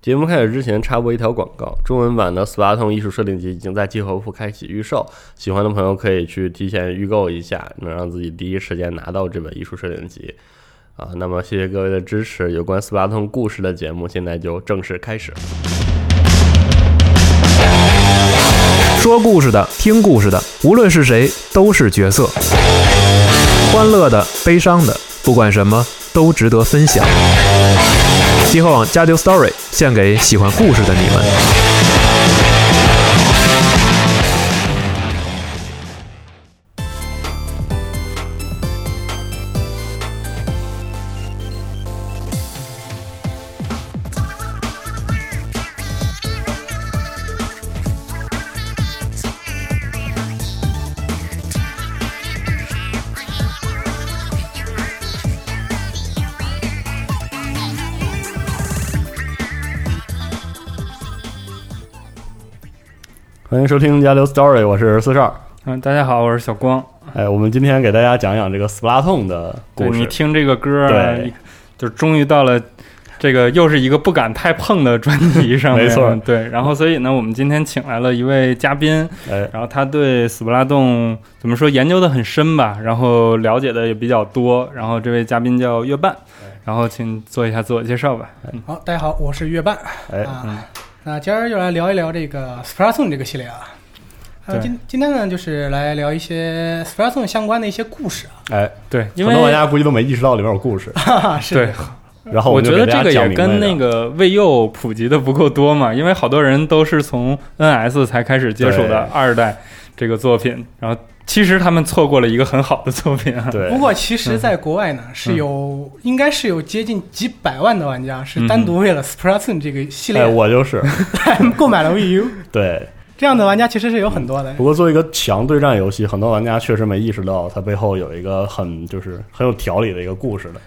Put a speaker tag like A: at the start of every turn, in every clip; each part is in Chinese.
A: 节目开始之前插播一条广告，中文版的《死巴通艺术设定集》已经在季合部开启预售，喜欢的朋友可以去提前预购一下，能让自己第一时间拿到这本艺术设定集。啊，那么谢谢各位的支持，有关斯巴通故事的节目现在就正式开始。
B: 说故事的、听故事的，无论是谁，都是角色。欢乐的、悲伤的，不管什么，都值得分享。极客网加丢 Story 献给喜欢故事的你们。
A: 欢迎收听《加流 Story》，我是四十二。
C: 嗯，大家好，我是小光。
A: 哎，我们今天给大家讲讲这个斯拉通的
C: 对
A: 故
C: 你
A: 事。
C: 听这个歌儿，
A: 对
C: 你就终于到了这个又是一个不敢太碰的专 辑上面。
A: 没错
C: 对。然后，所以呢，我们今天请来了一位嘉宾，
A: 哎，
C: 然后他对斯普拉洞怎么说研究的很深吧，然后了解的也比较多。然后这位嘉宾叫月半，
A: 哎
C: 然后请做一下自我介绍吧。
D: 好，大家好，我是月半
A: 哎
C: 嗯
D: 啊。那今儿又来聊一聊这个 Splatoon 这个系列啊。呃，
C: 对
D: 今今天呢，就是来聊一些 Splatoon 相关的一些故事啊。
A: 哎，
C: 对，因
A: 很多玩
C: 为
A: 家估计都没意识到里面有故事，
D: 哈哈，是
C: 对，
A: 然后
C: 我
A: 们
C: 觉
A: 哦就
C: 得
A: 给
C: 这
A: 大
C: 个
A: 家讲
C: 也
A: 明白
C: 跟那
A: 了
C: 个卫幼普及的不够多嘛，因为好多人都是从 NS 才开始接触的二代这个作品，然后其实他们错过了一个很好的作品啊。
A: 对，
D: 不过其实在国外呢，是有应该是有接近几百万的玩家是单独为了 Splatoon 这个系列
A: 哎，我就是
D: 来 购买了 Wii U，
A: 对。
D: 这样的玩家其实是有很多的
A: 不。过作为一个强对战游戏，很多玩家确实没意识到它背后有一个很就是很有条理的一个故事的。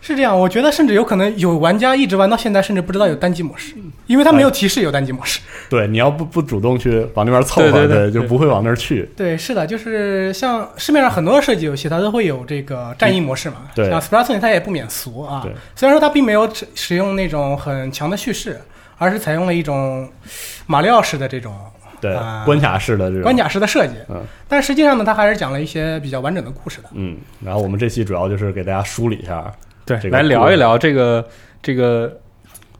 D: 是这样，我觉得甚至有可能有玩家一直玩到现在，甚至不知道有单机模式，因为他没有提示有单机模式。
A: 对，你要不不主动去往那边凑合，
C: 对对对
A: 就不会往那儿去。
D: 对，是的，就是像市面上很多射击游戏，它都会有这个战役模式嘛。
A: 对
D: 像 Splatoon 它也不免俗啊
A: 对。
D: 虽然说它并没有使使用那种很强的叙事，而是采用了一种马里奥式的这种
A: 对，
D: 啊
A: 关卡式的这种
D: 关卡式的设计。
A: 嗯
D: 但实际上呢，它还是讲了一些比较完整的故事的。
A: 嗯，然后我们这期主要就是给大家梳理一下，
C: 对，
A: 这个
C: 来
A: 故
C: 聊一
A: 事
C: 聊这个这个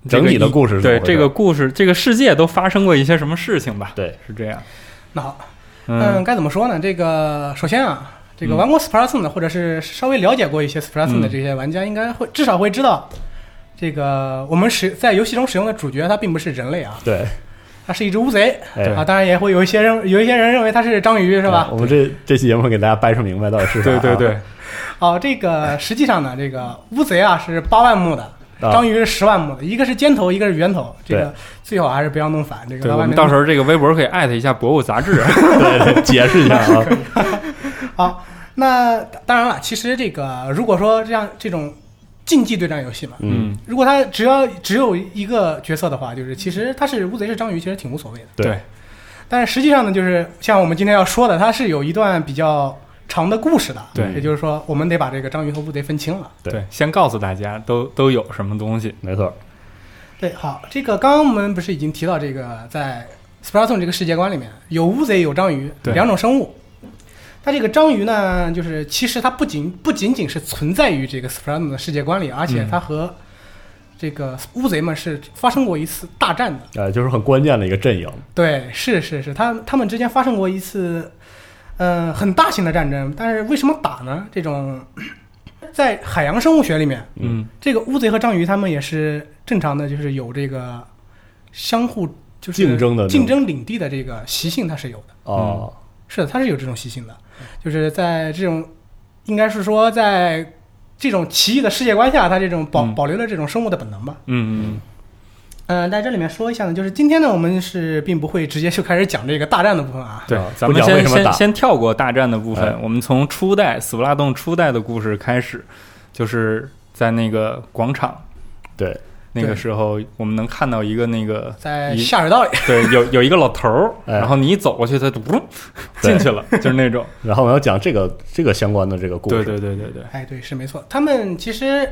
C: 这个
A: 整体的故事是怎么
C: 对
A: 回事
C: 这个故事，这个世界都发生过一些什么事情吧？
A: 对，
C: 是这样。
D: 那好，嗯，
C: 嗯，
D: 该怎么说呢？这个首先啊。这个
C: 嗯
D: 玩过 Splatoon 的，或者是稍微了解过一些 Splatoon 的
C: 嗯
D: 这些玩家，应该会至少会知道，这个我们使在游戏中使用的主角他并不是人类啊，
A: 对，
D: 他是一只乌贼，
A: 哎
D: 啊，当然也会有一些人，有一些人认为它是章鱼，是吧
A: 啊？我们这这期节目会给大家掰扯明白到底是啥、
C: 对对对，
D: 哦，这个实际上呢，这个乌贼啊是八万目的，
A: 啊
D: 章鱼是十万目的，一个是尖头，一个是圆头，这
A: 对
D: 个最好还是不要弄反，这个
C: 对，
D: 到
C: 我
D: 外
C: 们
D: 面
C: 到时候这个微博可以艾特一下《博物杂志》。
A: 对对，解释一下啊，
D: 好。那当然了，其实这个如果说这样这种竞技对战游戏嘛，
A: 嗯，
D: 如果它只要只有一个角色的话，就是其实它是乌贼是章鱼，其实挺无所谓的。
A: 对
C: 对，
D: 但是实际上呢，就是像我们今天要说的，它是有一段比较长的故事的。
C: 对
D: 也就是说，我们得把这个章鱼和乌贼分清了。
A: 对
C: 对，先告诉大家都都有什么东西。
A: 没错，
D: 对，好，这个刚刚我们不是已经提到这个在 Splatoon 这个世界观里面有乌贼有章鱼
C: 对
D: 两种生物。它这个章鱼呢，就是其实它不仅不仅仅是存在于这个 Splatoon 的世界观里，而且
C: 嗯
D: 它和这个乌贼们是发生过一次大战的。
A: 呃，就是很关键的一个阵营，
D: 对，是是是，他他们之间发生过一次，呃，很大型的战争。但是为什么打呢？这种 在海洋生物学里面，
C: 嗯，
D: 这个乌贼和章鱼它们也是正常的，就是有这个相互就是
A: 竞争的那种
D: 竞争领地的这个习性，它是有的。
C: 嗯
A: 哦，
D: 是的，它是有这种习性的，就是在这种应该是说在这种奇异的世界观下，它这种保
C: 嗯
D: 保留了这种生物的本能吧。
C: 嗯
D: 嗯，在这里面说一下呢，就是今天呢，我们是并不会直接就开始讲这个大战的部分啊。
C: 对
A: 啊，
C: 咱
A: 不
C: 们
A: 讲为
C: 先
A: 什么打
C: 先先跳过大战的部
A: 哎
C: 分，我们从初代斯普拉洞初代的故事开始，就是在那个广场
A: 对，
C: 那个
D: 对
C: 时候，我们能看到一个那个
D: 在
C: 一
D: 下水道里，
C: 对有有一个老头儿，
A: 哎
C: 然后你一走过去，他就呜
A: 对
C: 进去了，就是那种。
A: 然后我要讲这个这个相关的这个故
C: 对
A: 事，
C: 对对对对，
D: 哎，对，是没错。他们其实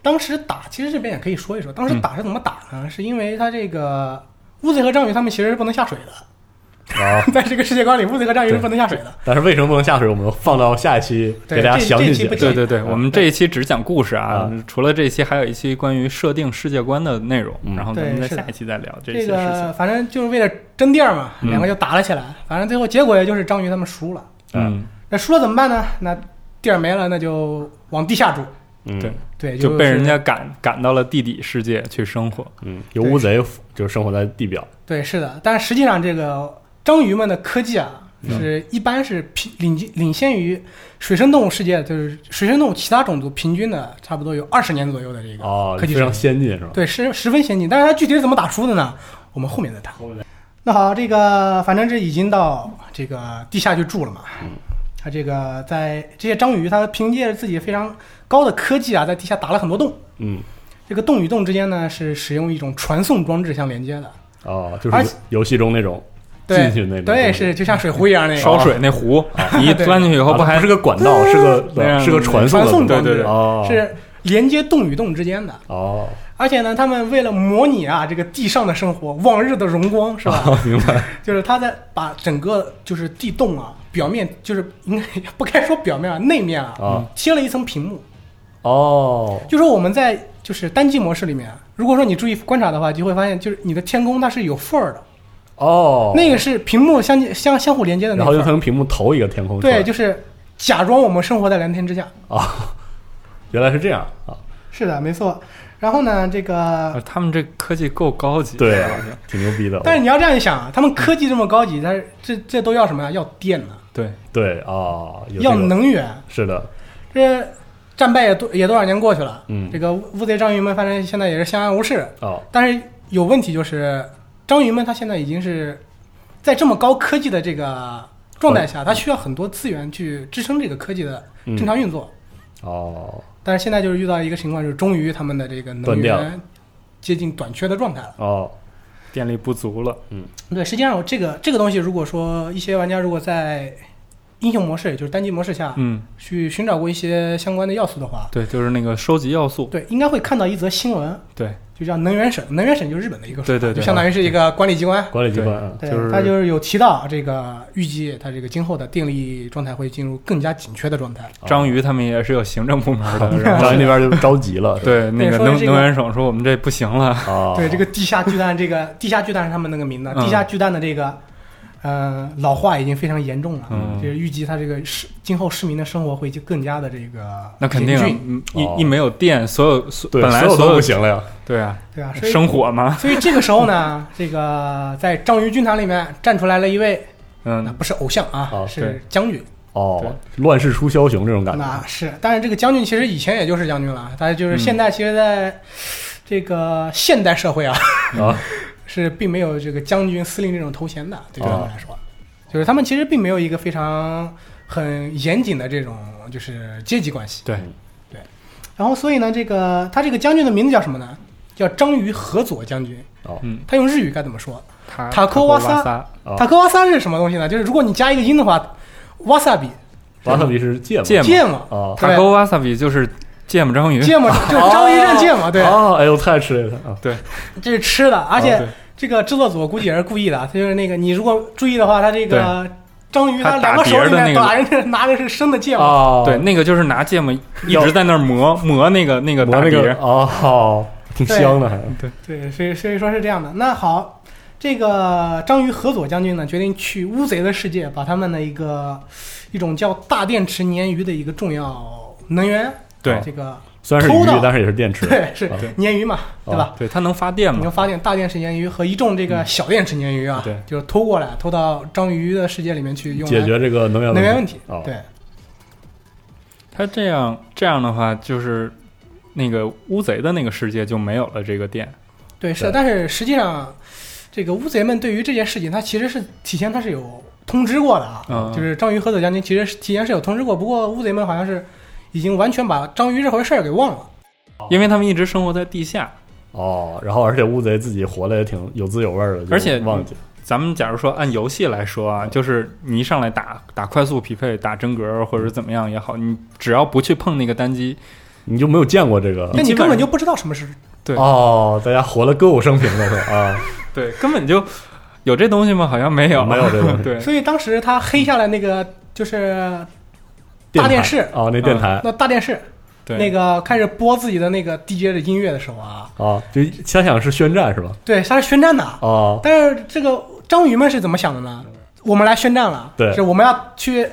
D: 当时打，其实这边也可以说一说，当时打是怎么打呢？是因为他这个乌贼和章鱼他们其实是不能下水的，
E: 啊，
D: 在这个世界观里，乌贼和章鱼是
E: 对
D: 不能下水的。
E: 但是为什么不能下水？我们放到下一期
D: 对
E: 给大家
D: 这
E: 详
D: 这
E: 细
D: 期
E: 讲
D: 不。
C: 对
D: 讲
A: 哎
C: 对对，我们这一期只讲故事啊
E: 啊，
C: 除了这一期，还有一期关于设定世界观的内容
E: 嗯，
C: 然后咱们在
D: 对是的
C: 下一期再聊这些
D: 这
C: 事情。
A: 啊
D: 个反正就是为了争地儿嘛，
C: 嗯
D: 两个就打了起来。反正最后结果也就是章鱼他们输了。
C: 嗯，
D: 那输了怎么办呢？那地儿没了，那就往地下住。
E: 嗯，
C: 对
D: 对，
C: 就是被人家赶赶到了地底世界去生活。
E: 嗯，有乌贼就生活在地表，
D: 对是的，但实际上这个章鱼们的科技啊，
C: 嗯
D: 是一般是平领领先于水生动物世界，就是水生动物其他种族平均的差不多有二十年左右的这个
E: 哦，
D: 科技
E: 非
D: 水
E: 常
D: 平。
E: 先进是吧？
D: 对，十十分先进，但是它具体是怎么打输的呢？我们后面再谈
E: 后面。
D: 那好，这个反正这已经到这个地下去住了嘛。
E: 嗯
D: 它这个在这些章鱼，它凭借着自己非常高的科技啊，在地下打了很多洞。
E: 嗯，
D: 这个洞与洞之间呢，是使用一种传送装置相连接的。
E: 哦，就
D: 而
E: 是
D: 且
E: 游戏中那种进
D: 对
E: 去那种，
D: 对，是就像水壶一样那个
C: 烧水那壶，你一
D: 哎哦对
C: 钻进去以
E: 以
C: 后
A: 啊
C: 不还
E: 是个管道，是
C: 那
E: 个
C: 样
E: 是个传送
D: 嗯啊传
E: 的
D: 送
E: 东
D: 装
E: 西
D: 置，
C: 对对对
E: 哦
D: 是连接洞与洞之间的。
E: 哦，
D: 而且呢，他们为了模拟啊这个地上的生活，往日的荣光是吧？
E: 哦明白，
D: 就是他在把整个就是地洞啊，表面就是应该 不该说表面啊，内面啊，
E: 啊
D: 贴了一层屏幕。
E: 哦，
D: 就说我们在就是单机模式里面，啊如果说你注意观察的话，就会发现就是你的天空它是有缝儿的，
E: 哦，
D: 那个是屏幕相相相互连接的那
E: 然后
D: 个缝
E: 就
D: 儿。
E: 从屏幕投一个天空出来，
D: 对，就是假装我们生活在蓝天之下。
E: 啊，原来是这样啊，
D: 是的，没错。然后呢，这
C: 啊
D: 个，
C: 他们这科技够高级。
E: 对啊，挺牛逼的，
D: 但是你要这样一想
E: 嗯
D: 啊，他们科技这么高级，它这这都要什么呀？要电呢，
C: 对，
E: 对啊，有
D: 要
E: 这个
D: 能源。
E: 是的，
D: 这战败也多也多少年过去了，
E: 嗯
D: 这个乌乌贼章鱼们反正现在也是相安无事，
E: 哦，
D: 但是有问题就是章鱼们它现在已经是在这么高科技的这个状态
E: 哦
D: 下，它需要很多资源去支撑这个科技的
E: 嗯
D: 正常运作，
E: 哦，
D: 但是现在就是遇到一个情况，就是终于他们的这个能
E: 断掉
D: 源接近短缺的状态了。
E: 哦，
C: 电力不足了。
D: 对，实际上我这个这个东西，如果说一些玩家如果在英雄模式，也就是单机模式下、
C: 嗯，
D: 去寻找过一些相关的要素的话，
C: 对，就是那个收集要素。
D: 对，应该会看到一则新闻，
C: 对，
D: 就叫能源省，能源省就是日本的一个省，
C: 对对对
D: 就相当于是一个管理机关。
E: 管理机关啊，
D: 对，
C: 就是
D: 它就是有提到这个预计，它这个今后的电力状态会进入更加紧缺的状态。
E: 哦
C: 章鱼他们也是有行政部
E: 嗯
C: 门的，然后
E: 章鱼那边就着急了，是吧
C: 对那个
D: 说
C: 能
D: 这个
C: 能源省说我们这不行了。
E: 啊，
D: 对，这个地下巨蛋，这个地下巨蛋是他们那个名字，
C: 哦嗯
D: 地下巨蛋的这个，呃，老化已经非常严重了。
C: 嗯
D: 就是预计它这个市今后市民的生活会就更加的这个
C: 那肯定啊
D: 严峻，
C: 嗯
E: 哦
C: 一一没有电，所有所
E: 对，
C: 本来
E: 所有
C: 所
E: 都
C: 有
E: 不行了呀，
C: 对啊，
D: 对吧？所以
C: 生火嘛，
D: 所以这个时候呢，这个在章鱼军团里面站出来了一位，那
C: 嗯，
D: 不是偶像
E: 哦
D: 啊，是
C: 对
D: 将军。
E: 哦，乱世出枭雄这种感
D: 那
E: 觉，
D: 是，但是这个将军其实以前也就是将军了，他就是
C: 嗯
D: 现在其实在这个现代社会啊，
E: 啊，
D: 是并没有这个将军、司令这种头衔的，对于他们
E: 哦
D: 来说，就是他们其实并没有一个非常很严谨的这种就是阶级关系。
C: 对，
D: 然后所以呢，这个他这个将军的名字叫什么呢？叫章鱼和佐将军。
E: 哦
C: 嗯
D: 他用日语该怎么说？
C: 塔
D: 塔科
C: 瓦
D: 瓦萨
C: 萨
E: 哦
D: 塔科瓦萨是什么东西呢？就是如果你加一个音的话，瓦萨比
E: 瓦特比是芥末，
C: 芥
D: 芥末，
E: 啊，
D: 对
C: 塔科瓦萨比就是芥末章鱼，
D: 芥末就是章鱼蘸芥末，对，
E: 哦，哎呦，太吃力了 啊，
D: 这是吃的，而且
C: 哦对
D: 这个制作组估计也是故意的，他就是那个你如果注意的话，他这个章鱼
C: 他
D: 他两个
C: 打
D: 手
C: 碟儿
D: 里
C: 的
D: 面
C: 那个
D: 打人家拿的是生的芥末，
E: 哦，
C: 对，那个就是拿芥末一
E: 要
C: 直在那儿磨磨那个那个
E: 磨
C: 打
E: 那
C: 碟
E: 个
C: 儿，
E: 哦，挺香的，还
D: 对，所以所以说是这样的。那好，这个章鱼和佐将军呢决定去乌贼的世界，把他们的一个一种叫大电池鲶鱼的一个重要能源，啊
C: 对
D: 这个
E: 虽然是
D: 偷
E: 鱼
D: 的，
E: 但是也是电池，
D: 对是
E: 啊
D: 鲶鱼嘛，对吧？
C: 对，它能发电
D: 你
C: 嘛
D: 就？发现大电池鲶鱼和一众这个小电池鲶鱼啊，
C: 嗯哦对
D: 就是偷过来，偷到章鱼的世界里面去用来
E: 解决这个能源
D: 能源问题。
E: 哦，
D: 对，
C: 它这样这样的话，就是那个乌贼的那个世界就没有了这个电，
D: 对，是
E: 对
D: 的，但是实际上，这个乌贼们对于这件事情，它其实是提前它是有通知过的啊，
C: 嗯
D: 就是章鱼和佐将军其实是提前是有通知过，不过乌贼们好像是已经完全把章鱼这回事儿给忘了。
C: 因为他们一直生活在地下。
E: 哦，然后而且乌贼自己活的也挺有滋有味儿的，就
C: 而且
E: 忘记
C: 咱们假如说按游戏来说啊，就是你一上来打打快速匹配、打真格或者怎么样也好，你只要不去碰那个单机，
A: 你就没有见过这个
C: 嗯
D: 那你根本就不知道什么是
C: 对
A: 哦，大家活了歌舞升平了是吧
E: 哦
A: 啊，
C: 对，根本就有这东西吗？好像没有，
A: 没有这个
C: 对，
D: 所以当时他黑下来那个就是大
A: 台
D: 电视
E: 哦
D: 嗯
A: 啊，那电台
D: 那大电视
C: 哎对
D: 那个开始播自己的那个 DJ 的音乐的时候啊，
E: 哦
A: 啊，就他想是宣战是吧？
D: 对，他是宣战的。
E: 哦
A: 啊，
D: 但是这个章鱼们是怎么想的呢？我们来宣战了，
A: 对
D: 是我们要去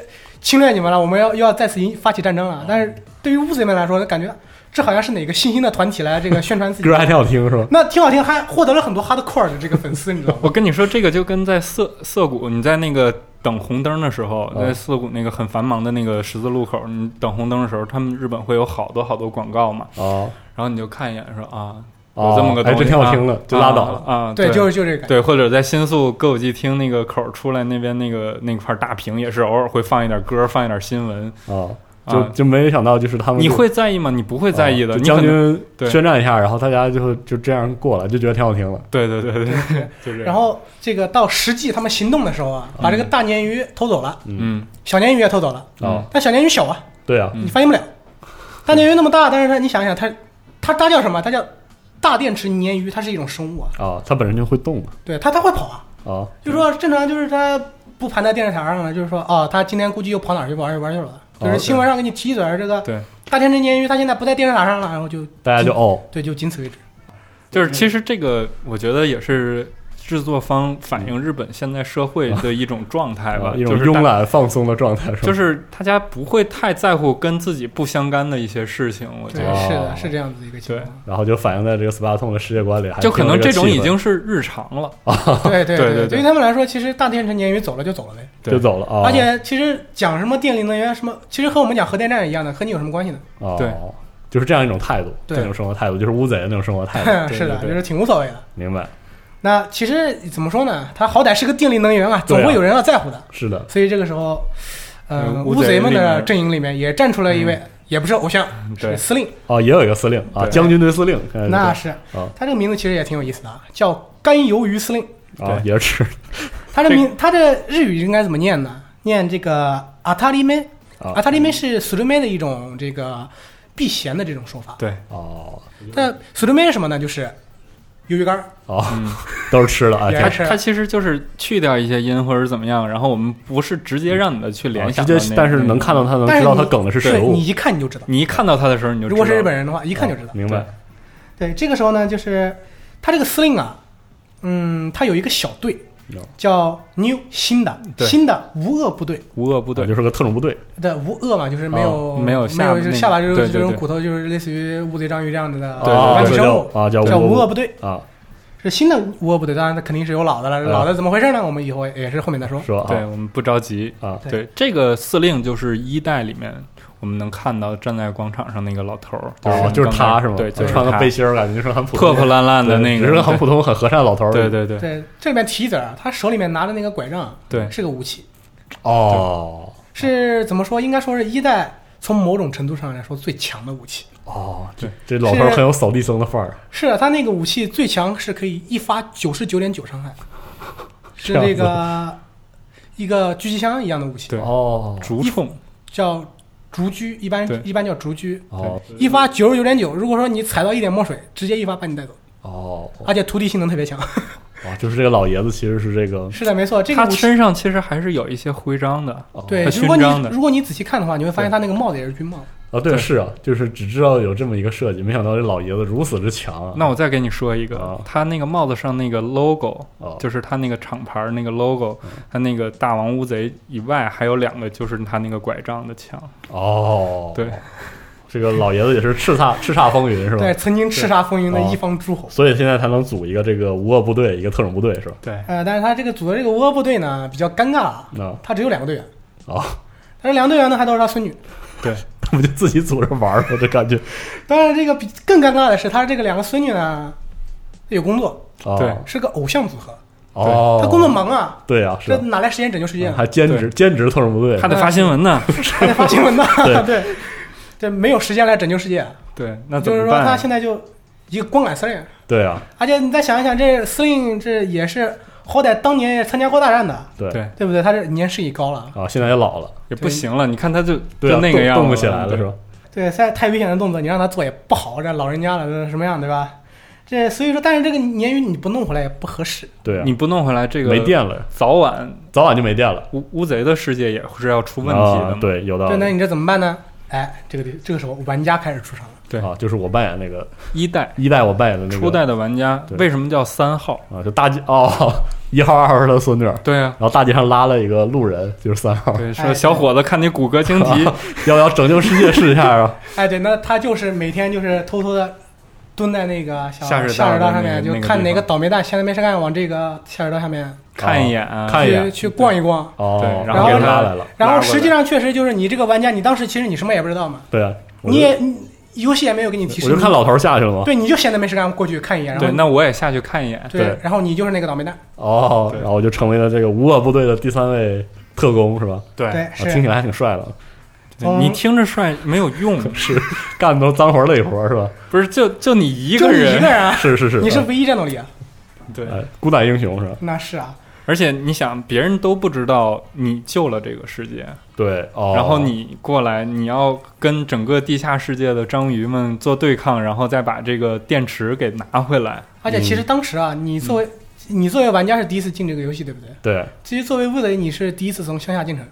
D: 侵略你们了，我们要又要再次引发起战争
C: 嗯
D: 了。但是对于乌贼们来说，感觉这好像是哪个新兴的团体来这个宣传 自己
A: 歌还挺好听是吧？
D: 那挺好听，还获得了很多 hardcore 的这个粉丝，你知道吗？
C: 我跟你说，这个就跟在涩涩谷，你在那个等红灯的时候，
A: 嗯
C: 在涩谷那个很繁忙的那个十字路口，你等红灯的时候，他们日本会有好多好多广告嘛，
E: 哦
A: 啊，
C: 然后你就看一眼说啊，
A: 哦
C: 有这么个东西，
A: 哎这挺好听的
C: 啊
A: 就拉倒了
C: 啊啊，。
D: 对，就是是就是这个感觉。
C: 对，或者在新宿歌舞伎町那个口儿出来那边那个那块大屏，也是偶尔会放一点歌，放一点新闻。
A: 啊，
C: 啊
A: 就就没想到就是他们
C: 你
A: 就
C: 会在意吗？你不会在意的。
A: 啊就
C: 你
A: 将
C: 可能
A: 军
C: 对
A: 宣战一下，然后大家就就这样过了，就觉得挺好听了。
C: 对对对对，对就这样。
D: 然后这个到实际他们行动的时候啊，把这个大鲶鱼偷走了，
C: 嗯，
D: 小鲶鱼也偷走了，
A: 啊，
D: 但小鲶鱼小啊，
A: 对啊，
C: 嗯
D: 你发现不了。 大鲶鱼那么大，但是它你想想，它它它叫什么？它叫大电池鲶鱼，它是一种生物啊，
A: 啊，它本身就会动嘛
D: 对它它会跑啊。
A: 啊，
D: 就说正常就是他不盘在电视台上了，就是说哦，他今天估计又跑哪儿去玩儿去玩儿去了。
A: 哦
D: 就是新闻上给你提一嘴儿，这个
C: 对，
D: 大天真鲶鱼他现在不在电视台上了，然后就
A: 大家就哦，
D: 对，就仅此为止。
C: 就是其实这个，我觉得也是制作方反映日本现在社会的一种状态吧，
A: 啊一
C: 就
A: 种
C: 是大
A: 慵懒放松的状态是吧？
C: 就是大家不会太在乎跟自己不相干的一些事情，我觉
D: 对
C: 得。
A: 哦，
D: 是的，是这样子一个情况。
A: 然后就反映在这个 SPA 痛的世界观里，还
C: 就可能
A: 挺有
C: 这
A: 个
C: 种
A: 气
C: 已
A: 氛哦
C: 经是日常了，
D: 对
C: 对
D: 对
C: 对对哦
D: 对于他们来说，其实大天真鲶鱼走了就走了呗。
A: 就走了啊，
D: 而且其实讲什么电力能源什么，其实和我们讲核电站一样的，和你有什么关系呢？
A: 哦
C: 对
A: 就是这样一种态度，
D: 对
A: 这种生活态度就是乌贼的那种生活态度，
D: 是的，
C: 对对
D: 就是挺无所谓的。
A: 明白？
D: 那其实怎么说呢？它好歹是个电力能源啊，
A: 对啊
D: 总会有人要在乎的。
A: 是的，
D: 所以这个时候，呃，
C: 嗯乌
D: 乌贼
C: 贼
D: 们
C: 里
D: 的
C: 面
D: 阵营里面也站出来一位，也不是偶像，是
C: 对
D: 司令，
A: 哦，也有一个司令啊，
C: 对
A: 将军队司令，看来
D: 那
A: 是
D: 是
A: 哦
D: 他这个名字其实也挺有意思的，啊，叫甘鱿鱼司令。
A: 这样啊，
C: 对
A: 也是
D: 他这
C: 这
D: 名，他这日语应该怎么念呢？念这个阿塔利梅，
A: 啊
D: 阿塔利梅是苏鲁梅的一种这个避嫌的这种说法。
C: 对，
A: 哦
D: 但苏鲁梅是什么呢？就是鱿鱼干儿，
A: 哦
C: 嗯，
A: 都是吃的啊，
D: 也
A: 挺
C: 它
D: 是
C: 它其实就是去掉一些音或者怎么样，然后我们不是直接让你的去联
A: 直
C: 想到那个，嗯
A: 接，但啊是能看到他能
D: 但
A: 知
D: 是
A: 道
D: 你
A: 他梗的是
D: 对
A: 食物
D: 你，一看你就知道。
C: 你一看到它的时候你就
D: 如果是
C: 知道
D: 日本人的话，一看就知道。
A: 哦明白？
D: 对，这个时候呢，就是他这个司令啊，嗯，他有一个小队
A: 有
D: 叫 New 新的
C: 对
D: 新的无恶部队
C: 无恶不
A: 对，啊
C: 对，
A: 就是个特种部队
D: 的无恶嘛，就是没有、
A: 哦
D: 没
C: 没有
D: 没
C: 下巴
D: 有就
C: 那
D: 是
C: 个
D: 下巴就是
C: 对对
D: 这种
C: 对
D: 骨头，就是类似于乌贼、章鱼这样子的
C: 对
A: 啊，
D: 外
C: 对
A: 对
D: 星生物
A: 对啊，叫
D: 叫
A: 无
D: 无恶
A: 恶
D: 部队，
A: 啊，
D: 是新的无恶部队。当然，它肯定是有老的了，
A: 嗯
C: 啊
D: 老的怎么回事呢？我们以后也是后面再说。
A: 说
C: 对
A: 啊
C: 我们不着急。
A: 啊
D: 对
C: 对，这个司令就是一代里面我们能看到站在广场上那个老头儿，
A: 哦，就是
C: 刚
A: 他
C: 才
A: 是吗？
C: 对，就是
A: 穿个
C: 他
A: 背心儿，感觉就是很普
C: 破破
A: 通，
C: 烂烂的
A: 对
C: 那
A: 只是个很
C: 个，
A: 普通、很和善的老头儿。
C: 对对对对
D: 对，这里面提一嘴儿，他手里面拿着那个拐杖啊
C: 对
D: 是个武器，
A: 哦
D: 是怎么说？应该说是一代从某种程度上来说最强的武器。
A: 哦，这这
C: 对
A: 老头儿
D: 是
A: 很有扫地僧的范儿，
D: 是啊，他那个武器最强是可以一发九十九点九伤害，
A: 这
D: 是
A: 样
D: 那
A: 子
D: 个一个狙击枪一样的武器，
C: 对
A: 哦
C: 竹冲，
D: 叫竹狙，一般
C: 对
D: 一般叫竹狙，
A: 哦
D: 一发九十九点九，如果说你踩到一点墨水，直接一发把你带走，
A: 哦哦
D: 而且突地性能特别强。
A: 哦，就是这个老爷子其实是这个
D: 是的，没错，这个
C: 他
D: 武器
C: 身上其实还是有一些徽章的，
A: 哦
D: 对，
C: 它
D: 如果
C: 勋章
D: 你
C: 的
D: 如果你仔细看的话，你会发现
A: 对
D: 他那个帽子也是军帽。
A: 啊，对，
C: 对
A: 是啊，就是只知道有这么一个设计，没想到这老爷子如此之强啊。
C: 那我再给你说一个，
A: 哦
C: 他那个帽子上那个 logo，、
A: 哦
C: 就是他那个厂牌儿那个 logo，他
A: 嗯
C: 那个大王乌贼以外还有两个，就是他那个拐杖的枪。
A: 哦，
C: 对，
A: 这个老爷子也是叱咤叱咤风云是吧
D: 对，？曾经叱咤风云的
A: 哦
D: 一方诸侯。
A: 所以现在才能组一个这个无恶部队，一个特种部队是吧？
C: 对，
D: 呃，但是他这个组的这个窝部队呢比较尴尬啊
A: 那，
D: 他只有两个队员，
A: 哦，
D: 但是两个队员呢还都是他孙女。
C: 对，
A: 他们就自己组着玩儿了，这感觉。
D: 但是这个比更尴尬的是，他这个两个孙女呢，有工作，
A: 哦
C: 对
D: 是个偶像组合，
A: 哦，
D: 他工作忙啊，
A: 对啊，是
D: 这
A: 啊
D: 哪来时间拯救世界啊？
A: 还兼职兼职特种部队
C: 他得发新 闻呢。
D: 还得发新闻呢，
A: 对
D: 对，这没有时间来拯救世界，啊
C: 对，那怎
D: 就是
C: 么
D: 说
C: 办
D: 他
C: 啊？
D: 现在就一个光杆司令，
A: 对啊，
D: 而且你再想一想，这司令这也是好歹当年也参加过大战的，
A: 对
C: 对，
D: 对不对？他这年事已高了。
A: 啊，现在也老了，
C: 也不行了。你看他就
A: 对啊，
C: 就那个
A: 动
C: 样子
A: 动不起来了是吧？？
D: 对，太太危险的动作，你让他做也不好，这老人家了这什么样，对吧？这所以说，但是这个鲶鱼你不弄回来也不合适。
A: 对啊，
C: 你不弄回来，这个
A: 没电了，
C: 早晚
A: 早晚就没电了，
C: 乌乌贼的世界也是要出问题的
A: 啊
C: 嘛。
A: 对，有道
D: 对，那
A: 理。
D: 你这怎么办呢？哎，这个地这个时候玩家开始出场了。
C: 对
A: 啊，就是我扮演那个
C: 一代、
A: 一代，我扮演的那个
C: 初代的玩家
A: 对
C: 为什么叫三号？
A: 啊，就大街哦， 一号二号的孙女儿，
C: 对啊，
A: 然后大街上拉了一个路人，就是三号，
C: 对，说
D: 哎
C: 小伙子，看你骨骼惊奇，
A: 要不要拯救世界试一下啊？
D: 哎，对，那他就是每天就是偷偷的蹲在那个小
C: 下
D: 下
C: 水道
D: 水道
C: 的
D: 上
C: 那
D: 面，
C: 个
D: 就
C: 那个
D: 看
C: 地
D: 哪
C: 方
D: 个倒霉蛋闲着没事干，往这个下水道下面
C: 看一眼啊，
A: 看一眼
D: 去去逛一逛。
A: 哦，
C: 对
A: 然
C: 然
D: 后
A: 给
D: 呢
A: 拉来了，
D: 然
C: 拉
D: 后
C: 过
D: 实际
C: 来
D: 上确实就是你这个玩家，你当时其实你什么也不知道嘛，
A: 对啊，我
D: 你
A: 就
D: 也你游戏也没有给你提示，
A: 我就
D: 你
A: 看老头儿下去了嘛，
D: 对，你就闲着没事干过去看一眼，然后
C: 对，那我也下去看一眼。
D: 对
A: 对
D: 然后你就是那个倒霉蛋，
A: 哦，
C: 对
A: 然后我就成为了这个无恶部队的第三位特工是吧？
C: 对
D: 对，
A: 啊，
D: 是
A: 听起来还挺帅的，
C: 对你听着帅没有 用，
A: 是干的都脏活累活是吧？
C: 不是就就你一
D: 就
C: 个
D: 你一个
C: 人，
D: 人啊，
A: 是是是，
D: 你是
A: 啊
D: 唯一战斗力啊，
C: 对，
A: 哎孤胆英雄是吧？
D: 那是啊，
C: 而且你想，别人都不知道你救了这个世界，
A: 对，哦，
C: 然后你过来，你要跟整个地下世界的章鱼们做对抗，然后再把这个电池给拿回来。
D: 而且
A: 嗯
D: 其实当时啊，你作为你作为玩家是第一次进这个游戏，对不对？
A: 对
D: 其实作为乌贼，你是第一次从乡下进城，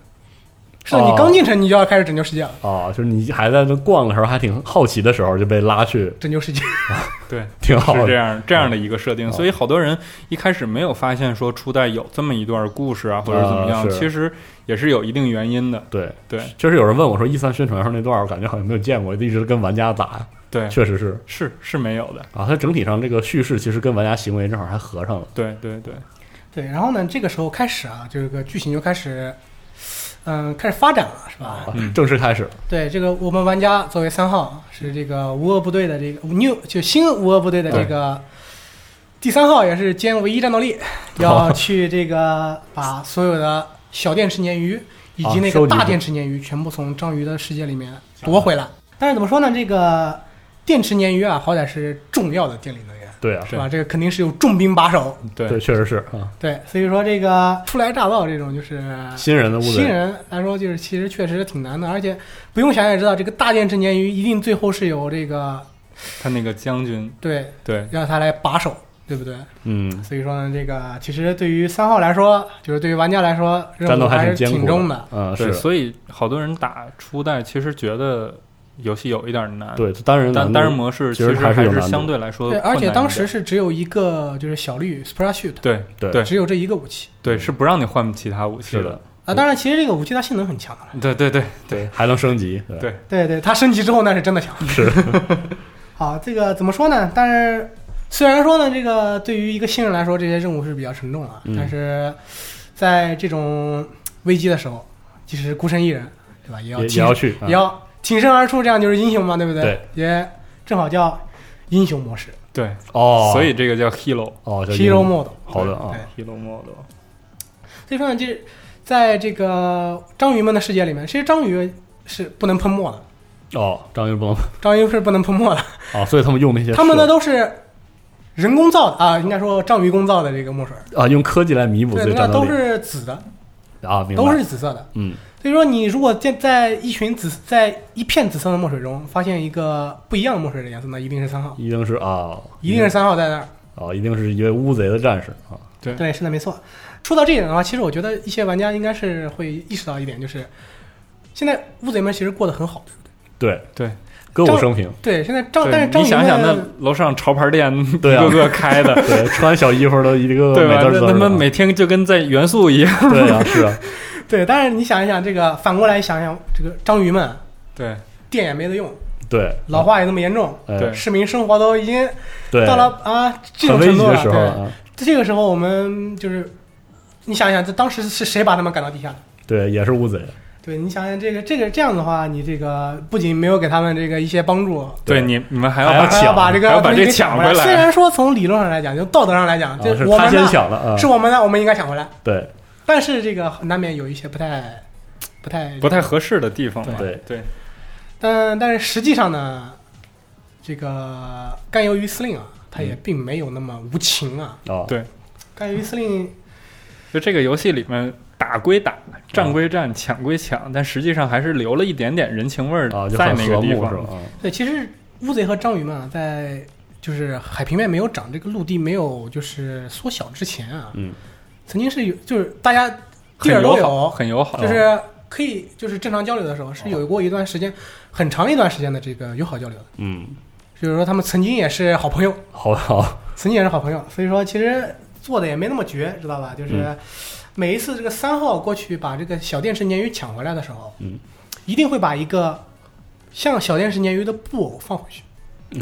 D: 是的，
A: 哦
D: 你刚进城你就要开始拯救世界了，
A: 哦，就是你还在那逛的时候，还挺好奇的时候就被拉去，
D: 拯救世界，
C: 对，
A: 挺 好
C: 是这
A: 的。
C: 样这样的一个设定，
A: 嗯
C: 所以好多人一开始没有发现说初代有这么一段故事啊，或者怎么样，
A: 啊是
C: 其实也是有一定原因的。
A: 对，
C: 对
A: 确实有人问我说一三宣传时候那段，我感觉好像没有见过，一直跟玩家打，
C: 对，
A: 确实是
C: 是是没有的。
A: 啊。它整体上这个叙事其实跟玩家行为正好还合上了。
C: 对对对，
D: 对，然后呢，这个时候开始啊，这个剧情就开始，嗯、开始发展了，是吧？
A: 啊
C: 嗯
A: 正式开始，
D: 对，这个我们玩家作为三号是这个无恶部队的这个 new 就新无恶部队的这个第三号，也是兼唯一战 斗力，要去这个把所有的小电池鲶鱼以及那
A: 啊收
D: 个
A: 集
D: 大电池鲶鱼全部从章鱼的世界里面夺回来。但是怎么说呢？这个电池鲶鱼啊，好歹是重要的电力能源，
A: 对啊，
D: 是吧？这个肯定是有重兵把守，
A: 对，
C: 对
A: 确实是啊。
D: 对，所以说这个初来乍到这种就是
A: 新人的乌贼，
D: 新人来说，就是其实确实挺难的，而且不用想也知道，这个大电池鲶鱼一定最后是有这个
C: 他那个将军，
D: 对
C: 对
D: 让他来把守，对不对？
A: 嗯，
D: 所以说呢，这个其实对于三号来说，就是对于玩家来说，
A: 战
D: 任
A: 斗
D: 务还
A: 还
D: 是
A: 艰
D: 挺
A: 苦
D: 重的。
A: 嗯，
C: 对，
A: 是
C: 所以好多人打初代其实觉得游戏有一点难。
A: 对单人难
C: 单
A: 度
C: 单人模式
A: 其
C: 其
A: 实
C: 实
A: 还是有难度
C: 相对来说
D: 对，
C: 困难一
D: 而
C: 点，
D: 且当时是只有一个就是小绿 Sprashoot，
C: 对
A: 对
C: 对
D: 只有这一个武器
C: 对是不让你换其他武器
A: 是的，
D: 啊。当然，其实这个武器它性能很强的，
C: 对对对
A: 对，还能升级，
C: 对
D: 对对，它升级之后那是真的强。
A: 是
D: 好，这个怎么说呢？但是虽然说呢，这个对于一个新人来说，这些任务是比较沉重啊，
A: 嗯
D: 但是在这种危机的时候，即使孤身一人，对吧？也要
A: 也也
D: 挺
A: 要去，啊
D: 也要挺身而出，这样就是英雄嘛，对不对？
A: 对
D: 也正好叫英雄模式
C: 对，
A: 哦，
C: 所以这个叫 hero
A: 哦叫英
D: （Hero Mode）。
A: 好的啊
D: 对，
C: hero mode。
D: 所以说呢，就是在这个章鱼们的世界里面，其实章鱼是不能喷墨的，
A: 哦，章鱼不能
D: 章鱼是不能喷墨的。
A: 哦，所以他们用那些
D: 他们
A: 设
D: 呢都是人工造的啊，应该说章鱼工造的这个墨水儿，
A: 啊用科技来弥补自
D: 对，
A: 己
D: 那
A: 战斗
D: 都
A: 力
D: 是紫的，
A: 啊，明白
D: 都是紫色的。
A: 嗯
D: 所以说，你如果在在一群紫在一片紫色的墨水中发现一个不一样的墨水的颜色，那一定是三号，
A: 一定是啊，
D: 一定是三号在那儿。
A: 啊，一定是一位乌贼的战士啊，
D: 对，是的，没错。说到这一点的话，其实我觉得一些玩家应该是会意识到一点，就是现在乌贼们其实过得很好。
A: 对
C: 对，
A: 歌舞
D: 章
A: 升平，
D: 对，现在章
C: 对
D: 但是章
C: 你
D: 鱼
C: 想想，那
D: 们
C: 楼上潮牌店 一
A: 对啊
C: 个个 开的，
A: 对，穿小衣服的一 个
C: 对
A: 美
C: 吧？
A: 滋滋
C: 那
A: 的
C: 他们每天就跟在元素一样。
A: 对啊是啊，
D: 对，但是你想一想，这个反过来想一想，这个章鱼们
C: 对
D: 电也没得用，
A: 对
D: 老化也那么严重，
A: 哎
C: 对
D: 市民生活都已经
A: 对
D: 到了啊这
A: 很
D: 种
A: 危
D: 程
A: 急
D: 度
A: 的
D: 了。
A: 时候
D: 对，
A: 了啊，
D: 这个时候我们就是，你想想，这当时是谁把他们赶到地下的？
A: 对也是乌贼，
D: 对你想想，这个这个这样的话，你这个不仅没有给他们这个一些帮助，
A: 对
C: 对，你你们还
A: 还
C: 要
A: 要
C: 把
A: 抢
D: 还要把这个
C: 还要把
D: 东西
C: 这
D: 给
C: 抢
D: 回
C: 回来
D: 虽然说从理论上来讲，就道德上来讲，
A: 啊
D: 这
A: 是
D: 我
A: 他
D: 们
A: 先
D: 的
A: 抢了啊，
D: 是我们的，我们应该抢回来。
A: 对
D: 但是这个难免有一些不太不太
C: 不，太合适的地方嘛。
A: 对
C: 对
D: 但但是实际上呢，这个甘鱿鱼司令啊，他也并没有那么无情啊。
A: 啊
C: 对
D: 甘鱿鱼司令
C: 就这个游戏里面打打归打，
E: 啊
C: 战归战，抢归抢，但实际上还是留了一点点人情味儿
E: 啊，就
C: 在
E: 很
C: 那
E: 和
C: 个地
E: 睦是
C: 方。嗯
E: 吧？
D: 对，其实乌贼和章鱼嘛，在就是海平面没有涨，这个陆地没有就是缩小之前啊，
E: 嗯，
D: 曾经是有，就是大家地
C: 很
D: 儿都
C: 友好，啊
D: 有，
C: 很友好，
D: 就是可以就是正常交流的时候，是有过一段时间很长一段时间的这个友好交流的。
E: 嗯，
D: 比如说他们曾经也是好朋友，
E: 好好，
D: 曾经也是好朋友，所以说其实做的也没那么绝，知道吧？就是
E: 嗯
D: 每一次这个三号过去把这个小电池鲶鱼抢回来的时候，
E: 嗯，
D: 一定会把一个像小电池鲶鱼的布偶放回去。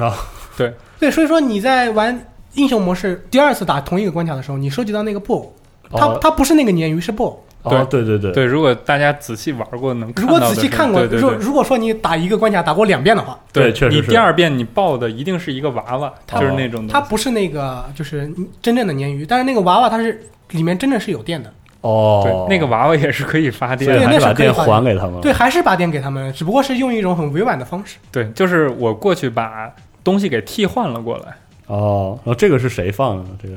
E: 啊，
C: 对，
D: 对，所以说你在玩英雄模式第二次打同一个关卡的时候，你收集到那个布偶，它、
E: 哦
D: 它不是那个鲶鱼，是布偶。
E: 哦，对对对，
C: 对，如果大家仔细玩过，能看
D: 如
C: 到
D: 果
C: 的
D: 仔细
C: 是
D: 看过，
C: 对对
D: 如果
C: 对
D: 如果说你打一个关卡打过两遍的话，
E: 对确实
C: 你
E: 是
C: 第二遍你抱的一定是一个娃娃，
E: 它
C: 就是那种
D: 它
C: 东西
D: 不是那个就是真正的鲶鱼，但是那个娃娃它是里面真正是有电的，
E: 哦
C: 对，，那个娃娃也是可以发
E: 所
C: 电
E: 以
D: 对
C: 的。
E: 还
D: 那
E: 是
D: 是
E: 把
D: 可以
E: 电
D: 还
E: 还给他
A: 哦
E: 们了，
D: 对，还是把电给他们，只不过是用一种很委婉的方式。
C: 对，就是我过去把东西给替换了过来，
E: 哦，然后这个是谁放的呢？这个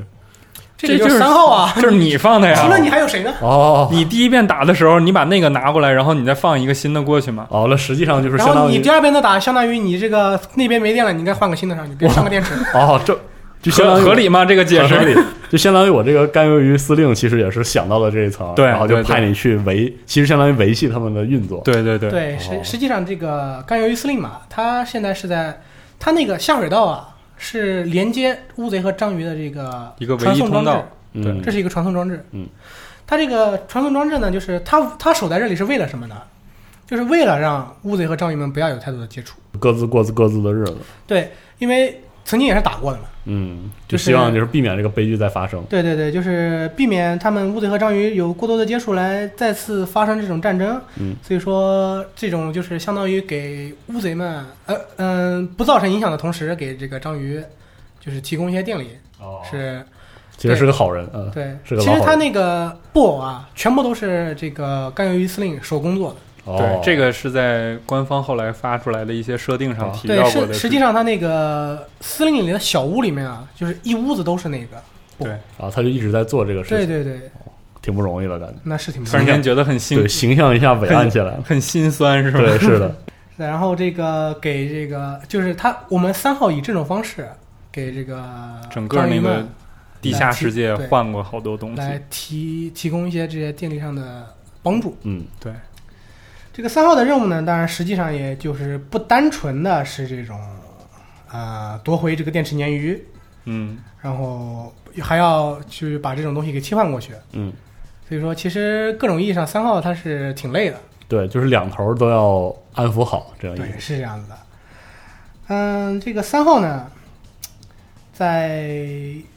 C: 这
D: 这
C: 就
D: 个就是
C: 是
D: 三号啊，
C: 就是你放的呀。
D: 除了你还有谁呢？
E: 哦
C: 你第一遍打的时候，你把那个拿过来，然后你再放一个新的过去嘛。
E: 哦，那实际上就是
D: 然
E: 相
D: 后
E: 当
D: 你
E: 于
D: 第二遍再打，相当于你这个那边没电了，你应该换个新的上去，给上个电池。
E: 哦，这就相
C: 合
E: 当于啊
C: 合理吗？这个解
E: 合
C: 释
E: 理，就相当于我这个甘鱿鱼司令其实也是想到了这一层，
C: 对
E: 然后就
C: 对对
E: 派你去维，其实相当于维系他们的运作，
C: 对对对，
D: 对，
E: 哦
D: 实实际上这个甘鱿鱼司令嘛，它现在是在它那个下水道啊，是连接乌贼和章鱼的这个
C: 一个唯一
D: 传送装
C: 通
D: 置
C: 道，
E: 嗯，
D: 这是一个传送装置。
E: 嗯，
D: 它这个传送装置呢，就是它它守在这里是为了什么呢？就是为了让乌贼和章鱼们不要有太多的接触。
E: 各自过自各自的日子，
D: 对，因为曾经也是打过的嘛。
E: 嗯，就
D: 就是
E: 希望就是避免这个悲剧再发生，
D: 对对对，就是避免他们乌贼和章鱼有过多的接触，来再次发生这种战争。
E: 嗯，
D: 所以说这种就是相当于给乌贼们，呃嗯、不造成影响的同时，给这个章鱼就是提供一些电力。
E: 哦
D: 是
E: 其实是个好人，嗯，
D: 对，
E: 是个
D: 其
E: 老
D: 实
E: 好
D: 他
E: 人
D: 那个布偶啊，全部都是这个甘鱿鱼司令手工做的。
E: 哦
C: 对，，这个是在官方后来发出来的一些设定上提
D: 哦对
C: 到，过
D: 是
C: 的。
D: 实际上他那个司令里的小屋里面啊，就是一屋子都是那个。
C: 对，
E: 啊，他就一直在做这个事
D: 对
E: 情，
D: 对对，
E: 挺不容易的感觉，
D: 那是挺不
C: 突然
D: 容易
C: 间
D: 的
C: 觉得很心
E: 对，形象一下伟岸起来了，
C: 很心酸，是吧？
E: 对，是 的，
D: 对然后这个给这个就是他，我们三号以这种方式给这个
C: 整个那
D: 章鱼
C: 个
D: 们
C: 地下世界
D: 来提对
C: 换过好多东
D: 来
C: 西。
D: 提提供一些这些电力上的帮助。
E: 嗯，
C: 对，
D: 这个三号的任务呢，当然实际上也就是不单纯的是这种呃夺回这个电池鲶鱼，
C: 嗯，
D: 然后还要去把这种东西给切换过去。
E: 嗯，
D: 所以说其实各种意义上三号它是挺累的。
E: 对，就是两头都要安抚好，这样
D: 对，
E: 一
D: 是这样子的。嗯，这个三号呢，在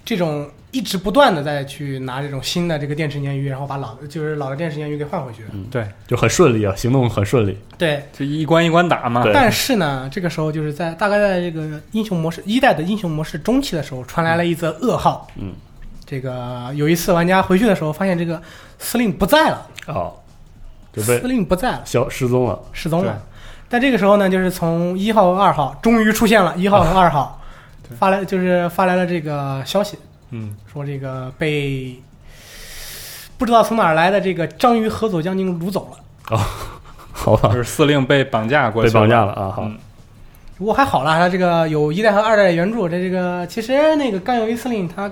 D: 这种一直不断的再去拿这种新的这个电池鲶鱼，然后把老的就是老的电池鲫鱼给换回去。
C: 对，
E: 就很顺利啊，行动很顺利，
D: 对，
C: 就一关一关打嘛。
E: 对
D: 但是呢，这个时候就是在大概在这个英雄模式一代的英雄模式中期的时候，传来了一则噩耗。
E: 嗯，
D: 这个有一次玩家回去的时候，发现这个司令不在了，
C: 哦
E: 啊，就
D: 司
E: 被
D: 令不在了，
E: 消失踪了，
D: 失踪
C: 对
D: 了。但这个时候呢，就是从一号和二号终于出现了，一号和二号、
C: 对
D: 发来就是发来了这个消息，
C: 嗯，
D: 说这个被不知道从哪儿来的这个章鱼合佐将军掳走了。
E: 好
C: 就
E: 吧，
C: 是司令被绑架过去，
E: 被绑架了。啊，好，
C: 嗯，
D: 不过还好啦，他这个有一代和二代的原著，这这个其实那个甘鱿鱼司令他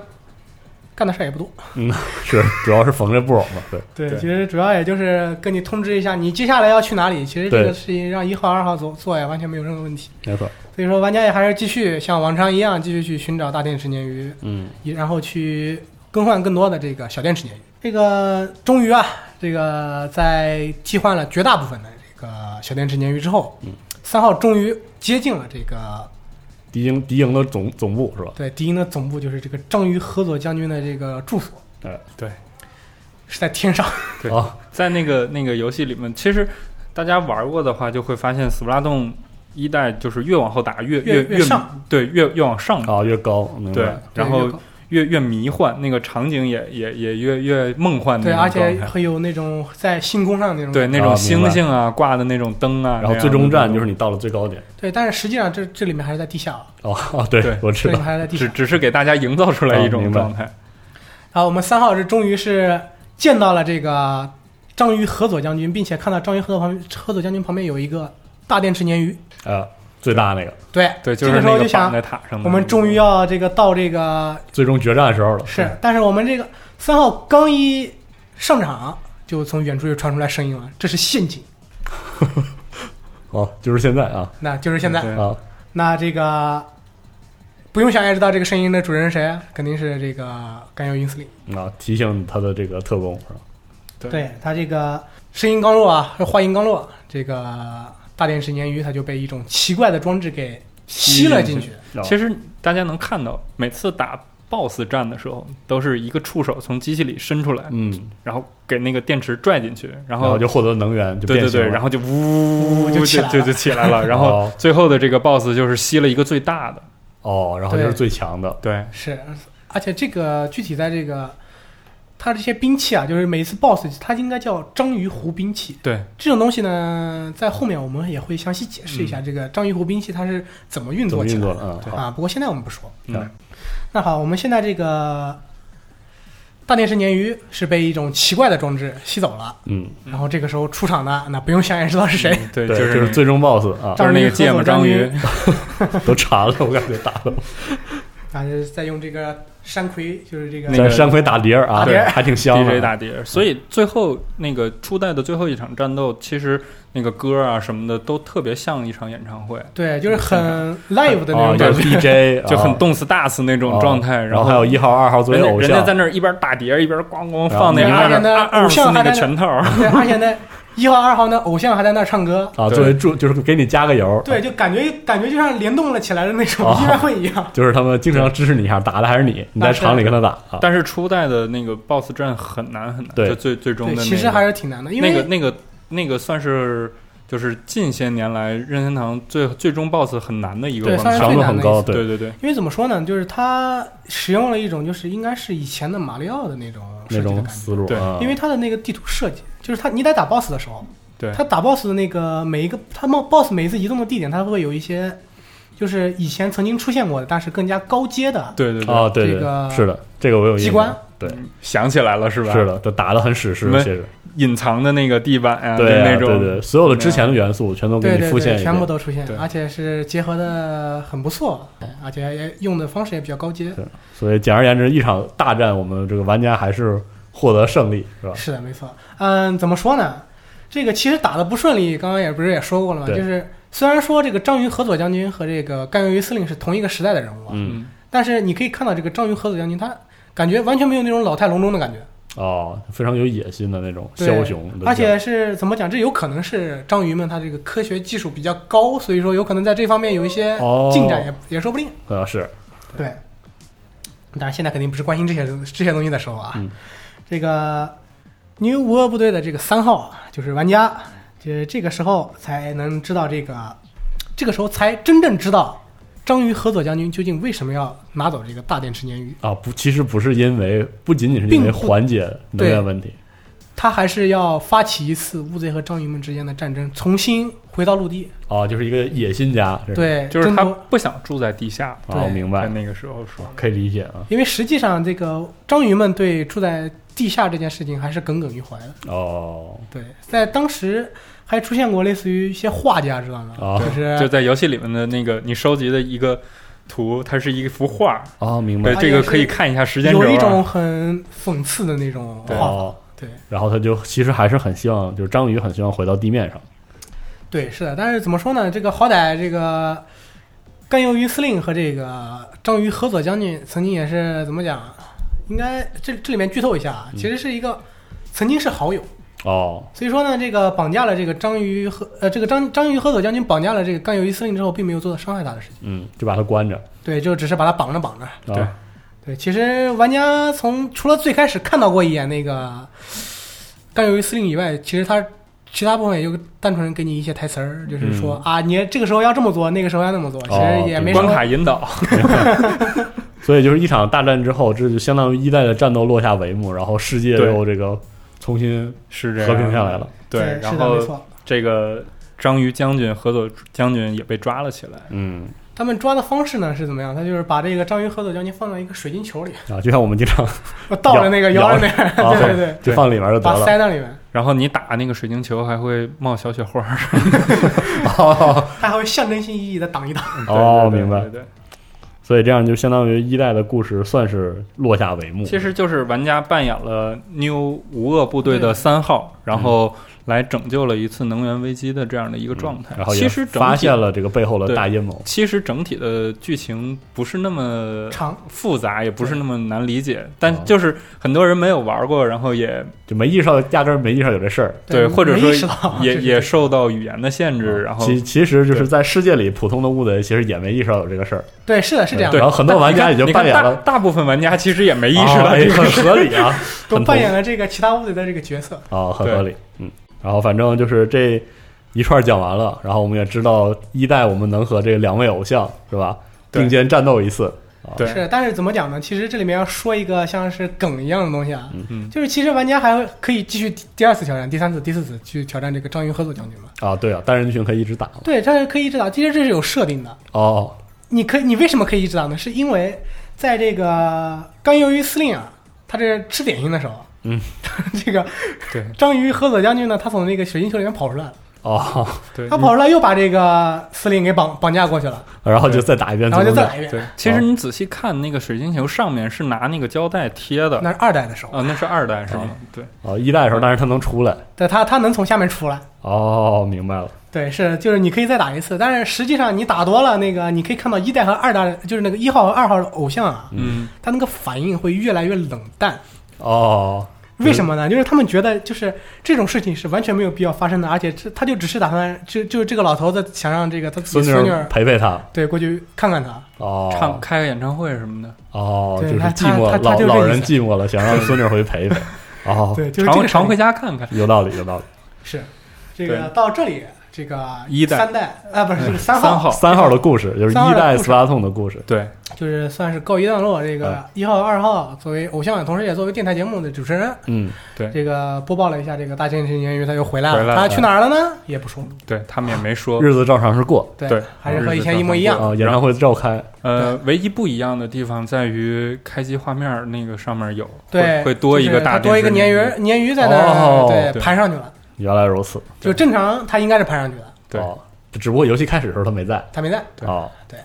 D: 干的事儿也不多。
E: 嗯，是，主要是缝这布偶嘛，对，
D: 对
C: 对
D: 其实主要也就是跟你通知一下你接下来要去哪里。其实这
E: 对
D: 个事情让一号、二号做做也完全没有任何问题。
E: 没错，
D: 所以说，玩家也还是继续像往常一样，继续去寻找大电池鲶鱼，
E: 嗯，
D: 也然后去更换更多的这个小电池鲶鱼。这个终于啊，这个在替换了绝大部分的这个小电池鲶鱼之后，三号终于接近了这个
E: 敌营敌营的总总部是吧？
D: 对敌营的总部，就是这个章鱼合佐将军的这个住所
E: 哎，
C: 对，
D: 是在天上。
C: 对
E: 啊，
C: 在那个那个游戏里面，其实大家玩过的话，就会发现斯普拉洞一代就是越往后打越
D: 越
C: 越
D: 越上，
C: 对，越越往上。
E: 啊，越高，明
C: 对
E: 白，，
C: 然后越越迷幻，那个场景也也也越越梦幻
D: 对，
C: 那
D: 而
C: 种状
D: 且
C: 态。
D: 会有那种在星空上那种
C: 嗯对，那
E: 啊
C: 种
E: 明白
C: 星星啊，挂的那种灯啊，
E: 然后最终站就是
C: 你
E: 你到了最高点，
D: 对，但是实际上这这里面还是在地下啊，
E: 哦，啊对
C: 对
E: 我知
D: 这里
E: 道
D: 面，还是在地
C: 只
D: 下。
C: 只是给大家营造出来一
E: 啊
C: 种
E: 明白
C: 状态。
D: 然后我们三号是终于是见到了这个章鱼和佐将军，并且看到章鱼和佐旁和佐将军旁边有一个大电池鲶鱼。
E: 啊
A: 呃，最大那个
D: 对
C: 对，就是
D: 这个时
C: 那
D: 候
C: 个
D: 就
C: 绑
D: 想
C: 在，塔上的。
D: 我们终于要这个到这个
A: 最终决战的时候了。
D: 是，但是我们这个三号刚一上场，就从远处就传出来声音了，这是陷阱。
A: 啊，
E: 哦
A: 就是现在啊
D: 那就是现在，
C: 嗯对
A: 啊，
D: 那这个不用想也知道这个声音的主人是谁啊，肯定是这个甘油云司令。
A: 啊，提醒他的这个特工是吧？
C: 对
D: 对他这个声音刚落啊，话音刚落，这个大电视鲶鱼它就被一种奇怪的装置给吸了进去。
A: 啊
C: 其实大家能看到，每次打 BOSS 战的时候，都是一个触手从机器里伸出来，
A: 嗯，
C: 然后给那个电池拽进去，然
A: 然后
C: 后
A: 就获得能源，就
C: 对
A: 变形
C: 对对，然后就呜
D: 呜
C: 就
D: 就起来了
C: 就就起来了。然后
A: 哦
C: 最后的这个 BOSS 就是吸了一个最大的，
A: 哦，然后就是
D: 对
A: 最强的
C: 对
D: 是，而且这个具体在这个它这些兵器啊，就是每一次 BOSS 它应该叫章鱼湖兵器。
C: 对，
D: 这种东西呢，在后面我们也会详细解释一下这个章鱼湖兵器它是怎么运
A: 怎
D: 作
A: 么
D: 起
A: 运
D: 来
A: 作
D: 的
A: 的？嗯，好，
D: 啊。不过现在我们不说。
C: 嗯
D: 那好，我们现在这个大电视鲶鱼是被一种奇怪的装置吸走了。
A: 嗯，
D: 然后这个时候出场的，那不用想也知道是 谁，
C: 嗯对，
A: 对，
C: 就
A: 就是
C: 那
A: 是最终 BOSS 啊，
C: 就是那个芥末章鱼
D: 章鱼和
A: 都馋了，我感觉打的，
D: 啊，就是在用这个山葵，就是这个
C: 那
A: 咱
C: 个
A: 山葵打碟儿啊，
D: 打碟儿
A: 还挺香
C: DJ
A: 的。
C: 大
D: 嗯
C: 碟。所以最后那个初代的最后一场战斗，其实那个歌啊什么的都特别像一场演唱会，
D: 对，就是很 live 的
A: 啊，有
D: 那种感觉。
A: DJ 啊
C: 就很动次打次那种状态。
A: 然后
C: 后
A: 还有一号、二号作为
C: 人家
A: 偶
C: 人家
A: 像
C: 在，那儿一边打碟一边咣
A: 后
C: 咣放那
A: 你
C: 个
A: 看
C: 二
D: 人家
C: 二
D: 偶
C: 二
D: 像
C: 那
D: 还
C: 个
D: 在那
C: 拳头儿，
D: 对，而且呢，一号、二号呢，偶像还在那儿唱歌，
A: 啊，
C: 对
A: 作为助就是给你加个油，
D: 对，，就感觉感觉就像联动了起来的那种
A: 啊
D: 音乐会一样。
A: 就是他们经常支持你一下，打的还是你，你在
D: 那是
A: 场里跟他打啊，
C: 但是初代的那个 BOSS 战很难很难，
A: 对
C: 就最最终
D: 对，
C: 的
D: 其实
C: 那个
D: 还是挺难的，因
C: 那个
D: 为
C: 那个那个算是就是近些年来任天堂最最终 BOSS 很难的一个
D: 对
C: 关
D: 算是
C: 卡。
A: 啊强度
D: 最难
A: 很
D: 的
A: 高，
D: 一次
C: 对对对，
D: 因为怎么说呢，就是它使用了一种就是应该是以前的马里奥的那种
A: 那
D: 设计的
A: 种
D: 感觉
A: 思，路
C: 对
A: 啊，
D: 因为它的那个地图设计，就是它你在打 BOSS 的时候，
C: 对
D: 它打 BOSS 的那个每一个，它冒 BOSS 每一次移动的地点，它会有一些，就是以前曾经出现过的，但是更加高阶的
C: 对对对，
A: 啊，对对
D: 这个
A: 对，是的，这个我有印象
D: 机关，
A: 对，
C: 想起来了是吧？
A: 是的，都打的很史诗，
C: 什么
A: 其实
C: 隐藏的那个地板啊，
A: 对
C: 就
A: 啊
C: 那
A: 对
C: 种
A: 对，所有的之前的元素全都给
D: 对
A: 你
D: 对
A: 复现
D: 对，
A: 一
D: 全部
A: 遍。
D: 都出现
C: 对，
D: 而且是结合的很不错，而且也用的方式也比较高阶。
A: 所以简而言之，一场大战，我们这个玩家还是获得胜利，是吧？
D: 是的，没错。嗯，怎么说呢？这个其实打的不顺利，刚刚也不是也说过了嘛，
A: 对
D: 就是虽然说这个章鱼和佐将军和这个甘鱿鱼司令是同一个时代的人物啊，
A: 嗯，
C: 嗯，
D: 但是你可以看到这个章鱼和佐将军他感觉完全没有那种老态龙钟的感觉。
A: 哦，非常有野心的那种
D: 对
A: 枭雄的劲儿，
D: 而且是怎么讲？这有可能是章鱼们它这个科学技术比较高，所以说有可能在这方面有一些
A: 哦
D: 进展也，也、说不定。
A: 呃是
D: 对，当然现在肯定不是关心这些这些东西的时候啊。
A: 嗯
D: 这个 New World 部队的这个三号啊，就是玩家，就是这个时候才能知道这个，这个时候才真正知道章鱼和佐将军究竟为什么要拿走这个大电池鲶鱼，
A: 啊，不，其实不是因为，不仅仅是因为
D: 并不
A: 缓解能源问题，
D: 他还是要发起一次乌贼和章鱼们之间的战争，重新回到陆地。
A: 啊，就是一个野心家，是吧
D: 对，
C: 就是他
D: 争夺
C: 不想住在地下，
A: 啊，我
D: 对
A: 嗯明
C: 在
A: 白，
C: 那个时候说，
A: 可以理解啊，
D: 因为实际上，这个章鱼们对住在地下这件事情还是耿耿于怀的。
A: 哦，
D: 对，在当时还出现过类似于一些画家，知道吗？
A: 啊
D: 就是
C: 就在游戏里面的那个你收集的一个图，它是一幅画，
A: 哦，明
C: 对
A: 白，
C: 这个可以看一下时间轴
D: 啊有一
C: 啊
D: 种。很讽刺的那种画法。
A: 哦，
D: 对
A: 然后他就其实还是很希望，就是章鱼很希望回到地面上，
D: 对，是的。但是怎么说呢？这个好歹这个甘鱿鱼司令和这个章鱼合佐将军曾经也是怎么讲？应该这这里面剧透一下啊，其实是一个曾经是好友。
A: 哦，
D: 所以说呢，这个绑架了这个章鱼和呃，这个章章鱼和佐将军绑架了这个甘鱿鱼司令之后，并没有做到伤害他的事情，
A: 嗯，就把它关着，
D: 对，就只是把他绑着绑着。
A: 啊、
C: 对
D: 对，其实玩家从除了最开始看到过一眼那个甘鱿鱼司令以外，其实他其他部分也就单纯给你一些台词儿，就是说、啊，你这个时候要这么做，那个时候要那么做，其
A: 哦
D: 实也没什
C: 关
D: 么。
C: 卡引导，
A: 所以就是一场大战之后，这就相当于一代的战斗落下帷幕，然后世界
C: 对
A: 又这个重新
C: 是啊这样
A: 啊和平下来了，
D: 对，
C: 对，然
D: 是的，
C: 后
D: 没错。
C: 这个章鱼将军、合佐将军也被抓了起来。
A: 嗯，
D: 他们抓的方式呢是怎么样？他就是把这个章鱼和佐将军放到一个水晶球里，
A: 啊，就像我们经常
D: 倒着那个
A: 摇
D: 摇着那个，
A: 啊
D: 对对对，
A: 就放里面就得
D: 把
A: 了，
D: 塞那里面。
C: 然后你打那个水晶球还会冒小雪花儿。
A: 哦
D: 它还会象征性意义的挡一挡。
A: 哦，
C: 对对对
A: 明白
C: 对。对，
A: 所以这样就相当于一代的故事算是落下帷幕。
C: 其实就是玩家扮演了 New 无恶部队的三
A: 嗯
C: 号，然后来拯救了一次能源危机的这样的一个状态。
A: 嗯然后
C: 其
A: 也
C: 实整体
A: 发现了这个背后的大阴谋。
C: 其实整体的剧情不是那么
D: 长
C: 复杂，也不是那么难理解，
A: 哦
C: 但就是很多人没有玩过，然后也
A: 就没意识到，压根儿没意识到有这事儿。
C: 对，或者
D: 没
C: 说
D: 意识
A: 啊
D: 到
C: 也
D: 这是
C: 也受到语言的限制，然后
A: 哦其其实就是在世界里，普通的乌贼其实也没意识到有这个事儿。
D: 对，是的，是这样
A: 对
D: 的，
A: 然后很多玩家
C: 但
A: 已经
C: 你看
A: 扮演了
C: 大大部分玩家其实也没意识
A: 哦
C: 到
A: 哎
C: 这个
A: 很合理啊，
D: 都
A: 很
D: 扮演了这个其他部队的这个角色。
A: 啊，很合理。嗯，然后反正就是这一串讲完了，然后我们也知道一代我们能和这两位偶像是吧
C: 对
A: 并肩战斗一次。
C: 对
D: 是，但是怎么讲呢？其实这里面要说一个像是梗一样的东西啊，
C: 嗯
D: 就是其实玩家还会可以继续第第二次挑战、第三次、第四次去挑战这个章鱼合佐将军嘛。
A: 啊，对啊，单人群可以一直打嘛。
D: 对，但是可以一直打，其实这是有设定的。
A: 哦，
D: 你可以你为什么可以一直打呢？是因为在这个刚鱿鱼司令啊，他这吃点心的时候，
A: 嗯，
D: 这个
C: 对
D: 章鱼合佐将军呢，他从那个水晶球里面跑出来了，
A: 哦，
C: 对
D: 他跑出来又把这个司令给绑绑架过去了，
A: 然后就再打一遍，
D: 然后就
A: 怎么
D: 再
A: 打
D: 来一遍。
C: 对，其实你仔细看那个水晶球上面是拿那个胶带贴的，
D: 那是二代的时候，
C: 啊，那是二代是吗？对，
A: 哦，一代的时候，但是他能出来。
D: 对他他能从下面出来。
A: 哦，明白了。
D: 对，是就是你可以再打一次，但是实际上你打多了，那个你可以看到一代和二代，就是那个一号和二号的偶像啊，
C: 嗯，
D: 他那个反应会越来越冷淡。
A: 哦，
D: 为什么呢？就是他们觉得，就是这种事情是完全没有必要发生的，而且这他就只是打算，就就这个老头子想让这个他自
A: 孙
D: 己
A: 女
D: 孙女
A: 儿
D: 儿
A: 陪陪他。
D: 对过去看看他，
A: 哦，
C: 唱开个演唱会什么的，
A: 哦，就
D: 对
A: 是
D: 他
A: 寂寞
D: 他他，他
A: 老
D: 就这
A: 老
D: 意
A: 人
D: 思
A: 寂寞了，想让孙女儿回去陪陪。哦，
D: 对，就是这
C: 常
D: 个
C: 常
D: 事
C: 回
D: 情
C: 家看看。
A: 有道理，有道理。
D: 是这个
C: 对
D: 到这里这个
C: 一代
D: 三代啊不是三
C: 三
D: 号
C: 号
A: 三号的故事就是一
D: 三号的
A: 代
D: 故事
A: 斯巴痛的故事。
C: 对，
D: 就是算是告一段落，这
C: 嗯
D: 个一号二号作为偶像，同时也作为电台节目的主持人，
A: 嗯，
D: 这个播报了一下这个大千神言鱼，他又回来了。
C: 哎回来了
D: 他去哪儿了呢？也不说。
C: 对他们也没说。
A: 日子照常是过
D: 对
C: 对
D: 还是和以前一模一样。
A: 啊，演唱会照开。
C: 呃，唯一不一样的地方在于开机画面儿那个上面有，
D: 对，
C: 会会多一
D: 就是
C: 个大
D: 他多一个鲶
C: 电
D: 鱼
C: 视，
D: 鲶鱼在那
A: 哦
D: 儿对
C: 对
D: 盘上去了。
A: 原来如此。
D: 就正常，他应该是盘上去的，
C: 对
A: 哦，只不过游戏开始的时候他没在。
D: 他没在。
C: 对
A: 哦，
D: 对，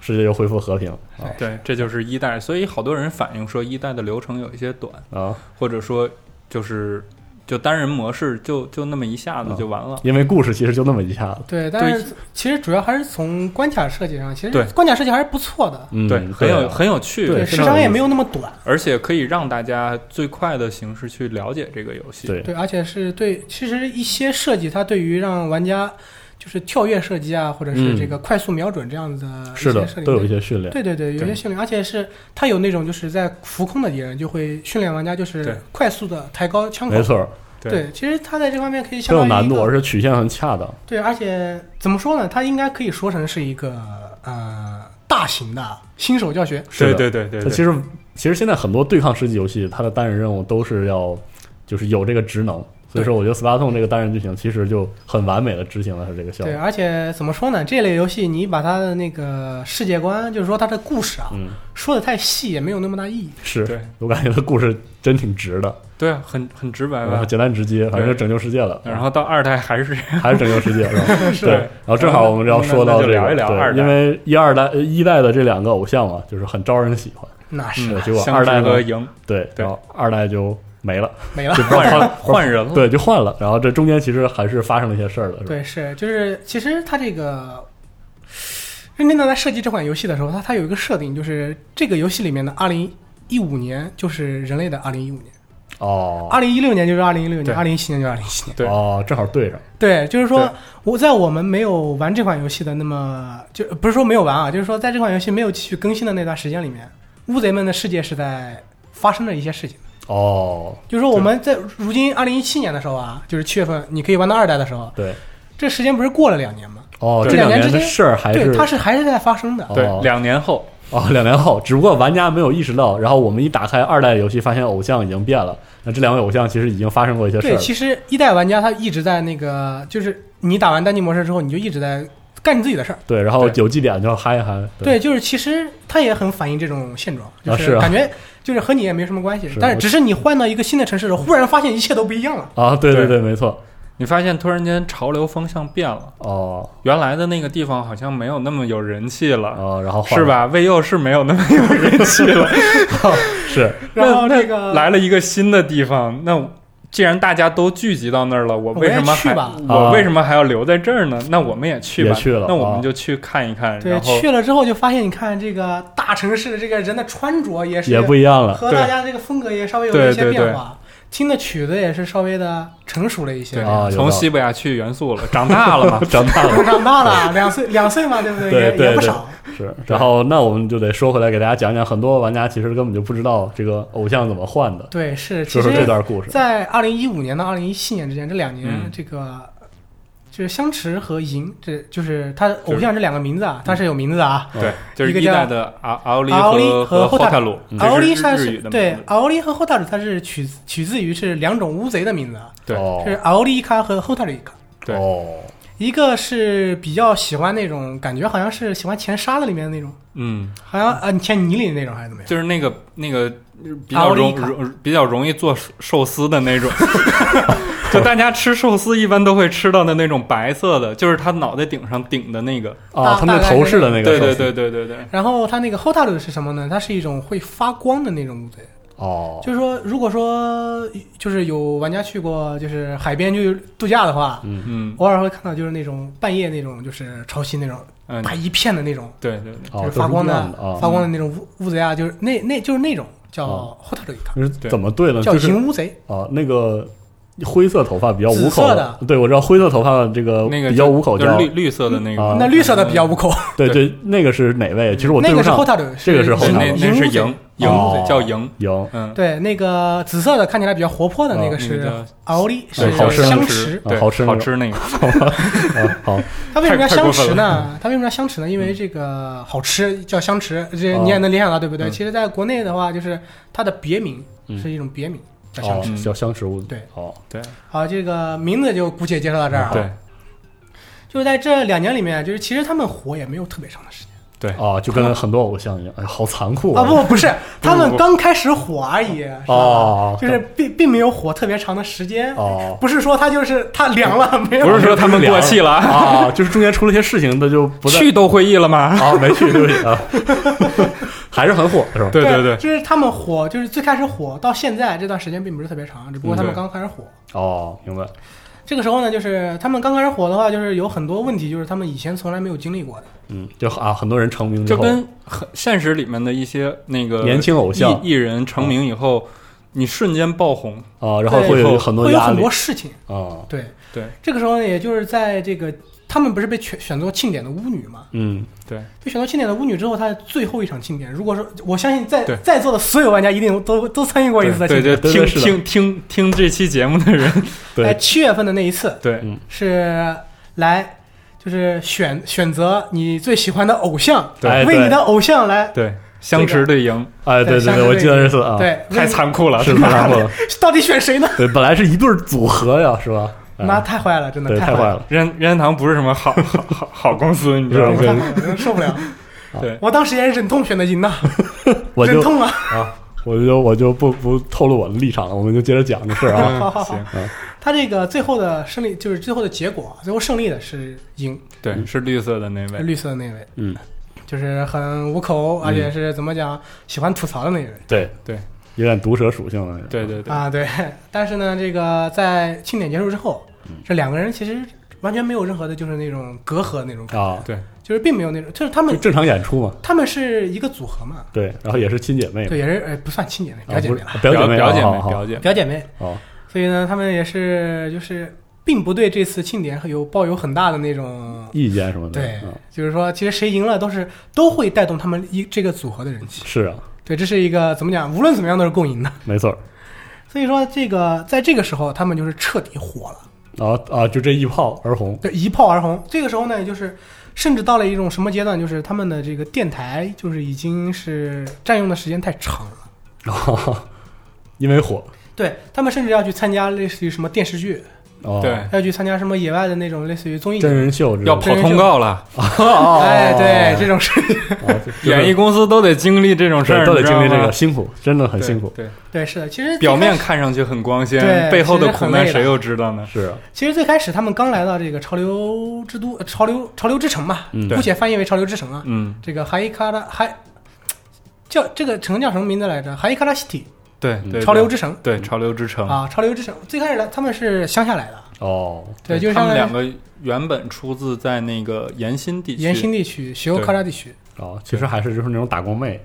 A: 世界又恢复和平。啊
C: 对，这就是一代，所以好多人反映说一代的流程有一些短，
A: 啊，
C: 或者说就是就单人模式就就那么一下
A: 嗯
C: 子就完了。
A: 因为故事其实就那么一下子。
D: 对，但是其实主要还是从关卡设计上，其
C: 对
D: 实关卡设计还是不错的，
A: 嗯，
C: 对，很有
A: 啊
C: 很有趣，
A: 对
D: 时长也没有那么短，
C: 而且可以让大家最快的形式去了解这个游戏。
A: 对
D: 对，而且是对，其实一些设计它对于让玩家就是跳跃射击啊，或者是
A: 嗯
D: 这个快速瞄准这样子的一
A: 是
D: 些
A: 的
D: 设，定
A: 都有一些训练。
D: 对对对，有些
C: 对
D: 训练，而且是他有那种就是在浮空的敌人，就会训练玩家就
C: 对
D: 是快速的抬高枪口。
A: 没，错，
C: 对
D: 对，其实他在这方面可以
A: 很
D: 相
A: 有
D: 当于
A: 难度，
D: 一个
A: 而且曲线很恰当。
D: 对，而且怎么说呢？他应该可以说成是一个呃大型的新手教学。
A: 是的
C: 对对对
A: 它
C: 对
A: 其
C: 对，
A: 实其实现在很多对抗射击游戏，它的单人任务都是要就是有这个职能，所以说我觉得 Splatoon 这个单人剧情其实就很完美的执行了它这个效
D: 对，啊
A: 果。
D: 而且怎么说呢？这类游戏你把它的那个世界观，就是说它的故事啊，
A: 嗯，
D: 说的太细也没有那么大意义。
A: 是
C: 对
A: 我感觉它故事真挺直的，
C: 对啊，很很直白
A: 然后
C: 吧？
A: 简单直接，反正就拯救世界了。
C: 然后到二代还是
A: 还是拯救世界，是吧？ 对。然后正好我们要说到这个，
C: 那就聊一聊
A: 对
C: 二代
A: 因为一二代呃一代的这两个偶像嘛，啊就是很招人喜欢。
D: 那是
C: 嗯
A: 结果
C: 相
A: 二代
C: 知
A: 呢
C: 和赢
A: 对，
C: 对
A: 然后二代就没了，
D: 没了
A: 就。
C: 换人
A: 换
C: 换人了，
A: 对，就换了。然后这中间其实还是发生了一些事儿的，是吧？
D: 哦对，是就是其实它这个。任天堂在设计这款游戏的时候，它它有一个设定，就是这个游戏里面的二零一五年就是人类的二零一五年，
A: 哦，
D: 二零一六年就是二零一六
C: 对
D: 年，二零一七年就是二零一七年。
C: 对
A: 哦，正好对上，
D: 对，就
C: 对
D: 是说我在我们没有玩这款游戏的那么就不是说没有玩啊，就是说在这款游戏没有继续更新的那段时间里面，乌贼们的世界是在发生了一些事情。
A: 哦，
D: 就是说我们在如今二零一七年的时候啊，就是七月份你可以玩到二代的时候，
A: 对，
D: 这时间不是过了两年吗？
A: 哦，
D: 对
A: 这两
D: 两年之
A: 的
D: 间
A: 事儿还是
D: 对，它是还是在发生的。
A: 哦
C: 对，两年后
A: 哦，两年后，只不过玩家没有意识到，然后我们一打开二代游戏，发现偶像已经变了。那这两位偶像其实已经发生过一些事
D: 对，
A: 儿了，
D: 其实一代玩家他一直在那个，就是你打完单机模式之后，你就一直在干你自己的事儿。
A: 对，然后
C: 对
A: 有祭点就嗨一嗨，
D: 对，就是其实它也很反映这种现状，就
A: 啊是啊
D: 感觉就是和你也没什么关系，
A: 是
D: 但是
A: 我
D: 只是你换到一个新的城市了，忽然发现一切都不一样 了。
A: 啊，对
C: 对
A: 对，没错，
C: 你发现突然间潮流风向变了，
A: 哦
C: 原来的那个地方好像没有那么有人气了，
A: 哦，然后换
C: 是？吧？魏佑是没有那么有人气了，
A: 是
C: 那
D: 然后
C: 那
D: 这个
C: 来了一个新的地方，那既然大家都聚集到那儿了，我
D: 我
C: 为什么
D: 也去
C: 还
D: 吧
C: 我为什么还要留在这儿呢？那我们也去吧，
A: 啊也去了
C: 那我
A: 啊
C: 们就去看一看，
D: 对
C: 然后
D: 去了之后就发现，你看这个大城市的这个人的穿着也 是
A: 也不一样了，
D: 和大家这个风格也稍微有
C: 对
D: 一些
C: 对对
D: 变化，听的曲子也是稍微的成熟了一些
C: 对、。
A: 啊有道
C: 从
A: 理
C: 西伯牙去元素了，长大 了嘛，
A: 长大了
D: 长大了，两岁两岁嘛，对不对？
A: 对
D: 也
A: 对
D: 也不
A: 对
D: 少。
A: 是。然后那我们就得说回来，给大家讲讲，很多玩家其实根本就不知道这个偶像怎么换的，
D: 对，是其
A: 说
D: 实
A: 说这段故事。
D: 在二零一五年到二零一七年之间，这两年
C: 嗯
D: 这个就是相持和银，这就是他偶像这两个名字啊，他是有名字的啊。
C: 对，就是
D: 一个
C: 一
D: 叫
C: 代的阿奥利
D: 奥利和
C: 和后
D: 后塔嗯
C: 泰鲁，这
D: 奥利他
C: 是日
D: 是
C: 语的
D: 对
C: 名字
D: 奥利和后大鲁，他是取自取自于是两种乌贼的名字，啊，
C: 对
A: 哦
D: 是奥利卡和后大鲁卡。
C: 对
A: 哦，
D: 一个是比较喜欢那种感觉，好像是喜欢前沙子里面的那种，
C: 嗯，
D: 好像啊，你填泥里的那种还是怎么样？
C: 就是那个那个比较
D: 奥
C: 容
D: 利卡
C: 容比较容易做寿司的那种。 就大家吃寿司一般都会吃到的那种白色的，就是他脑袋顶上顶的那个。
A: 啊，他们那头饰的那个
C: 对
A: 寿
C: 对
A: 司，
C: 对对对对，
D: 然后它那个后大陆是什么呢？它是一种会发光的那种乌贼。
A: 哦，
D: 就是说，如果说就是有玩家去过就是海边去度假的话，
C: 嗯
D: 偶尔会看到就是那种半夜那种就是潮汐那种
C: 嗯，
D: 大一片的那种，
C: 对对对，
A: 哦
D: 就
A: 都
D: 是发光
A: 一
D: 的、
A: 样的啊，
D: 发光的那种乌乌贼啊，就是那那就是那种叫
A: 哦
D: 后塔鲁伊卡，
A: 就是怎么对呢？
D: 叫
A: 就是
D: 银乌贼。
A: 啊，那个灰色头发比较
D: 紫
A: 无口
D: 色的
A: 对我知道灰色头发这个
C: 那个
A: 呃比较无口
C: 就是
A: 叫
C: 绿绿色的那
A: 啊
C: 个，
D: 那绿色的比较无口，
A: 对对，那个是哪位？其实我对
D: 那
A: 不
D: 个是
A: 上哦
D: 后塔鲁，
A: 这个是后
C: 是
A: 塔
C: 那
A: 鲁
C: 那是
D: 银乌
C: 蝇
D: 贼
C: 蝇
A: 哦
C: 叫蝇，
A: 赢
C: 嗯，
D: 对，那个紫色的看起来比较活泼的那
A: 哦
D: 个
C: 啊那
D: 是
C: 个叫
D: 敖利，
A: 对
D: 是
A: 好吃
D: 相
A: 好
D: 持。
A: 啊
C: 对，
A: 好吃那
C: 好
A: 个
C: 吃那个，
A: 啊，好
D: 它为什么
C: 太太
D: 要相
C: 过分嗯
D: 持呢？它为什么要相持呢？因为这个好吃叫相持，这
A: 哦
D: 你也能联想到，对不对？
A: 嗯
D: 其实，在国内的话，就是它的别名
A: 嗯
D: 是一种别名叫相
A: 哦
D: 持。
C: 嗯
A: 叫相食物
D: 对，
A: 哦
C: 对
D: 好，这个名字就姑且介绍到这儿啊。
C: 嗯对，
D: 就是在这两年里面，就是其实他们火也没有特别长的时间
A: 啊，就跟很多偶像一样，哎，好残酷
D: 啊，不 不是，他们
C: 不
D: 刚开始火而已，知道吧？
A: 哦，
D: 就是并并没有火特别长的时间，
A: 哦
D: 不是说他就是他凉了没有？
C: 嗯不是说他们过气了啊，
A: 啊，就是中间出了些事情，那就不再
C: 去都会议 了吗？
A: 啊，没去对不起啊， 还是很火是吧？
C: 对对对，
D: 就是他们火，就是最开始火到现在这段时间并不是特别长，只不过他们
C: 嗯对
D: 刚开始火。
A: 哦，明白
D: 这个时候呢，就是他们刚开始火的话，就是有很多问题，就是他们以前从来没有经历过的。
A: 嗯，就啊，很多人成名之
C: 就
A: 后，
C: 跟很现实里面的一些那个
A: 年轻偶像
C: 艺艺人成名以后，你瞬间爆红，
A: 啊，然后会有很多
D: 会有
A: 压
D: 很
A: 力
D: 多事情。
A: 啊，
D: 对
C: 对，
D: 这个时候呢，也就是在这个他们不是被选选作庆典的巫女嘛？
A: 嗯，
C: 对，
D: 被选作庆典的巫女之后，她最后一场庆典，如果说我相信在
C: 对
D: 在座的所有玩家一定都都参与过一次的
C: 对
D: 庆
C: 对，
D: 典。
A: 对
C: 听
A: 对是的
C: 听听听这期节目的 人，
A: 对
D: 哎，七月份的那一次
C: 对
A: 嗯
D: 是来就是选选择你最喜欢的偶像，
A: 对哎
D: 为
A: 对
D: 你的偶像来
C: 对，相持对赢，
A: 哎，对
D: 相
A: 对
D: 识
A: 对，我
D: 对
A: 记得这次啊，
D: 对，
C: 太残酷了，
A: 是
C: 吧？
A: 太 火了，
D: 到底选谁呢？
A: 对，本来是一对儿组合呀，是吧？哎
D: 妈，太坏了，真的
A: 对，
D: 坏
A: 太坏了。
C: 任任天堂不是什么好好好好公司，你知道
D: 太
C: 吗？
D: 坏了，真受不了。
C: 对
D: 我当时也忍痛选的赢呐，
A: 我
D: 忍
A: 就
D: 痛啊。
A: 啊，我就我就不不透露我的立场了，我们就接着讲这事儿啊。
D: 好好
C: 嗯，
D: 好
C: 行，
D: 他这个最后的胜利就是最后的结果，最后胜利的是赢，
C: 对，是绿色的那位，
D: 绿色的那位，
A: 嗯，
D: 就是很无口，而且是怎么讲，喜欢吐槽的那位
A: 对
C: 对，
A: 有点毒舌属性了。
C: 对对对，
D: 啊。对，但是呢，这个在庆典结束之后，
A: 嗯
D: 这两个人其实完全没有任何的，就是那种隔阂那种感觉，
A: 啊，
C: 对
D: 就是并没有那种，就是他
A: 就
D: 们
A: 正常演出嘛。
D: 他们是一个组合嘛，
A: 对，然后也是亲姐妹嘛
D: 对，，也是呃不算亲姐妹，
A: 啊
D: 表姐
A: 不
D: 妹
A: 是
D: 了。
A: 表姐
C: 表
A: 妹，
C: 表姐
A: 啊
C: 妹
A: 好
C: 表姐妹，
D: 表姐妹，
A: 好好
D: 所以呢，他们也是就是并不对这次庆典有抱有很大的那种
A: 意见什么的。
D: 对
A: 嗯，
D: 就是说其实谁赢了都是都会带动他们一这个组合的人气。
A: 是啊，
D: 对，这是一个怎么讲，无论怎么样都是共赢的。
A: 没错儿。
D: 所以说这个在这个时候，他们就是彻底火了，
A: 啊啊，就这一炮而红。
D: 对，一炮而红。这个时候呢，也就是。甚至到了一种什么阶段，就是他们的这个电台，就是已经是占用的时间太长了。
A: 因为火
D: 对他们甚至要去参加类似于什么电视剧，
A: 哦，
C: 对，
D: 要去参加什么野外的那种类似于综艺节
A: 真
D: 目，
A: 人秀哦
C: 要跑通告了，
D: 哎，对这种事，
A: 啊
C: 演艺公司都得经历这种事
A: 这
C: 儿，
A: 都得经历这
C: 你知道
A: 个
C: 吗
A: 辛苦，真的很辛苦。
C: 对，对
D: 对是的。其实
C: 表面
D: 最开始
C: 看上去很光鲜，
D: 对
C: 背后的苦难
D: 其实很累的
C: 谁又知道呢？
A: 是啊，
D: 其实最开始他们刚来到这个潮流之都、呃潮流潮流之城嘛，
A: 嗯
C: 对
D: 姑且翻译为潮流之城啊。
C: 嗯，
D: 这个哈伊卡拉还叫这个城叫什么名字来着？哈伊卡拉 city
C: 对
A: 嗯
C: 对，嗯
D: 潮流
C: 之
D: 之城
C: 对潮流之城，
D: 啊，潮流之城。最开始来他们是乡下来的，
A: 哦，
D: 对，就是
C: 他
D: 相
C: 们
D: 当
C: 两
D: 于
C: 个原本出自在那个延新地区，
D: 延新地区、雪欧
C: 对
D: 卡拉地区。
A: 哦，其实还是就是那种打工妹，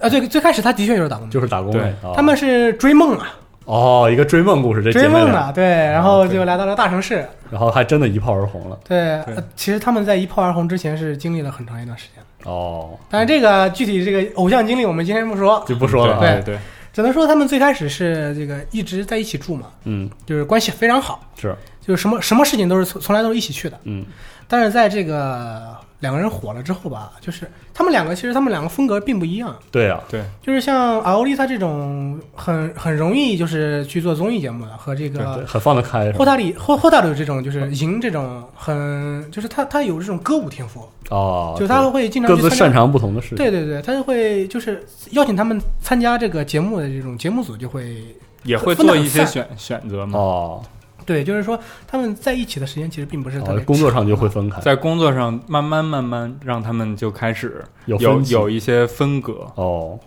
D: 啊，对，最开始他的确就是打工的，
A: 就是打工妹
C: 嗯对。
A: 哦
D: 他们是追梦啊，
A: 哦，一个追梦故事，这姐
D: 追
A: 妹
D: 梦
A: 俩，
D: 啊，对，然后
A: 对
D: 就来到了大城市。
A: 然后还真的一炮而红了。
D: 对，
C: 对
D: 呃其实他们在一炮而红之前是经历了很长一段时间的，
A: 哦，
D: 但是这个具体这个偶像经历我们今天不说，
A: 就不说了啊。
C: 对对，
D: 只能说他们最开始是这个一直在一起住嘛，
A: 嗯，
D: 就是关系非常好，
A: 是，
D: 就是什么什么事情都是从从来都是一起去的。
A: 嗯，
D: 但是在这个两个人火了之后吧，就是他们两个其实他们两个风格并不一样，
A: 对啊，
C: 对
D: 就是像阿欧丽他这种很很容易就是去做综艺节目的和这
A: 对
D: 个。
A: 很放得开是
D: 霍
A: 吧。
D: 大里霍霍大里这种就是赢这种很就是他他有这种歌舞天赋，
A: 哦，
D: 就是他会经
A: 对
D: 常
A: 各
D: 去
A: 自
D: 参加
A: 擅长不同的事情。
D: 对对对，他就会就是邀请他们参加这个节目的这种节目组就会
C: 也会
D: 分
C: 做
D: 得很
C: 一些
D: 散
C: 选选择嘛，
A: 哦，
D: 对，就是说他们在一起的时间其实并不是特别
A: 哦
D: 长、
A: 工作上就会分开，
C: 在工作上慢慢慢慢让他们就开始
A: 有
C: 有
A: 分歧
C: 有一些分隔，
A: 哦，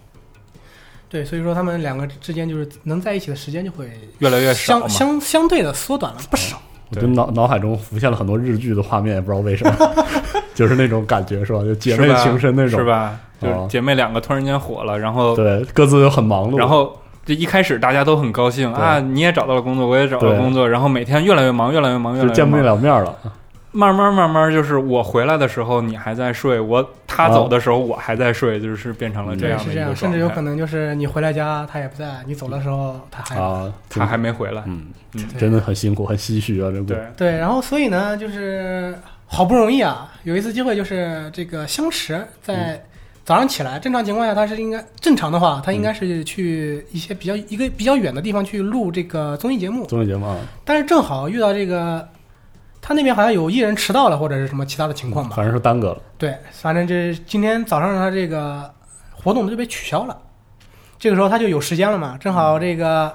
D: 对，所以说他们两个之间就是能在一起的时间就会
C: 越来越少嘛
D: 相。相相对的缩短了不少。
A: 我
C: 对
A: 就脑脑海中浮现了很多日剧的画面，也不知道为什么， 就是那种感觉是吧？就姐妹
C: 是吧
A: 情深那种，
C: 是？吧？就
A: 哦
C: 是姐妹两个突然间火了，然后
A: 对，各自又很忙碌，
C: 然后这一开始大家都很高兴
A: 对
C: 啊，你也找到了工作，我也找到
A: 对
C: 了工作，然后每天越来越忙，越来越忙，越
A: 就
C: 来越
A: 见不
C: 忙。
A: 了面了。
C: 慢慢慢慢，就是我回来的时候你还在睡，我他走的时候我还在睡，就是变成了这
D: 对，
C: 样的
D: 嗯是
C: 一
D: 这样，
C: 个
D: 甚
C: 状
D: 至有可
C: 态。
D: 能就是你回来家他也不在，你走的时候他还、
A: 啊，
C: 他还没回来，
A: 嗯，
C: 嗯
A: 真的很辛苦，很唏嘘啊，这个
C: 对，
D: 对，然后所以呢，就是好不容易啊，有一次机会就是这个相持
A: 嗯
D: 在早上起来，正常情况下他是应该正常的话，他应该是去一些比较一个比较远的地方去录这个综艺节目，
A: 综艺节目啊，
D: 但是正好遇到这个。他那边好像有艺人迟到了，或者是什么其他的情况吧？
A: 嗯反正是耽搁了。
D: 对，反正这今天早上他这个活动就被取消了，这个时候他就有时间了嘛，正好这个，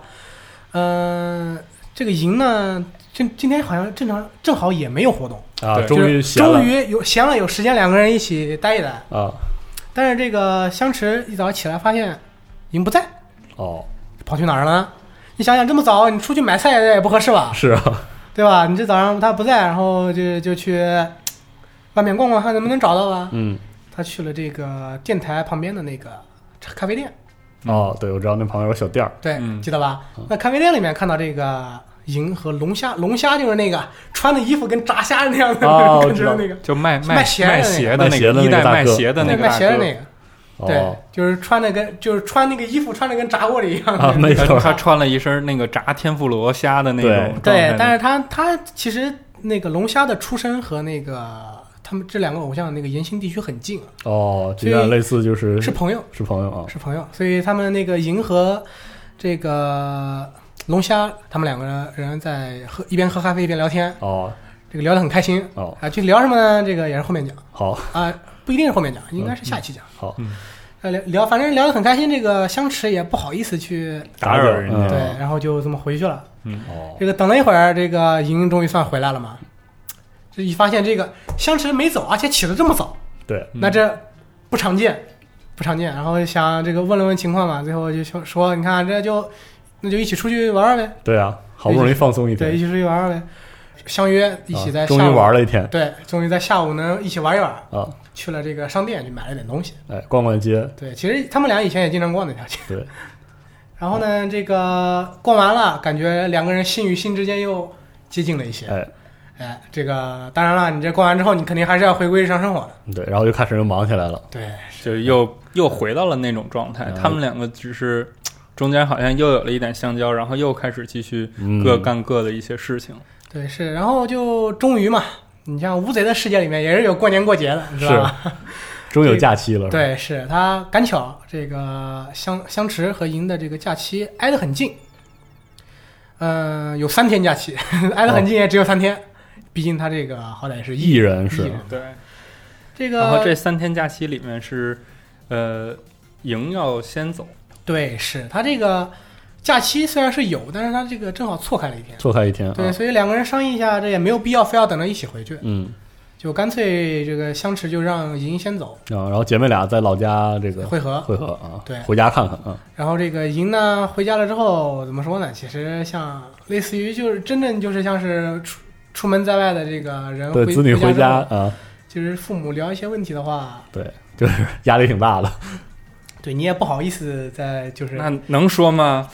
D: 嗯、这个营呢，今今天好像正常正好也没有活动，
A: 啊，
C: 对
A: 终于
D: 就是
A: 闲了
D: 终于有闲了，有时间两个人一起待一待。
A: 啊，
D: 但是这个相持一早起来发现营不在，
A: 哦，
D: 跑去哪儿了呢？你想想这么早你出去买菜也不合适吧，
A: 是啊，
D: 对吧？你这早上他不在，然后就就去外面逛逛，看能不能找到吧。 啊
A: 嗯，
D: 他去了这个电台旁边的那个咖啡店，
A: 哦，对，我知道那旁边有小店儿，
D: 对，
C: 嗯
D: 记得吧？那咖啡店里面看到这个银和龙虾，龙虾就是那个穿的衣服跟炸虾那样的，
A: 哦
D: 感觉的那个，
C: 就卖
D: 卖鞋
C: 鞋
D: 的那个
C: 鞋
A: 卖
C: 的
A: 鞋的那个
C: 那个一代
A: 大
C: 卖
A: 哥
C: 鞋的那个
D: 卖鞋的
C: 大哥
D: 那个，对
A: 哦，，
D: 就是穿的跟就是穿那个衣服穿的跟炸锅里一样的
A: 啊没
D: 那
A: 错
D: 个
C: 他穿了一身那个炸天妇罗虾的那种
A: 对
C: 状态，
D: 对，但是他他其实那个龙虾的出身和那个他们这两个偶像的那个言行地区很近啊，
A: 哦，
D: 所
A: 有
D: 以
A: 点类似就是
D: 是朋友，
A: 是朋友啊，
D: 是朋友，所以他们那个银河，这个龙虾，他们两个人在喝一边喝咖啡一边聊天，
A: 哦
D: 这个聊得很开心。
A: 哦，
D: 啊，具体聊什么呢？这个也是后面讲
A: 好
D: 啊，不一定是后面讲，应该是下期讲。
A: 好
D: 呃，聊聊，反正聊得很开心。这个相持也不好意思去，
C: 打扰人家
A: 嗯
D: 对，然后就这么回去了。
A: 哦
D: 这个等了一会儿，这个银终于算回来了嘛。这一发现这个相持没走，而且起得这么早，
A: 对，
C: 嗯
D: 那这不常见，不常见。然后想这个问了问情况嘛，最后就说说，你看啊这就那就一起出去玩玩呗，
A: 对啊，好不容易放松一
D: 对，一
A: 天，
D: 起出去玩玩呗，相约一起在
A: 啊
D: 下
A: 终
D: 午、
A: 于玩了一天
D: 对，终于在下午能一起玩一玩。
A: 啊，
D: 去了这个商店去买了点东西，
A: 哎，逛逛街，
D: 对，其实他们俩以前也经常逛那条街。
A: 对，
D: 然后
A: 嗯
D: 呢，这个逛完了，感觉两个人心与心之间又接近了一些。
A: 哎，
D: 哎，这个当然了，你这逛完之后，你肯定还是要回归日常生活的。
A: 对，然后就开始又忙起来了，
D: 对，
C: 就又又回到了那种状态。
A: 嗯
C: 他们两个只是中间好像又有了一点相交，然后又开始继续
A: 嗯
C: 各干各的一些事情。
D: 对，是，然后就终于嘛，你像乌贼的世界里面也是有过年过节的，你知道吧？
A: 终于有假期了，，
D: 对，是他赶巧这个相相持和赢的这个假期挨得很近，嗯、有三天假期， 挨得很近也只有三天，毕竟他这个好歹是
A: 艺人
D: 艺
A: 是
D: 人
C: 对，
D: 这
C: 然后
D: 个
C: 这三天假期里面是，呃，赢要先走，
D: 对，是他这个假期虽然是有，但是他这个正好错开了一天。
A: 错开一天
D: 对，
A: 啊，
D: 所以两个人商议一下，这也没有必要非要等着一起回去，
A: 嗯
D: 就干脆这个相持就让银先走
A: 啊，然后姐妹俩在老家这个
D: 会合。
A: 会合啊，
D: 对
A: 回家看看啊，
D: 然后这个银呢回家了之后怎么说呢？其实像类似于就是真正就是像是出出门在外的这个人
A: 对
D: 回
A: 子女回
D: 之后
A: 家啊，
D: 就是父母聊一些问题的话，
A: 就是压力挺大的，
D: 对你也不好意思再就是
C: 那能说吗？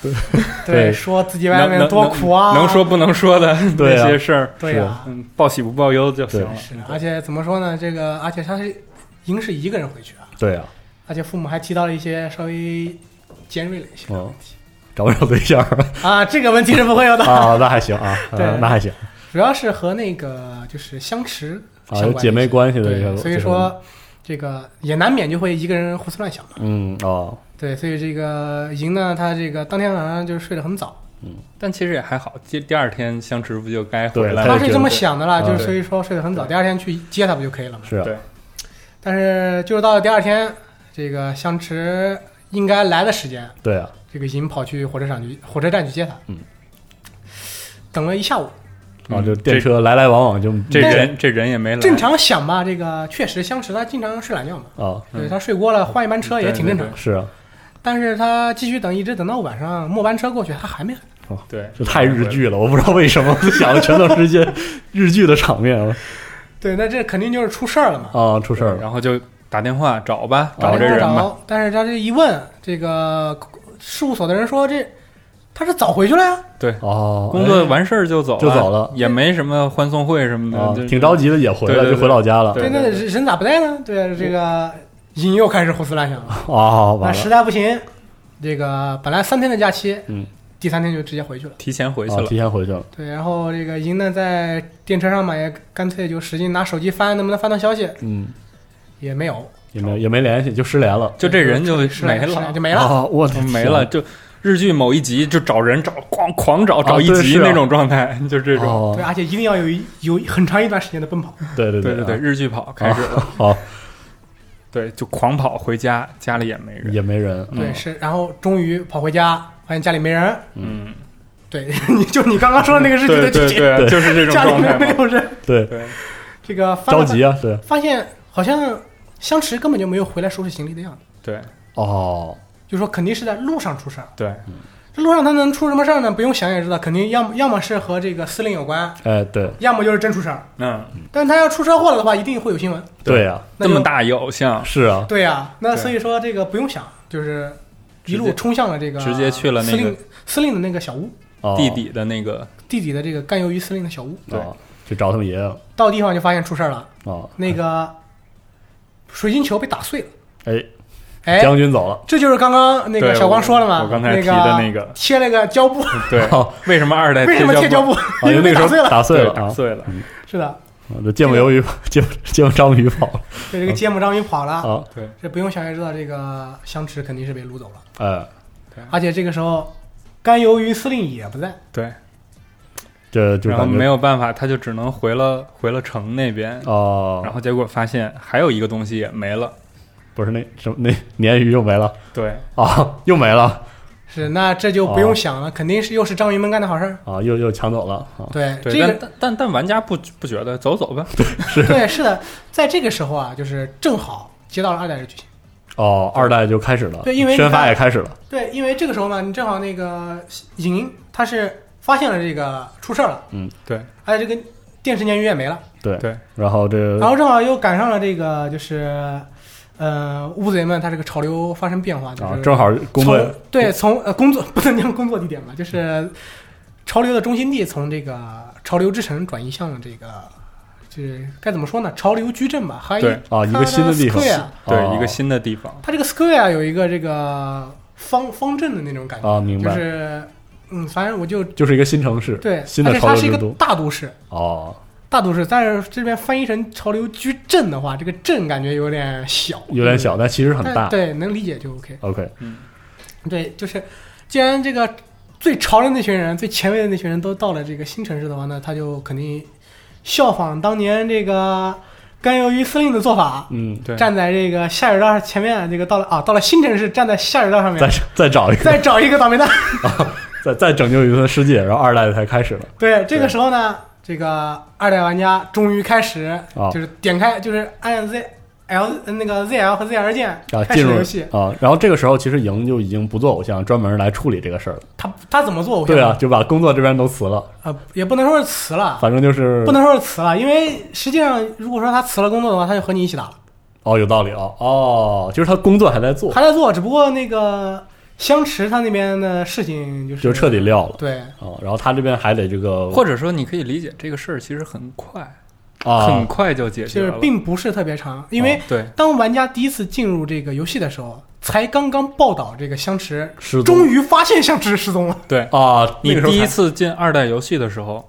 A: 对
D: 说自己
C: 能
D: 外面
C: 能
D: 多苦啊，
C: 能说不能 说的
A: 对啊
C: 那些事儿，
D: 对呀、
C: 嗯，报喜不报忧就行了。
D: 是，而且怎么说呢？这个而且他是莹是一个人回去啊，
A: 对啊，
D: 而且父母还提到了一些稍微尖锐的一些问题、
A: 找不着对象
D: 啊，这个问题是不会有的，
A: 啊，那还行啊，啊
D: 对
A: 那还行
D: 主要是和那个就是相持
A: 啊，有
D: 相关的
A: 姐妹关系的这些，
D: 对，所以说这个也难免就会一个人胡思乱想嘛。
A: 嗯哦，
D: 对，所以这个莹呢，她这个当天晚上就是睡得很早，
C: 但其实也还好，第第二天相持不就该回
A: 对
C: 来
A: 他
D: 她
C: 了？
D: 是这么想的啦，
A: 啊对
D: 就是
C: 对
D: 所以说睡得很早，第二天去接她不就可以了嘛。
A: 是啊
C: 对
D: 但是就是到了第二天，这个相持应该来的时间，
A: 对啊，
D: 这个莹跑去火车站去火车站去接他，
A: 嗯，
D: 等了一下午。
A: 啊，
C: 嗯
A: 就电车来来往往就
C: 这
D: 但是
C: 人这人也没来，
D: 正常想吧，这个确实相持他经常睡懒觉嘛，
A: 啊，
C: 嗯
D: 对他睡过了换一班车也挺正常
C: 对。
A: 是啊，
D: 但是他继续等，一直等到晚上末班车过去，他还没来。
C: 对，
A: 这太日剧了，我不知道为什么想的全都是一些日剧的场面啊
D: 对，那这肯定就是出事儿了嘛。
A: 啊，出
C: 不
A: 事儿了，
C: 然后就打电话找吧，
A: 啊
C: 找这
D: 电话
C: 人吧。
D: 找，但是他这一问，这个事务所的人说这他是早回去了呀，
A: 哦，
C: 工作完事儿就走了，
A: 就走了
C: 也没什么欢送会什么
A: 哎
C: 的，
A: 啊
C: 就，
A: 挺着急的也回来
C: 对对
A: 就
C: 对
A: 回老家了
C: 对
D: 那人人咋不在呢？对，这个莹又开始胡思乱想了。
A: 啊，
D: 那
A: 完
D: 实
A: 了
D: 在不行，这个本来三天的假期，
A: 嗯，
D: 第三天就直接回去了。
C: 提前回去
A: 啊，
C: 了。
A: 提前回去了，
D: 对，然后这个莹呢在电车上嘛，也干脆就使劲拿手机翻，能不能翻到消息，
A: 嗯，
D: 也没有，
A: 也没也没联系，就失联了，
C: 就这人就
D: 失
C: 没
D: 联失
C: 了
D: 联，就没了。
A: 啊，我的
C: 就
A: 天
C: 没了。就日剧某一集就找人找，哐狂找
A: 啊
C: 找一
A: 对
C: 集
A: 是啊
C: 那种状态， 就这种。
A: 哦
D: 对，，啊而且一定要有一有很长一段时间的奔跑。
A: 对对
C: 对
A: 对啊哦
C: 对，，日剧跑开始了。
A: 好，
C: 对，就狂跑回家，家里也没人。
A: 也没人，啊
D: 对，是，然后终于跑回家，发现家里没人。
C: 嗯，
D: 对， 你就你刚刚说的那个日剧
C: 对
D: 的剧
C: 对
D: 情，
A: 对
C: 对， 就是这种
D: 家里
C: 状
D: 面
C: 态
D: 没
C: 嘛。
D: 有人。
A: 对，
C: 对，
D: 这个翻
A: 着
D: 了翻
A: 急啊，对，
D: 发现好像相持根本就没有回来收拾行李的样子，
C: 对
A: 哦，
D: 就说肯定是在路上出事儿。
C: 对，嗯
D: 这路上他能出什么事儿呢？不用想也知道，肯定要么要么是和这个司令有关，
A: 哎，对
D: 要么就是真出事儿。
C: 嗯，
D: 但他要出车祸了的话，一定会有新闻。
A: 对呀，
D: 那
C: 这
D: 就
C: 么？大一偶像，
A: 是啊，
D: 对呀、那
C: 对
D: 所以说这个不用想，就是一
C: 直
D: 路
C: 接
D: 冲向了这个
C: 直接去了那个
D: 司令司令的那个小屋，
A: 哦
C: 弟弟的那个
D: 地底的这个干鱿鱼司令的小屋。
C: 对
A: 啊，去找他们爷爷了
D: 到地方就发现出事儿了，
A: 啊，
D: 那个水晶球被打碎了。
A: 哎，
D: 哎，
A: 将军走了，
D: 这就是刚刚那个
C: 对
D: 小光说了嘛，
C: 我我刚才提的
D: 那
C: 那个
D: 贴了个胶布，
C: 对
A: 哦，
C: 为什么二代
D: 为什么贴胶
C: 布？哦
D: 布？
A: 啊，因为那个
D: 被
A: 时
D: 打
A: 候打碎
C: 对
D: 碎了。
A: 了
C: 打
A: 啊，
C: 碎了。
D: 是的，
A: 啊这芥末鱿鱼 跑，芥末芥末章鱼跑了
D: 被这个芥末章鱼跑了。
A: 啊，
C: 对，
D: 这不用想也知道，这个相持肯定是被掳走了。
A: 哎，
D: 而且这个时候，干鱿鱼司令也不在，
C: 对，
A: 这就
C: 然后
A: 感觉
C: 没有办法，他就只能回了回了城那边。然
A: 哦，
C: 后结果发现还有一个东西也没了，
A: 不是那什么那 鲶鱼又没了
C: 对，
A: 啊，又没了
C: 嗯
D: 是那这就不用
C: 哦
D: 想了，肯定是又是章鱼们干的好事儿。
A: 啊，又又抢走了啊，
D: 对，
C: 对，
D: 这
C: 但
D: 个
C: 但但但玩家不不觉得，走走吧，
D: 对是的，在这个时候啊，就是正好接到了二代的剧情。
A: 哦，二代就开始了，
D: 对因为你
A: 宣发
D: 看
A: 也开始了，
D: 对，因为这个时候嘛，你正好那个影他是发现了这个出事儿了，
C: 对
D: 而且这个电池鲶鱼也没了，
A: 对，
C: 对，
A: 然后这
D: 然后正好又赶上了这个就是。呃，乌贼们它这个潮流发生变化，就
A: 啊
D: 是，
A: 正好工作
D: 从对从呃工作 不能叫工作地点吧，就是潮流的中心地从这个潮流之城转移向了这个，就是该怎么说呢？潮流矩阵吧，还有
C: 对
A: 啊一个新的地方
D: square，
A: 哦
C: 对，一个新的地方，
D: 它这个 square 啊有一个这个方方阵的那种感觉，
A: 啊，明
D: 就
A: 白，
D: 是嗯，反正我就
A: 就是一个新城市，
D: 对，而
A: 新的
D: 且
A: 潮
D: 它
A: 流
D: 是一
A: 之
D: 个
A: 都，
D: 大都市，
A: 哦，
D: 大都市，但是这边翻译成潮流矩阵的话，这个镇感觉有点小，
A: 有点小，但其实
D: 嗯但，
A: 很大
D: 对，能理解就 OK。
A: ，OK，
D: 对，就是既然这个最潮的那群人、最前卫的那群人都到了这个新城市的话，那他就肯定效仿当年这个甘鱿鱼司令的做法，
A: 嗯，
C: 对，
D: 站在这个下水道前面，这个到了啊，到了新城市，站在下水道上
A: 再
D: 面，
A: 再找一个，
D: 再找一个倒霉蛋。
A: 再再拯救一个世界，然后二代才开始了。
D: 对，这个时候呢，这个二代玩家终于开始
A: 啊，
D: 就是点开，就是按 Z L 那个 Z L 和 Z R 键
A: 啊，
D: 开
A: 进
D: 始
A: 入
D: 游戏。
A: 啊，然后这个时候其实莹就已经不做偶像，专门来处理这个事儿了。
D: 他他怎么做？我想
A: 对啊，就把工作这边都辞了，
D: 啊，也不能说是辞了，
A: 反正就是
D: 不能说是辞了，因为实际上如果说他辞了工作的话，他就和你一起打了，
A: 哦，有道理哦，哦，就是他工作还在做，
D: 还在做，只不过那个相持他那边的事情就是
A: 就彻底撂了
D: 对。
A: 啊。然后他这边还得这个
C: 或者说你可以理解这个事儿其实很快，很
A: 啊，
C: 快就解
D: 就
C: 决
D: 是
C: 了，
D: 并不是特别
A: 哦
D: 长，因为
C: 对
D: 当玩家第一次进入这个游戏的时候，才刚刚报道这个相持，
A: 失踪
D: 终于发现相持失踪了，
C: 对。
A: 啊，
C: 你
A: 那个时候
C: 第一
A: 才
C: 次进二代游戏的时候，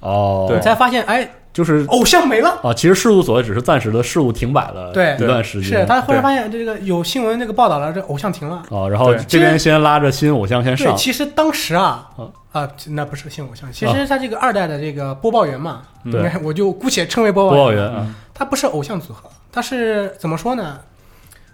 A: 哦，
C: 对
D: 才发现哎，
A: 就是
D: 偶像没了。
A: 啊，其实事务所只是暂时的事务停摆了
D: 对
A: 一段时间，
D: 是他忽然
C: 对
D: 发现这个有新闻那个报道了，这偶像停了。
A: 啊，然后
C: 对
A: 这边先拉着新偶像先
D: 对，
A: 上哦
D: 其实当时啊
A: 啊
D: 啊，那不是新偶像，其实他这个二代的这个播报员嘛，
C: 嗯
D: 应该我就姑且称为播
A: 播
D: 报
A: 报
D: 员，
A: 员
C: 嗯
A: 啊
D: 他不是偶像组合，他是怎么说呢？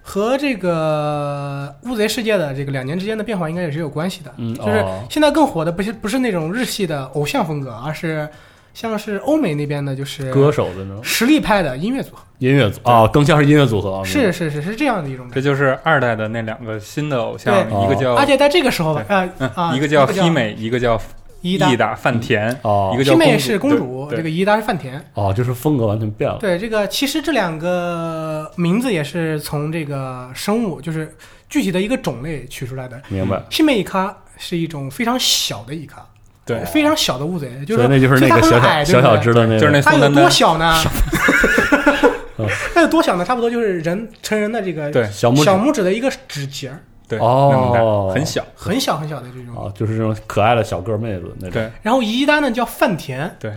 D: 和这个乌贼世界的这个两年之间的变化，应该也是有关系的。
A: 嗯
D: 就是
A: 哦
D: 现在更火的不是不是那种日系的偶像风格，而是像是欧美那边的，就是
A: 歌手的那种
D: 实力派的音乐组合。
A: 音乐组啊，更像是音乐组合啊，
D: 是是是是这样的一种感觉。
C: 这就是二代的那两个新的偶像，
D: 对
C: 一个叫
D: 哦而且在这个时候吧，
C: 嗯
D: 啊啊，
C: 一个叫希，美，一个叫
D: 伊
C: 伊
D: 达，
C: 达饭田，
A: 哦
C: 一个
D: 希
C: 叫
D: 美是公
C: 公
D: 主，
C: 对
D: 这个伊达是饭田。
A: 哦，就是风格完全变了，
D: 对，这个其实这两个名字也是从这个生物，就是具体的一个种类取出来的。
A: 明白。
D: 希美伊卡是一种非常小的伊卡，
C: 对
D: 非常小的物贼，就
A: 所
D: 是
A: 以那就是那
D: 所以它
A: 个小
D: 很矮
A: 小
D: 对
A: 小
D: 不
A: 小
D: 对
A: 只的那个，
C: 就是那
D: 它
C: 宋
D: 有
C: 丹丹
D: 多小呢
A: 嗯？
D: 它有多小呢？差不多就是人成人的这个
C: 对
A: 小拇
D: 小
A: 指
D: 拇指的一个指节儿，
C: 对，
A: 哦
C: 那么大很小，
D: 很小很小的这种。
A: 啊，就是这种可爱的小个儿妹子那种。
C: 对
D: 然后伊丹呢叫饭田，
C: 对，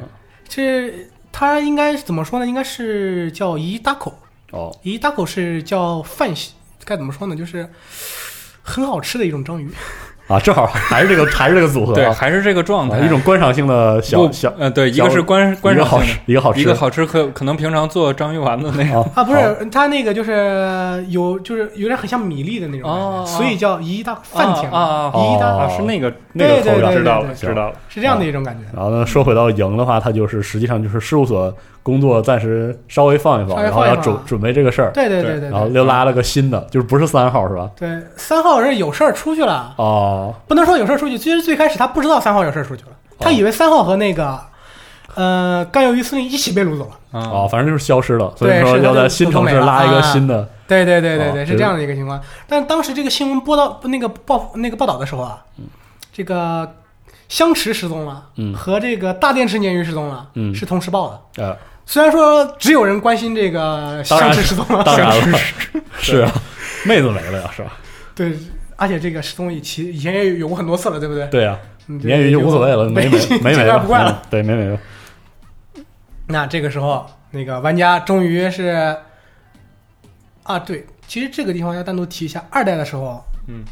D: 这它应该是怎么说呢？应该是叫伊达口，
A: 哦，
D: 伊达口是叫饭系，该怎么说呢？就是很好吃的一种章鱼。
A: 啊，正好还是这个还是这个组合
C: 对，
A: 啊，
C: 还是这个状
A: 啊
C: 态，
A: 一种观赏性的小
C: 不
A: 小，
C: 呃，对，一个是观观
A: 一个
C: 赏
A: 好
C: 性
A: 吃，一个好
C: 的，
A: 吃，
C: 一个好吃，可可能平常做章鱼丸子那
A: 啊
C: 种，
D: 啊，不是，它那个就是有，就是有点很像米粒的那种感觉，
C: 哦
D: 所以叫一大饭田
C: 啊啊啊
D: 一大、
A: 哦
C: 啊，是那个
A: 那个
D: 对对
A: 口感
D: 对
C: 知道了，
A: 对
D: 对
C: 知道了，
D: 是这样的一种感觉。
A: 然后呢，说回到赢的话，他就是实际上就是事务所工作暂时稍微放一放，
D: 稍微
A: 然后
D: 放一
A: 要
D: 放啊
A: 准准备这个事儿，
D: 对对对
C: 对
D: 对
A: 然后
D: 对
A: 又拉了个新的，就是不是三号是吧？
D: 对，三号人有事儿出去了，
A: 哦，
D: 不能说有事儿出去，其实最开始他不知道三号有事儿出去了，他以为三号和那个。呃，甘鱿鱼司令一起被掳走了。
A: 哦，
C: 啊，
A: 反正就是消失了，所以
D: 嗯对
A: 说
D: 是的
A: 要
D: 就
A: 在
D: 是
A: 新
D: 普
A: 城
D: 通
A: 市
D: 美了
A: 拉一个
D: 啊
A: 新的
D: 对对对对
A: 哦
D: 对，
A: 就是
D: 这样的一个情况。但当时这个新闻播到那个报那个报道的时候啊，这个相持失踪了，
A: 嗯
D: 和这个大电池鲶鱼失踪了，
A: 嗯
D: 是同时报的。
A: 呃，
D: 虽然说只有人关心这个
A: 当然
D: 相持失踪了，
A: 当然了，是啊，妹子没了呀，是吧？
D: 对，而且这个失踪以前以前也有过很多次了，对不对？
A: 对啊呀，
D: 嗯这
A: 鲶鱼就无所谓了， 没没没没
D: 见
A: 了，
D: 怪不怪了。
A: 嗯对，没没了。
D: 那这个时候，那个玩家终于是啊，对，其实这个地方要单独提一下，二代的时候，
C: 嗯，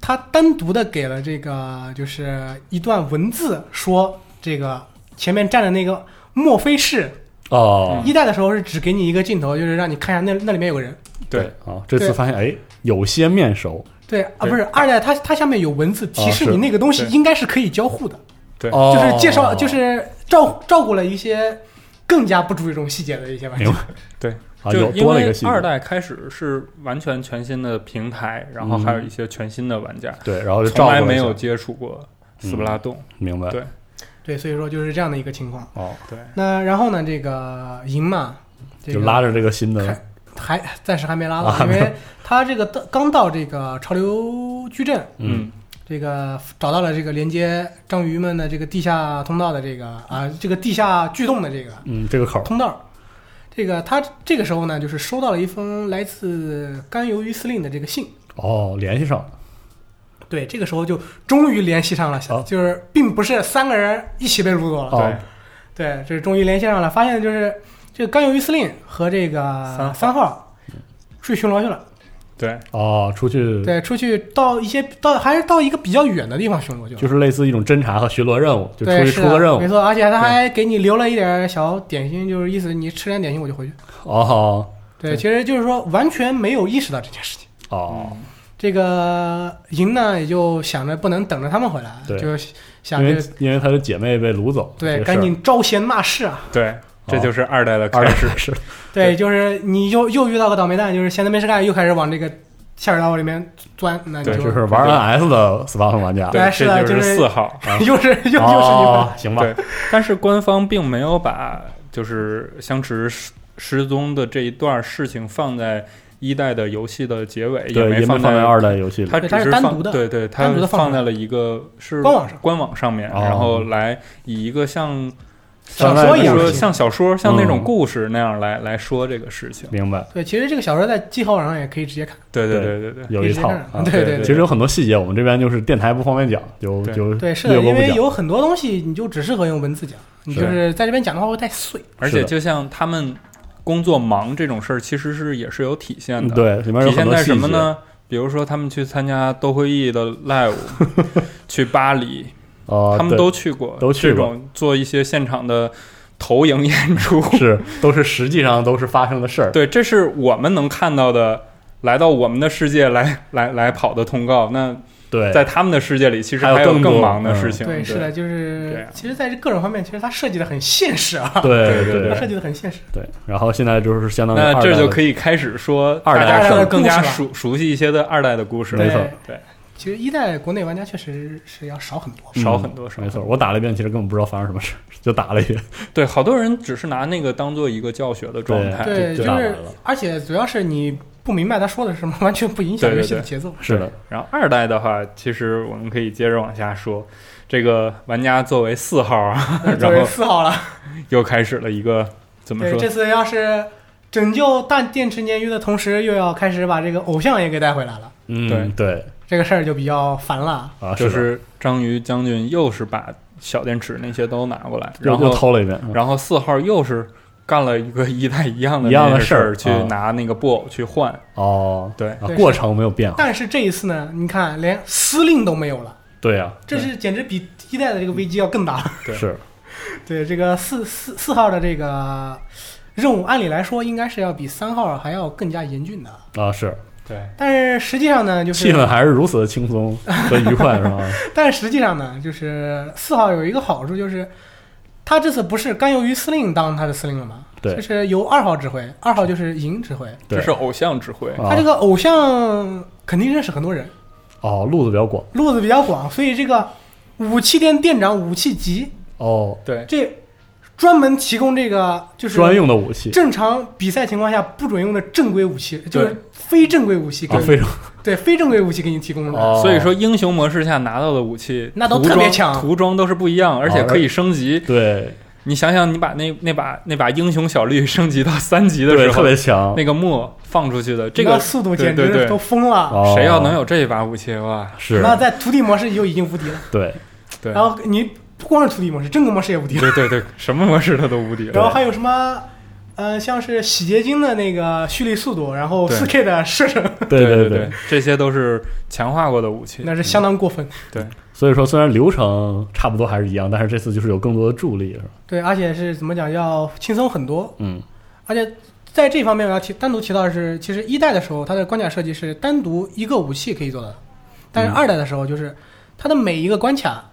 D: 他单独的给了这个就是一段文字，说这个前面站的那个墨菲市，
A: 哦，
D: 一代的时候是只给你一个镜头，就是让你看一下那那里面有个人。
C: 对，
A: 啊，这次
D: 嗯对
A: 发现哎，有些面熟
D: 对啊，
C: 对
D: 不是二代，它它下面有文字提示
A: 啊是
D: 你那个东西
C: 对
D: 应该是可以交互的，
C: 对
A: 哦，
D: 就是介绍，就是照照顾了一些更加不注意这种细节的一些玩家
A: 明。白
C: 对，
A: 啊，
C: 就
A: 有
C: 因
A: 多了一
C: 为
A: 个细节
C: 二代开始是完全全新的平台，然后还有一些全新的玩家，
A: 对，然后就
C: 从
A: 嗯照顾
C: 来
A: 了
C: 没
A: 一下嗯
C: 有接触过斯布拉洞，
A: 明白
C: 对
D: 对，所以说就是这样的一个情况。
A: 哦，
C: 对，
D: 那然后呢，这个赢嘛，这
A: 就
D: 个
A: 拉着这个新的
D: 看还暂时还没拉
A: 啊
D: 到，因为他这个到刚到这个潮流矩阵，
A: 嗯
C: 嗯，
D: 这个找到了这个连接章鱼们的这个地下通道的这个啊，这个地下巨洞的这个
A: 嗯这个口儿
D: 通道。这个他这个时候呢，就是收到了一封来自甘鱿鱼司令的这个信。
A: 哦，联系上了
D: 对，这个时候就终于联系上了，
A: 哦
D: 就是并不是三个人一起被掳走了。
A: 哦
C: 对，
D: 对，这终于联系上了，发现就是这个甘鱿鱼司令和这个
C: 三号
D: 三号睡巡逻去了。
C: 对，
A: 哦，出去
D: 对，出去到一些到还是到一个比较远的地方巡逻就好。
A: 就是类似一种侦查和巡逻任务，就出
D: 对，
A: 去
D: 是
A: 出
D: 的
A: 个任
D: 没
A: 务。
D: 错，而且他还给你留了一点小点心，就是意思你吃点点心我就回去。
A: 哦
D: 对，
A: 对
D: 其实就是说完全没有意识到这件事情。
A: 哦，
D: 这个银呢，也就想着不能等着他们回来，
A: 对
D: 就是想
A: 因为
D: 着
A: 因为他的姐妹被掳走，这
D: 嗯对
A: 个
D: 赶
A: 事儿
D: 紧招贤纳士啊。
C: 对，
A: 哦
C: 这就是二代的
A: 二
C: 开
A: 代
C: 始。
A: 是
D: 对，就是你又又遇到个倒霉蛋，就是闲的没事干，又开始往这个下水道里面钻，那你
C: 对
D: 就
A: 就是玩 NS 的 Spartan 玩家。
D: 对是的
C: 这就
D: 就是
C: 四号。
D: 又是 又又是你们
A: 哦，行吧，
C: 对，但是官方并没有把就是相持失失踪的这一段事情放在一代的游戏的结尾，
A: 对，也
C: 没
A: 没放
C: 在
A: 在二代游戏里。
C: 它
D: 对
C: 只
D: 它是单
C: 放
D: 独的
C: 对对，它
D: 单独地放
C: 放
D: 出来
C: 在了一个是
D: 官网上
C: 官网上面，
A: 哦
C: 然后来以一个像
D: 小
A: 像
D: 说
A: 那
D: 一样
A: 个
C: 说
D: 的事情。
C: 像小说像那种
A: 嗯
C: 故事那样来来说这个事情。
A: 明白，
D: 对，其实这个小说在季后上也可以直接看，
C: 对对
A: 对
C: 对对对，
A: 有一
D: 直接
A: 套
D: 看
A: 啊。
D: 对
C: 对
D: 对
A: 其实有很多细节，我们这边就是电台不方便讲，就
C: 对
A: 就
D: 对，是
A: 略
D: 的，
A: 过
D: 因
A: 不
D: 为
A: 讲。
D: 有很多东西你就只适合用文字讲，你
A: 是
D: 就是在这边讲的话会太碎。
C: 而
A: 是
C: 且
A: 的
C: 就像他们工作忙这种事儿，其实是也是有体现
A: 嗯
C: 的。
A: 对，里面有很
C: 体现
A: 多
C: 在
A: 细
C: 什么
A: 节。
C: 呢？比如说他们去参加都会议的 live，去巴黎，
A: 哦，
C: 他们
A: 对
C: 都去过，
A: 都去
C: 这
A: 过
C: 种做一些现场的投影演 出。
A: 是都是实际上都是发生的事儿。
C: 对，这是我们能看到的，来到我们的世界来来来跑的通告。那
A: 对，
C: 在他们的世界里，其实
A: 还有
C: 还有
A: 更
C: 更
A: 多
C: 忙的
A: 嗯
C: 事情。
D: 对，是的，就
C: 这
D: 是
A: 啊
C: 样
D: 其实在这各种方面，其实它设计的很现实啊，
A: 对
C: 对对
D: 它
A: 对
D: 设计的很现实。
A: 对。然后现在就是相当于
C: 那这就可
A: 以
C: 以开始说
A: 二代
C: 大
A: 的
C: 家
A: 事儿
C: 更加
D: 故事了
C: 熟熟悉一些的二代的故事了。
A: 没错
C: 对，
D: 其实一代国内玩家确实是要少很多，
C: 少很多，少
A: 嗯没
C: 很多
A: 错，我打了一遍，其实根本不知道发生什么事，就打了一遍。
C: 对，好多人只是拿那个当做一个教学的状态。
D: 对，
A: 就
D: 就
A: 打完
D: 是
A: 了
D: 而且主要是你不明白他说的是什么，完全不影响
C: 对对
D: 游戏的
C: 对
D: 节奏。
A: 是的，
C: 然后二代的话，其实我们可以接着往下说。这个玩家作为四号 啊，然
D: 作为
C: 后
D: 四号了，
C: 又开始了一个怎么
D: 对，
C: 说
D: 这？次要是拯救大电池鲶鱼的同时，又要开始把这个偶像也给带回来了，
A: 嗯
C: 对
A: 对
D: 这个事儿就比较烦了。
A: 啊，
C: 就是是章鱼将军又是把小电池那些都拿过来，
A: 的又
C: 然
A: 又
C: 后
A: 偷了一遍。嗯
C: 然后四号又是干了一个一代一样的
A: 一样的
C: 那件
A: 事
C: 事
A: 儿
C: 儿，去
A: 啊
C: 拿那个布偶去换。
A: 哦，
C: 对
A: 啊
D: 对
A: 过程没有变化。
D: 但是这一次呢，你看连司令都没有了，
A: 对呀，
D: 这是简直比一代的这个危机要更大。
C: 对
A: 是
D: 对，这个四四四号的这个任务，按理来说应该是要比三号还要更加严峻的，
A: 啊是，
C: 对，
D: 但是实际上呢，就
A: 气
D: 是
A: 氛还是如此的轻松和愉快，是吧？
D: 但是实际上呢，就是四号有一个好处就是，他这次不是甘由于司令当他的司令了吗？
A: 对啊
D: 就是由二号指挥，二号就是营指挥。
A: 对
C: 这是偶像指挥。
A: 啊
D: 他这个偶像肯定认识很多人，
A: 哦，路子比较广
D: 路子比较广，所以这个武器店店长武器集
A: 哦，
C: 对，
D: 这专门提供这个就是
A: 专用的武器
D: 正常比赛情况下不准用的正规武器，就是
C: 对
D: 非正规武器给
A: 啊，
D: 你，
A: 非常
D: 对非正规武器给你提供的。
A: 哦
C: 所以说英雄模式下拿到的武器，
D: 那都
C: 涂
D: 特别
C: 装
D: 强
C: 涂装都是不一样，而且
A: 哦
C: 可以升级。
A: 对
C: 你想想，你把那那把那把英雄小绿升级到三级的时
A: 对特
C: 候，
A: 别强
C: 那个墨放出去的这
D: 那
C: 个，
D: 速度简
C: 对对
D: 直
C: 对
D: 都疯了，
A: 哦
C: 谁要能有这一把武器哇？
A: 是
D: 那在土地模式就已经无敌了。
A: 对
C: 对，
D: 然后你不光是土地模式，真格模式也无敌了。
C: 对对对，什么模式它都无敌
D: 然后
C: 了。
D: 还有什么，呃，像是洗洁精的那个蓄力速度，然后
C: 对
D: 四 K 的 射程，
A: 对
C: 对
A: 对，，
C: 这些都是强化过的武器。
D: 那是相当过分。
A: 所以说虽然流程差不多还是一样，但是这次就是有更多的助力，是吧？
D: 对，而且是怎么讲，要轻松很多。
A: 嗯，
D: 而且在这方面，我要提单独提到的是，其实一代的时候，它的关卡设计是单独一个武器可以做到的，但
A: 嗯
D: 是二代的时候，就是它的每一个关卡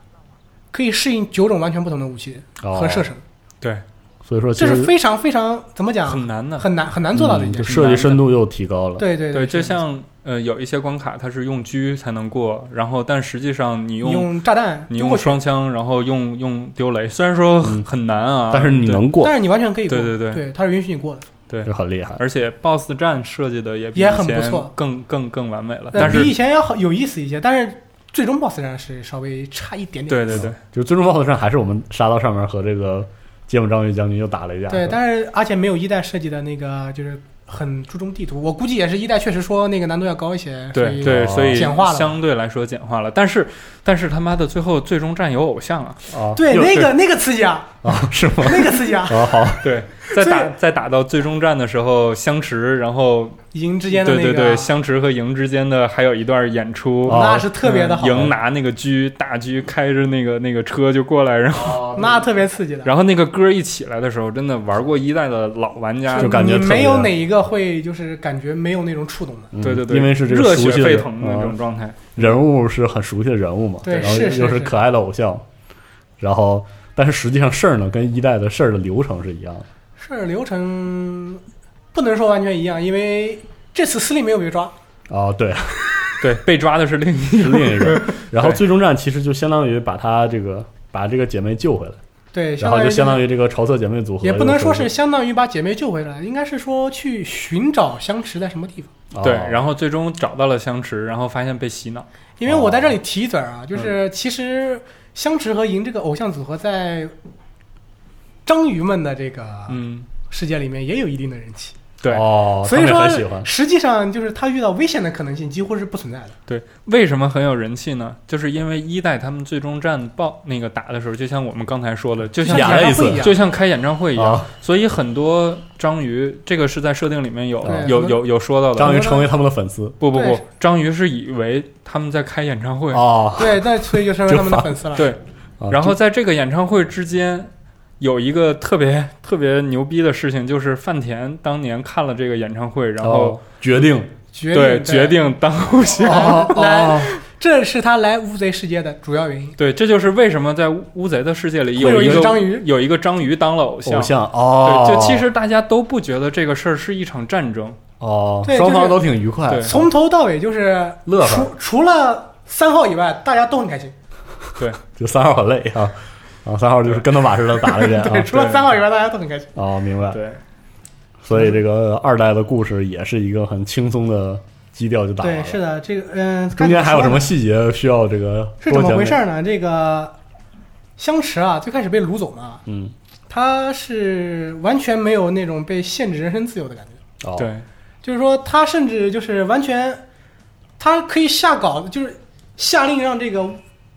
D: 可以适应九种完全不同的武器
A: 哦
D: 和射程，
C: 对，
A: 所以说其
D: 这是
A: 实
D: 非常非常怎么讲，
C: 很难的。
D: 很难很难做到的一
A: 嗯
D: 件
A: 就
D: 事。啊
A: 设计深度又提高了，
D: 对对
C: 对，
D: 对，
C: 就是
D: 的
C: 像呃，有一些关卡它是用狙才能过，然后但实际上你
D: 你
C: 用
D: 用炸弹
C: 你
D: 丢过
C: 用
D: 去
C: 双枪，然后用用丢雷，虽然说很
A: 嗯
C: 很难啊，
A: 但是你
C: 对
A: 能过
D: 但是你完全可以过，
C: 对对
D: 对
C: 对
D: 它是允许你过的。
A: 就很厉害，
C: 而且 BOSS 战设计的也比
D: 也很
C: 以前
D: 不错
C: 更更更完美了。
D: 呃
C: 但是
D: 比以前要好有意思一些，但是最终 BOSS 战是稍微差一点点。
C: 对对对，
A: 就最终 BOSS 战还是我们杀到上面和这个街姆章鱼将军又打了一架，
D: 对
A: 是吧
D: 但是而且没有一代设计的那个就是很注重地图，我估计也是一代确实说那个难度要高一些。所
C: 对
D: 以
A: 哦
C: 对，所以
D: 简化了
C: 相对来说简化了。但是但是他妈的最后最终战有偶像啊！
A: 啊，
D: 对
A: 又
D: 那个那个刺激啊，
A: 啊是吗？
D: 那个刺激啊，
A: 啊好，
C: 对，在
D: 所以
C: 打在打到最终战的时候，相持，然后
D: 赢之间的
C: 对
D: 那个
C: 对，对，相池和赢之间的还有一段演出，嗯
A: 哦
D: 那是特别的好，
C: 赢拿那个狙，大狙开着那个那个车就过来，然后
D: 那特别刺激的。
C: 然后那个歌一起来的时候，真的玩过一代的老玩家
A: 就，感觉特
D: 你
A: 别
D: 没有哪一个会就是感觉没有那种触动的，
A: 嗯
C: 对对对，
A: 因为是这个
C: 热
A: 熟
C: 血
A: 悉的
C: 沸
A: 人
C: 腾的那种
A: 嗯
C: 状态，
A: 人物是很熟悉的人物嘛，
D: 对
A: 然后
D: 是是
A: 又
D: 是
A: 可爱的偶像，然后但是实际上事儿呢，跟一代的事儿的流程是一样的，
D: 事儿流程不能说完全一样，因为这次司令没有被抓，
A: 啊，对，
C: 对，被抓的是另一
A: 是另一个。然后
C: 对
A: 最终战其实就相当于把他这个把这个姐妹救回来，
D: 对，
A: 然
D: 相
A: 后
D: 当于
A: 就相当于这个潮色姐妹组合，
D: 也不能说是相当于把姐妹救回来，应该是说去寻找相持在什么地方。
A: 啊
C: 对，然后最终找到了相持，然后发现被洗脑，
D: 因为我在这
A: 哦
D: 里提一嘴儿啊，
A: 嗯
D: 就是其实相持和银这个偶像组合在章鱼们的这个
C: 嗯，
D: 世界里面也有一定的人气，
C: 对
A: 哦，
D: 所以
A: 他们也很
D: 说
A: 喜欢
D: 实际上就是他遇到危险的可能性几乎是不存在的。
C: 对，为什么很有人气呢？就是因为一代他们最终战报那个打的时候，就像我们刚才说的，就像
A: 演
D: 演
A: 了
D: 唱
A: 一次
D: 会一样
C: 就，像开演唱会一样，
A: 啊，
C: 所以很多章鱼，这个是在设定里面有
D: 对
C: 有有有说到的。
A: 哦章鱼成为他们的粉丝
C: 不不不
D: 对，
C: 章鱼是以为他们在开演唱会，
A: 啊，
D: 对，那所以就成为他们的粉丝了。
C: 对，
A: 啊
C: 然后在这个演唱会之间，有一个特别特别牛逼的事情，就是饭田当年看了这个演唱会，然后
A: 哦决定
D: 决
C: 对
D: 定
C: 决定当偶像。
D: 哦
A: 啊
D: 来，这是他来乌贼世界的主要原因。
C: 对，这就是为什么在乌贼的世界里
D: 会有
C: 一
D: 一
C: 个
D: 只章鱼
C: 有一个章鱼当了偶像。
A: 偶像哦，
C: 对，就其实大家都不觉得这个事儿是一场战争，
A: 哦，
D: 对
A: 双
D: 就
A: 方
D: 是
A: 都挺愉快
C: 对，
D: 从头到尾就是
A: 乐呵
D: 除除了三号以外，大家都很开心。
A: 就三号很累啊啊，三号就是跟他马似的打了一遍
D: 对，
A: 啊
D: 除了三号以外，大家都很开心。
A: 哦，明白。
C: 对
A: 所以这个二代的故事也是一个很轻松的基调就打完
D: 对，
A: 了。
D: 是的，这个嗯，
A: 中间还有什么
D: 该
A: 细节需要这个
D: 怎么说呢？是
A: 多
D: 怎
A: 讲讲
D: 么回事？呢？这个相持啊，最开始被掳走嘛，
A: 嗯，
D: 他是完全没有那种被限制人身自由的感觉，
A: 哦，
C: 对
D: 就是说他甚至就是完全，他可以下稿，就是下令让这个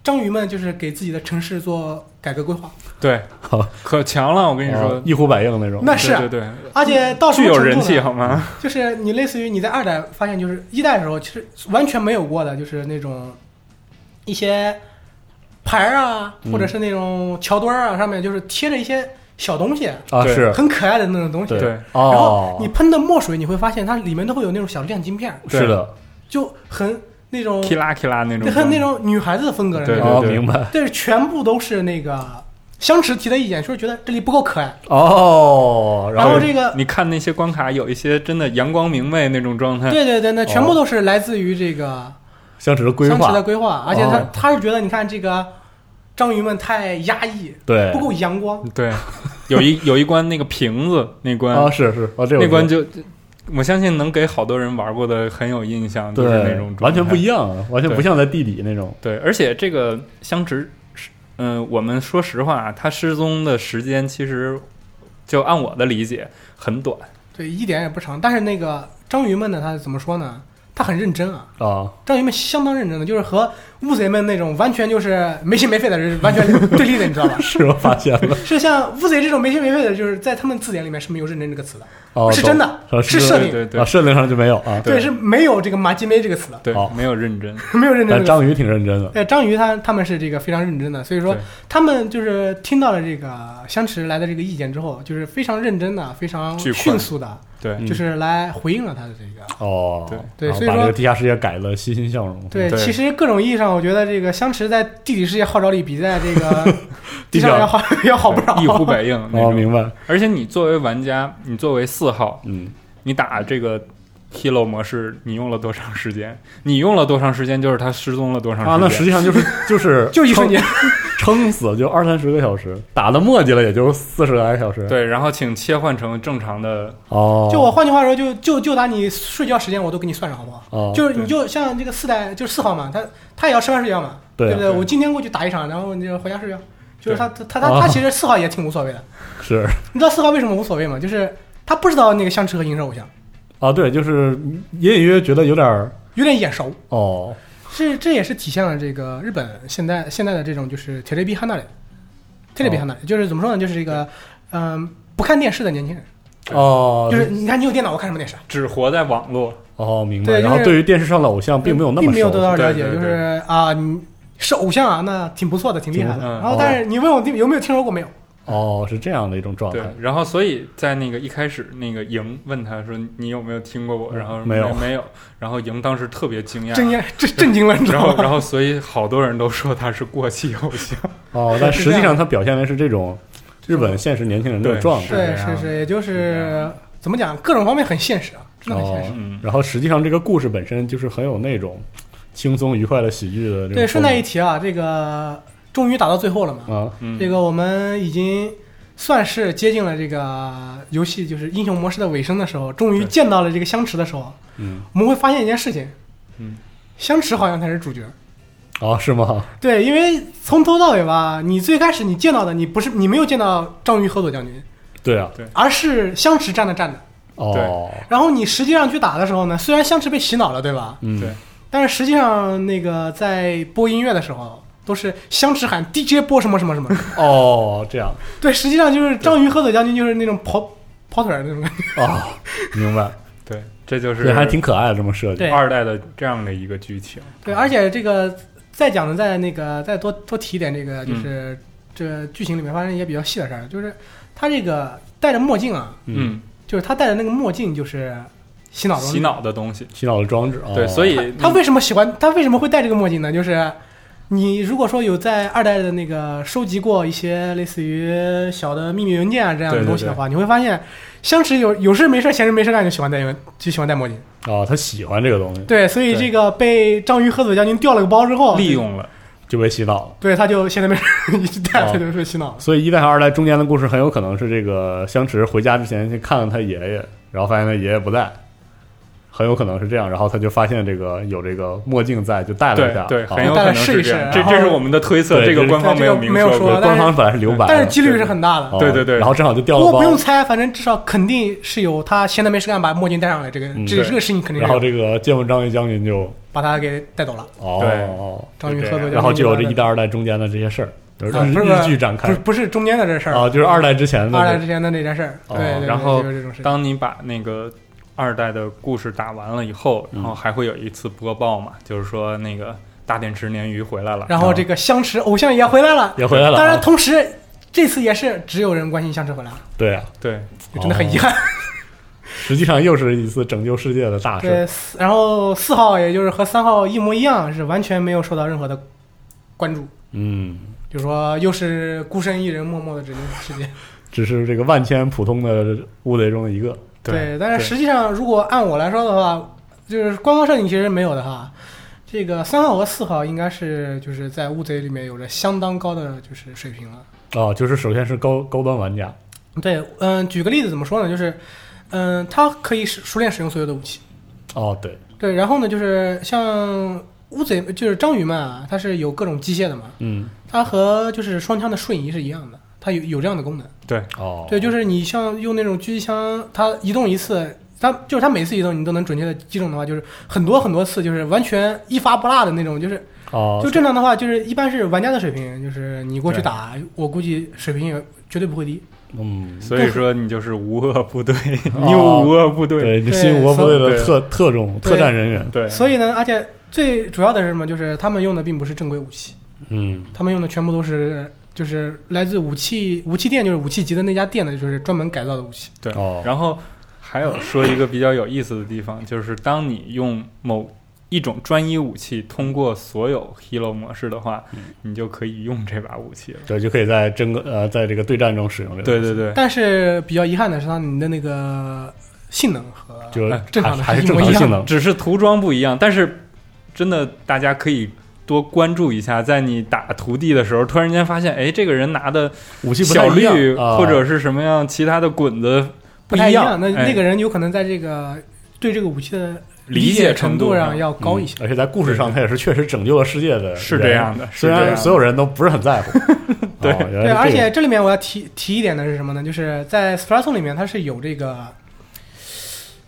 D: 章鱼们就是给自己的城市做改革规划，
C: 对
A: 好，
C: 可强了，我跟你说
A: 哦，一呼百应那种。
D: 那是啊
C: 对对对，
D: 而且到什
C: 具
D: 么
C: 有
D: 程度
C: 人
D: 呢
C: 气好吗？
D: 就是你类似于你在二代发现，就是一代的时候，其实完全没有过的，就是那种一些牌儿啊，
A: 嗯
D: 或者是那种桥墩儿啊，上面就是贴着一些小东西，
A: 啊，
C: 对
A: 是
D: 很可爱的那种东西。
A: 对
C: 对
D: 然后
A: 哦，
D: 你喷的墨水，你会发现它里面都会有那种小亮晶片儿，
A: 是的
D: 就很那种，
C: 提拉提拉那种，
D: 很那种女孩子的风格的那
C: 对
D: 种。
A: 哦，
C: 对
A: 明白
D: 但是全部都是那个相持提的意见，说觉得这里不够可爱。
A: 哦，
D: 然
A: 后
D: 后这个
C: 你看那些关卡，有一些真的阳光明媚那种状态。
D: 对对对，那全部都是来自于这个
A: 相持的规
D: 相持
A: 划
D: 的，规划，而且他、
A: 哦
D: 他是觉得你看这个章鱼们太压抑，
A: 对
D: 不够阳光，
C: 对，有一有一关那个瓶子那关，
A: 啊，是是啊，这我
C: 那关
A: 觉
C: 就我相信能给好多人玩过的很有印象，
A: 得
C: 就是那
A: 对
C: 种状态
A: 完全不一样啊，完全不像在地底那种
C: 对，而且这个相持，嗯、我们说实话啊，他失踪的时间其实就按我的理解很短，
D: 对，一点也不长。但是那个章鱼们呢，他怎么说呢？他很认真啊，
A: 啊，
D: 章鱼们相当认真的，就是和乌贼们那种完全就是没心没肺的人完全对立的，你知 道吧？
A: 是我发现了
D: 是像乌贼这种没心没肺的，就是在他们字典里面是没有“认真”这个词的，
A: 哦，
D: 是真的
A: 懂啊
D: 是
A: 真
D: 设
A: 的
C: 对
D: 定
C: 对对
A: 啊，设定上就没有啊，
C: 对
D: 是没有这个“马吉梅”这个词的，
C: 对，
A: 好
C: 没有认真，
D: 没有“认真”这
A: 但
D: 个词。
A: 章鱼挺认真的，
D: 对，哎章鱼他他们是这个非常认真的，所以说
C: 对
D: 他们就是听到了这个相持来的这个意见之后，就是非常认真的、非常
C: 巨款
D: 迅速的，
C: 对。
A: 嗯
D: 就是来回应了他的这个。
A: 哦，
C: 对
D: 对
A: 然后
D: 所以
A: 把
D: 说
A: 这个地下世界改的欣欣向荣，
D: 对，
C: 对
D: 其实各种意义上，我觉得这个相持在地理世界号召力比在这个地上要好要好不
C: 一呼
D: 少。
C: 百应那
A: 哦，
C: 种，
A: 明白，
C: 而且你作为玩家，你作为四号，
A: 嗯，
C: 你打这个 Hero 模式，你用了多长时间？你用了多长时间？就是他失踪了多长时间？
A: 啊，那实际上就是就是
D: 就一瞬间，
A: 撑死就二三十个小时，打的墨迹了也就四十来个小时。，
C: 对，然后请切换成正常的，
A: 哦，
D: 就我换句话说，就就就拿你睡觉时间我都给你算上，好不好？
A: 哦，
D: 就是你
C: 对
D: 就像这个四代，就是四号嘛，他他也要吃饭睡觉嘛，
A: 对啊
D: 不对？
C: 对
D: 我今天过去打一场，然后你就回家睡觉。就是他他他
A: 哦
D: 他他其实四号也挺无所谓的，
A: 是
D: 你知道四号为什么无所谓吗？就是他不知道那个相持和银是偶像，
A: 啊，对，就是隐隐约约觉得有点儿
D: 有点眼熟。
A: 哦
D: 是这也是体现了这个日本现在现在的这种就是铁 j 逼汉那里，铁 j 呃逼汉那里就是怎么说呢？就是这个嗯、不看电视的年轻人，
A: 哦，
D: 就是你看你有电脑，我看什么电视？啊
C: 只活在网络，
A: 哦，明白。
D: 对就是
A: 然后对于电视上的偶像并没有那么
D: 并没有
A: 熟
D: 得到了解，
C: 对对对
D: 就是啊，你是偶像啊，那挺不错的，挺厉害的。
C: 挺嗯
D: 然后，但是你问我有没有听说过，没有。
A: 哦，是这样的一种状
C: 对
A: 态。，
C: 然后所以在那个一开始，那个莹问他说你有没有听过我，然后
A: 嗯没有
C: 没有，然后莹当时特别惊
D: 震
C: 讶，
D: 惊，震震惊了，你 知
C: 然
D: 道
C: 后
D: 吗？
C: 然后所以好多人都说他是过气 偶像，
A: 哦，但实际上它表现的是这种日本现实年轻人的
C: 对
A: 状态。
D: 对，
C: 是这样
D: 是是，也就
C: 这
D: 是是怎么讲，各种方面很现实啊，真的很现实。
A: 哦
C: 嗯，
A: 然后实际上这个故事本身就是很有那种轻松愉快的喜剧的这种风格。
D: 对，顺带一提啊，这个终于打到最后了嘛，
A: 啊，
C: 嗯
D: 这个我们已经算是接近了这个游戏就是英雄模式的尾声的时候，终于
C: 对
D: 见到了这个相持的时候，
A: 嗯，
D: 我们会发现一件事情，
C: 嗯，
D: 相持好像才是主角。
A: 哦，是吗？
D: 对，因为从头到尾吧，你最开始你见到的你不是你没有见到章鱼和佐将军，
A: 对啊，
D: 而是相持站的站的。
A: 哦，
D: 然后你实际上去打的时候呢，虽然相持被洗脑了，对吧？
A: 嗯，
C: 对
D: 但是实际上那个在播音乐的时候，都是相持喊 DJ 播什么什么什么。
A: 哦，这样，
D: 对，实际上就是章鱼和佐将军就是那种跑跑腿儿那种感觉。
A: 哦， 明白，
C: 对，这就是
A: 这还挺可爱的这么设计。
D: 对
C: 二代的这样的一个剧情，
D: 对，而且这个再讲的再那个再多多提一点，这个
C: 嗯
D: 就是、这剧情里面发生一些比较细的事儿，就是他这个戴着墨镜啊，
A: 嗯，
C: 嗯，
D: 就是他戴的那个墨镜就是洗脑中
C: 洗。脑嗯的东西，
A: 洗脑的装置。哦
C: 对，所以
D: 他为什么喜欢他为什么会戴这个墨镜呢？就是你如果说有在二代的那个收集过一些类似于小的秘密文件啊这样的
C: 对对
D: 东西的话，你会发现相持有有事没事闲着没事干就喜欢戴墨就喜欢戴墨镜。
A: 哦，他喜欢这个东西，
D: 对，所以这个被章鱼和佐将军调了个包之后，
C: 利用了，
A: 就被洗脑了。
D: 对他就现在没事一直戴
A: 哦
D: 他就是洗脑。
A: 所以一代和二代中间的故事很有可能是这个相持回家之前去看看他爷爷，然后发现他爷爷不在，很有可能是这样。然后他就发现这个有这个墨镜在，就戴了一
C: 对
A: 下。
C: 对，
A: 啊
C: 很有可能是这样，
D: 哦大家
C: 这
D: 试一试然后
C: 这是我们的推测，
A: 对
C: 这
A: 这
C: 个
A: 是
C: 官方没
D: 这
C: 有
D: 个
C: 明
D: 没有
C: 过
D: 说，
A: 官方本来是留白的，
D: 但是几率是很大的
A: 哦。
C: 对对对
A: 然后正好就掉
D: 不
A: 了
D: 过不用
A: 包。
D: 猜，反正至少肯定是有他闲的没事干把墨镜戴上来，这个
A: 嗯
D: 这个
C: 对
D: 这个事情肯定
A: 然后
D: 是
A: 这个见过章鱼将军就
D: 把他给带走了。
C: 对
A: 哦，
D: 章鱼
C: 就这
D: 和
C: 样
D: 佐将军，
A: 然后就有这一代、二代中间的这些事儿，就是
D: 啊不是
A: 日日剧展
D: 不
A: 开
D: 是不是中间的这事儿嗯
A: 啊，就是二代之前的
D: 二代
A: 这
D: 之前的那件事儿，
A: 哦
D: 对对，对
C: 然后
D: 就是这种事情。
C: 当你把那个二代的故事打完了以后，然后还会有一次播报嘛，就是说那个大电池鲶鱼回来了，
D: 然后这个相持偶像也回来了，
A: 哦也回来了啊。
D: 当然同时这次也是只有人关心相持回来了，
A: 对啊，
C: 对，
D: 就真的很遗憾。
A: 实际上又是一次拯救世界的
C: 啊
A: 大
D: 对
A: 事。，
D: 四然后四号也就是和三号一模一样，是完全没有受到任何的关注，
A: 嗯，
D: 就是说又是孤身一人默默的指定世界。
A: 只是这个万千普通的乌贼中的一个。
C: 对
D: 但是实际上如果按我来说的话，就是官方设定其实没有的哈。这个三号和四号应该是就是在乌贼里面有着相当高的就是水平了。
A: 哦，就是首先是高高端玩家，
D: 对，嗯，举个例子怎么说呢？就是，嗯，他可以使熟练使用所有的武器。
A: 哦，对，
D: 对，然后呢，就是像乌贼，就是章鱼们啊，它是有各种机械的嘛，
A: 嗯，
D: 它和就是双枪的瞬移是一样的，它有有这样的功能。
A: 哦，
D: 对，就是你像用那种狙击枪，它移动一次，它就是它每次移动你都能准确的击中的话，就是很多很多次，就是完全一发不落的那种，就是
A: 哦，
D: 就正常的话，就是一般是玩家的水平，就是你过去打，我估计水平也绝对不会低。
A: 嗯，
C: 所以说你就是无恶不 对
A: 哦
C: ，New 无恶不
A: 对，
C: 对，
A: 这
D: 对
A: 新国部队的
C: 对
A: 特特种
D: 对
A: 特战人员，
C: 对，
D: 所以呢，而且最主要的是什么？就是他们用的并不是正规武器，
A: 嗯，
D: 他们用的全部都是就是来自武器武器店，就是武器集的那家店的，就是专门改造的武器。
C: 对
A: 哦，
C: 然后还有说一个比较有意思的地方，就是当你用某一种专一武器通过所有 Hero 模式的话，你就可以用这把武器了。
A: 对，就可以在真个呃，在这个对战中使用这个，
C: 对对对，
D: 但是比较遗憾的是，它你的那个性能和
A: 就
C: 哎
D: 正常的
A: 还还是
D: 一模
A: 正常
D: 一样
A: 性能，
C: 只是涂装不一样，但是真的大家可以。多关注一下，在你打徒弟的时候，突然间发现，哎，这个人拿的
A: 武器不太
C: 小
A: 一样
C: 绿
A: 啊
C: 或者是什么样其他的滚子
D: 不
C: 一
D: 太一样。那
C: 哎
D: 那个人有可能在这个对这个武器的
C: 理
D: 解
C: 程
D: 度上
C: 上
D: 要高一些。
A: 而且在故事上，他也是确实拯救了世界的，
C: 是这样。的，是
A: 虽
C: 这样
A: 然
C: 的
A: 所有人都不是很在 乎，
C: 对
A: 哦原
D: 对，
A: 来
D: 而
A: 是这
D: 且
A: 个
D: 这里面我要提提一点的是什么呢？就是在 Splatoon 里面，它是有这个，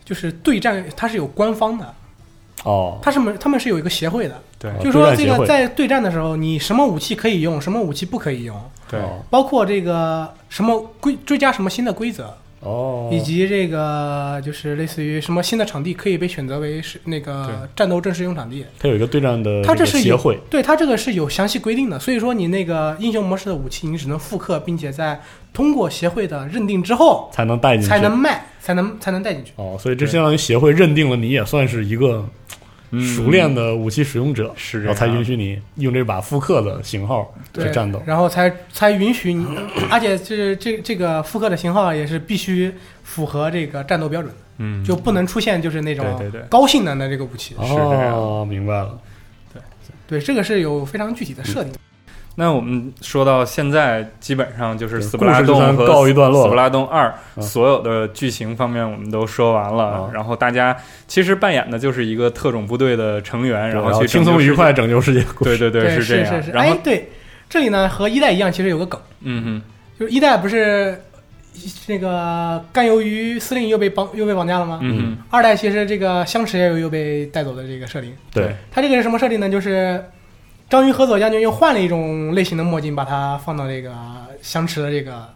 D: 就是对战，它是有官方的，
A: 哦，
D: 它是没他们是有一个协会的，
C: 对
D: 就是说
A: 对战
D: 这
A: 协
D: 个
A: 会
D: 在对战的时候，你什么武器可以用，什么武器不可以用，
C: 对
A: 哦
D: 包括这个什么规追加什么新的规则，
A: 哦，
D: 以及这个就是类似于什么新的场地可以被选择为是那个战斗正式用场地，
A: 它有一个对战的
D: 它这
A: 呃个
D: 是
A: 协
D: 有
A: 会，
D: 对它这个是有详细规定的，所以说你那个英雄模式的武器你只能复刻，并且在通过协会的认定之后
A: 才能带进去，
D: 才能卖，才能才能带进去。
A: 哦，所以这相当于协会认定了你也算是一个
C: 嗯
A: 熟练的武器使用者，
C: 是这
A: 然后才
C: 样
A: 允许你用这把复刻的型号去
D: 对，
A: 战斗。
D: 然后才才允许你， 而且这这这个复刻的型号也是必须符合这个战斗标准，
C: 嗯，
D: 就不能出现就是那种
C: 对对对
D: 高性能的这个武器。
C: 是这样
A: 哦，明白了。
D: 对，这个是有非常具体的设定。
C: 那我们说到现在，基本上就是
A: 对
C: 斯普
A: 故
C: 拉
A: 事就
C: 洞
A: 算
C: 和
A: 告一段落了
C: 斯普拉洞二
A: 嗯
C: 所有的剧情方面我们都说完了，
A: 嗯
C: 然后大家其实扮演的就是一个特种部队的成员，
A: 然
C: 后去
A: 轻
C: 拯
A: 松
C: 救世
A: 愉
C: 界
A: 快。拯救世界故
C: 对
A: 事，
C: 对对，
D: 是
C: 这样
D: 是。是。
C: 然
D: 哎
C: 后，
D: 对，这里呢和一代一样，其实有个梗，
C: 嗯
D: 就是一代不是那个甘鱿鱼司令又被绑又被绑架了吗？
C: 哼，嗯
D: 二代其实这个相持也有又被带走的这个设定。
A: 对
D: 它这个是什么设定呢？就是章鱼和佐将军又换了一种类型的墨镜，把它放到这个相持的这个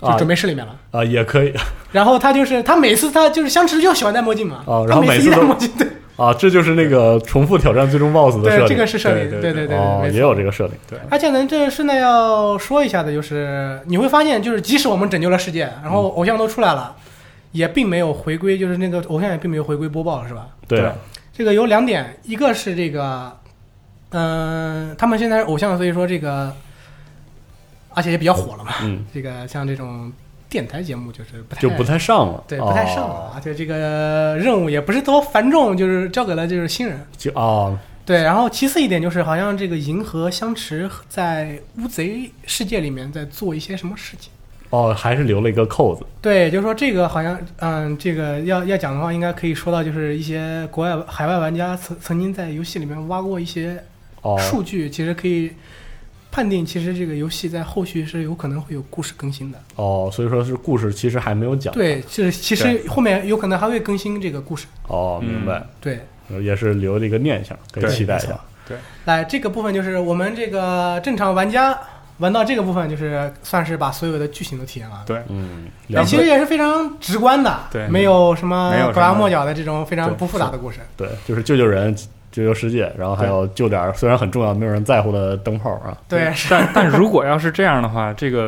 D: 就
A: 啊
D: 准备室里面了。
A: 啊，也可以
D: 然后他就是他每次他就是相持就喜欢戴墨镜嘛，
A: 哦
D: 他
A: 然后
D: 每
A: 每
D: 次
A: 次
D: 一戴
A: 都
D: 墨镜，对
A: 啊，这就是那个重复挑战最终 BOSS 的设定，
D: 对，这个是设定，
C: 对
D: 对
C: 对
D: 对
A: 哦，
D: 对，没
A: 也
D: 错。
A: 有这个设定，对
D: 而且呢，这顺带要说一下的就是，你会发现，就是即使我们拯救了世界，然后偶像都出来了，也并没有回归，就是那个偶像也并没有回归播报，是吧？
A: 对
C: 对，
D: 这个有两点，一个是这个，嗯、他们现在是偶像，所以说这个，而且也比较火了嘛。
A: 嗯，
D: 这个像这种电台节目就是不太
A: 就不太上了，哦
D: 对不太上了，而且这个任务也不是多繁重，就是交给了就是新人。
A: 就啊，
D: 对，然后其次一点就是，好像这个银河相持在乌贼世界里面在做一些什么事情。
A: 哦，还是留了一个扣子，
D: 对，就是说这个好像，嗯，这个要要讲的话，应该可以说到就是一些国外海外玩家曾曾经在游戏里面挖过一些
A: 哦，
D: 数据，其实可以判定，其实这个游戏在后续是有可能会有故事更新的。
A: 哦，所以说是故事其实还没有讲，
D: 对，就是其实后面有可能还会更新这个故事。
A: 哦，
C: 嗯
A: 明白，
D: 对，
A: 也是留了一个念想，可以
C: 对
A: 期待一
D: 没
A: 下
D: 错。来这个部分就是我们这个正常玩家玩到这个部分，就是算是把所有的剧情都体验完了。
C: 对，
A: 嗯，
D: 那
A: 两
D: 哎其
A: 本
D: 实也是非常直观的，
C: 对
D: 没有什么
C: 没有什么
D: 拐弯抹角的这种非常
A: 对
D: 不复杂的故事。
A: 对，就是救救人，救救世界，然后还有救点儿虽然很重要没有人在乎的灯泡啊，
D: 对，
C: 但但如果要是这样的话，这个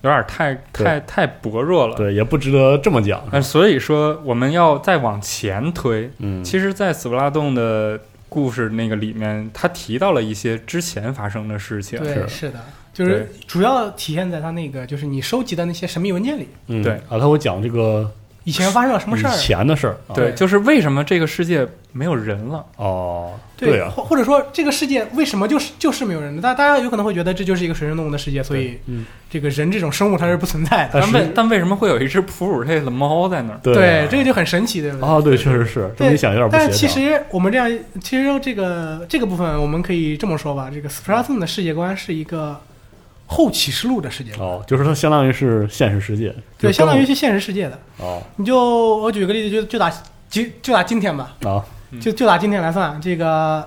C: 有点太太太薄弱了。
A: 对，也不值得这么讲，
C: 那所以说，我们要再往前推。
A: 嗯，
C: 其实，在斯普拉洞的故事那个里面，他提到了一些之前发生的事情。
D: 对，
A: 是
D: 是的，就是主要体现在它那个就是你收集的那些神秘文件里，
A: 嗯
C: 对
A: 啊，他会讲这个
D: 以前发生了什么
A: 以
D: 事儿。
A: 前的事儿，啊
C: 对，
D: 对
C: 就是为什么这个世界没有人了？
A: 哦，
D: 对，
A: 啊，
D: 或或者说这个世界为什么就是就是没有人呢？大大家有可能会觉得这就是一个水生动物的世界，所以
A: 嗯
D: 这个人这种生物它是不存在的。
A: 但
C: 但
A: 是
C: 为但为什么会有一只哺乳类的猫在那 儿？
A: 对啊
D: 这个就很神奇，对不对？
A: 啊，对，确实是，这么一想有点不
D: 但
A: 协
D: 是其
A: 调。
D: 实我们这样，其实这个这个部分我们可以这么说吧，这个 Splatoon 的世界观是一个后启示录的世界观，
A: 哦，就是它相当于是现实世界，
D: 对，
A: 就跟
D: 相当于
A: 我
D: 是现实世界的。
A: 哦
D: 你就我举个例子，就就打就就打今天吧，
A: 啊，
C: 嗯
D: 就就打今天来算，这个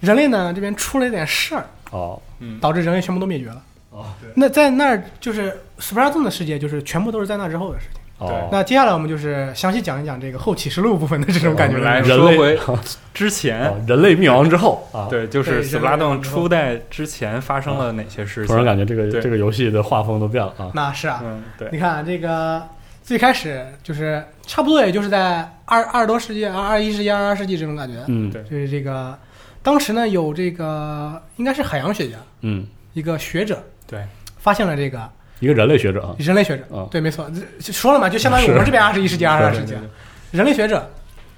D: 人类呢这边出了一点事儿，
A: 哦
C: 嗯，
D: 导致人类全部都灭绝了。
A: 哦
D: 那在那儿就是 Splatoon 的世界，就是全部都是在那之后的事情。
A: 哦，
D: 那接下来我们就是详细讲一讲这个后启示录部分的这种感
C: 哦我
D: 觉
C: 们
D: 了。
C: 来
A: 人
C: 说
A: 类
C: 回 之前，
A: 哦人类灭亡之后啊，
C: 对，就
D: 对
C: 是斯普拉洞初代之前发生了哪些事
A: 突然
C: 情？
A: 感觉这个
C: 对
A: 这个游戏的画风都变了啊，
D: 那是啊，
C: 嗯，对，
D: 你看这个最开始就是差不多，也就是在二二十多世纪、二二一世纪、二二世纪这种感觉。
A: 嗯
C: 对
D: 就是这个，当时呢有这个应该是海洋学家，
A: 嗯，
D: 一个学者
C: 对，
D: 发现了这个
A: 一个人类学者啊，
D: 人类学者，
A: 啊
D: 对，没错，这说了嘛，就相当于
A: 是
D: 我们这边二十一世纪、二十二世
C: 对
D: 纪
C: 对，对
D: 人类学者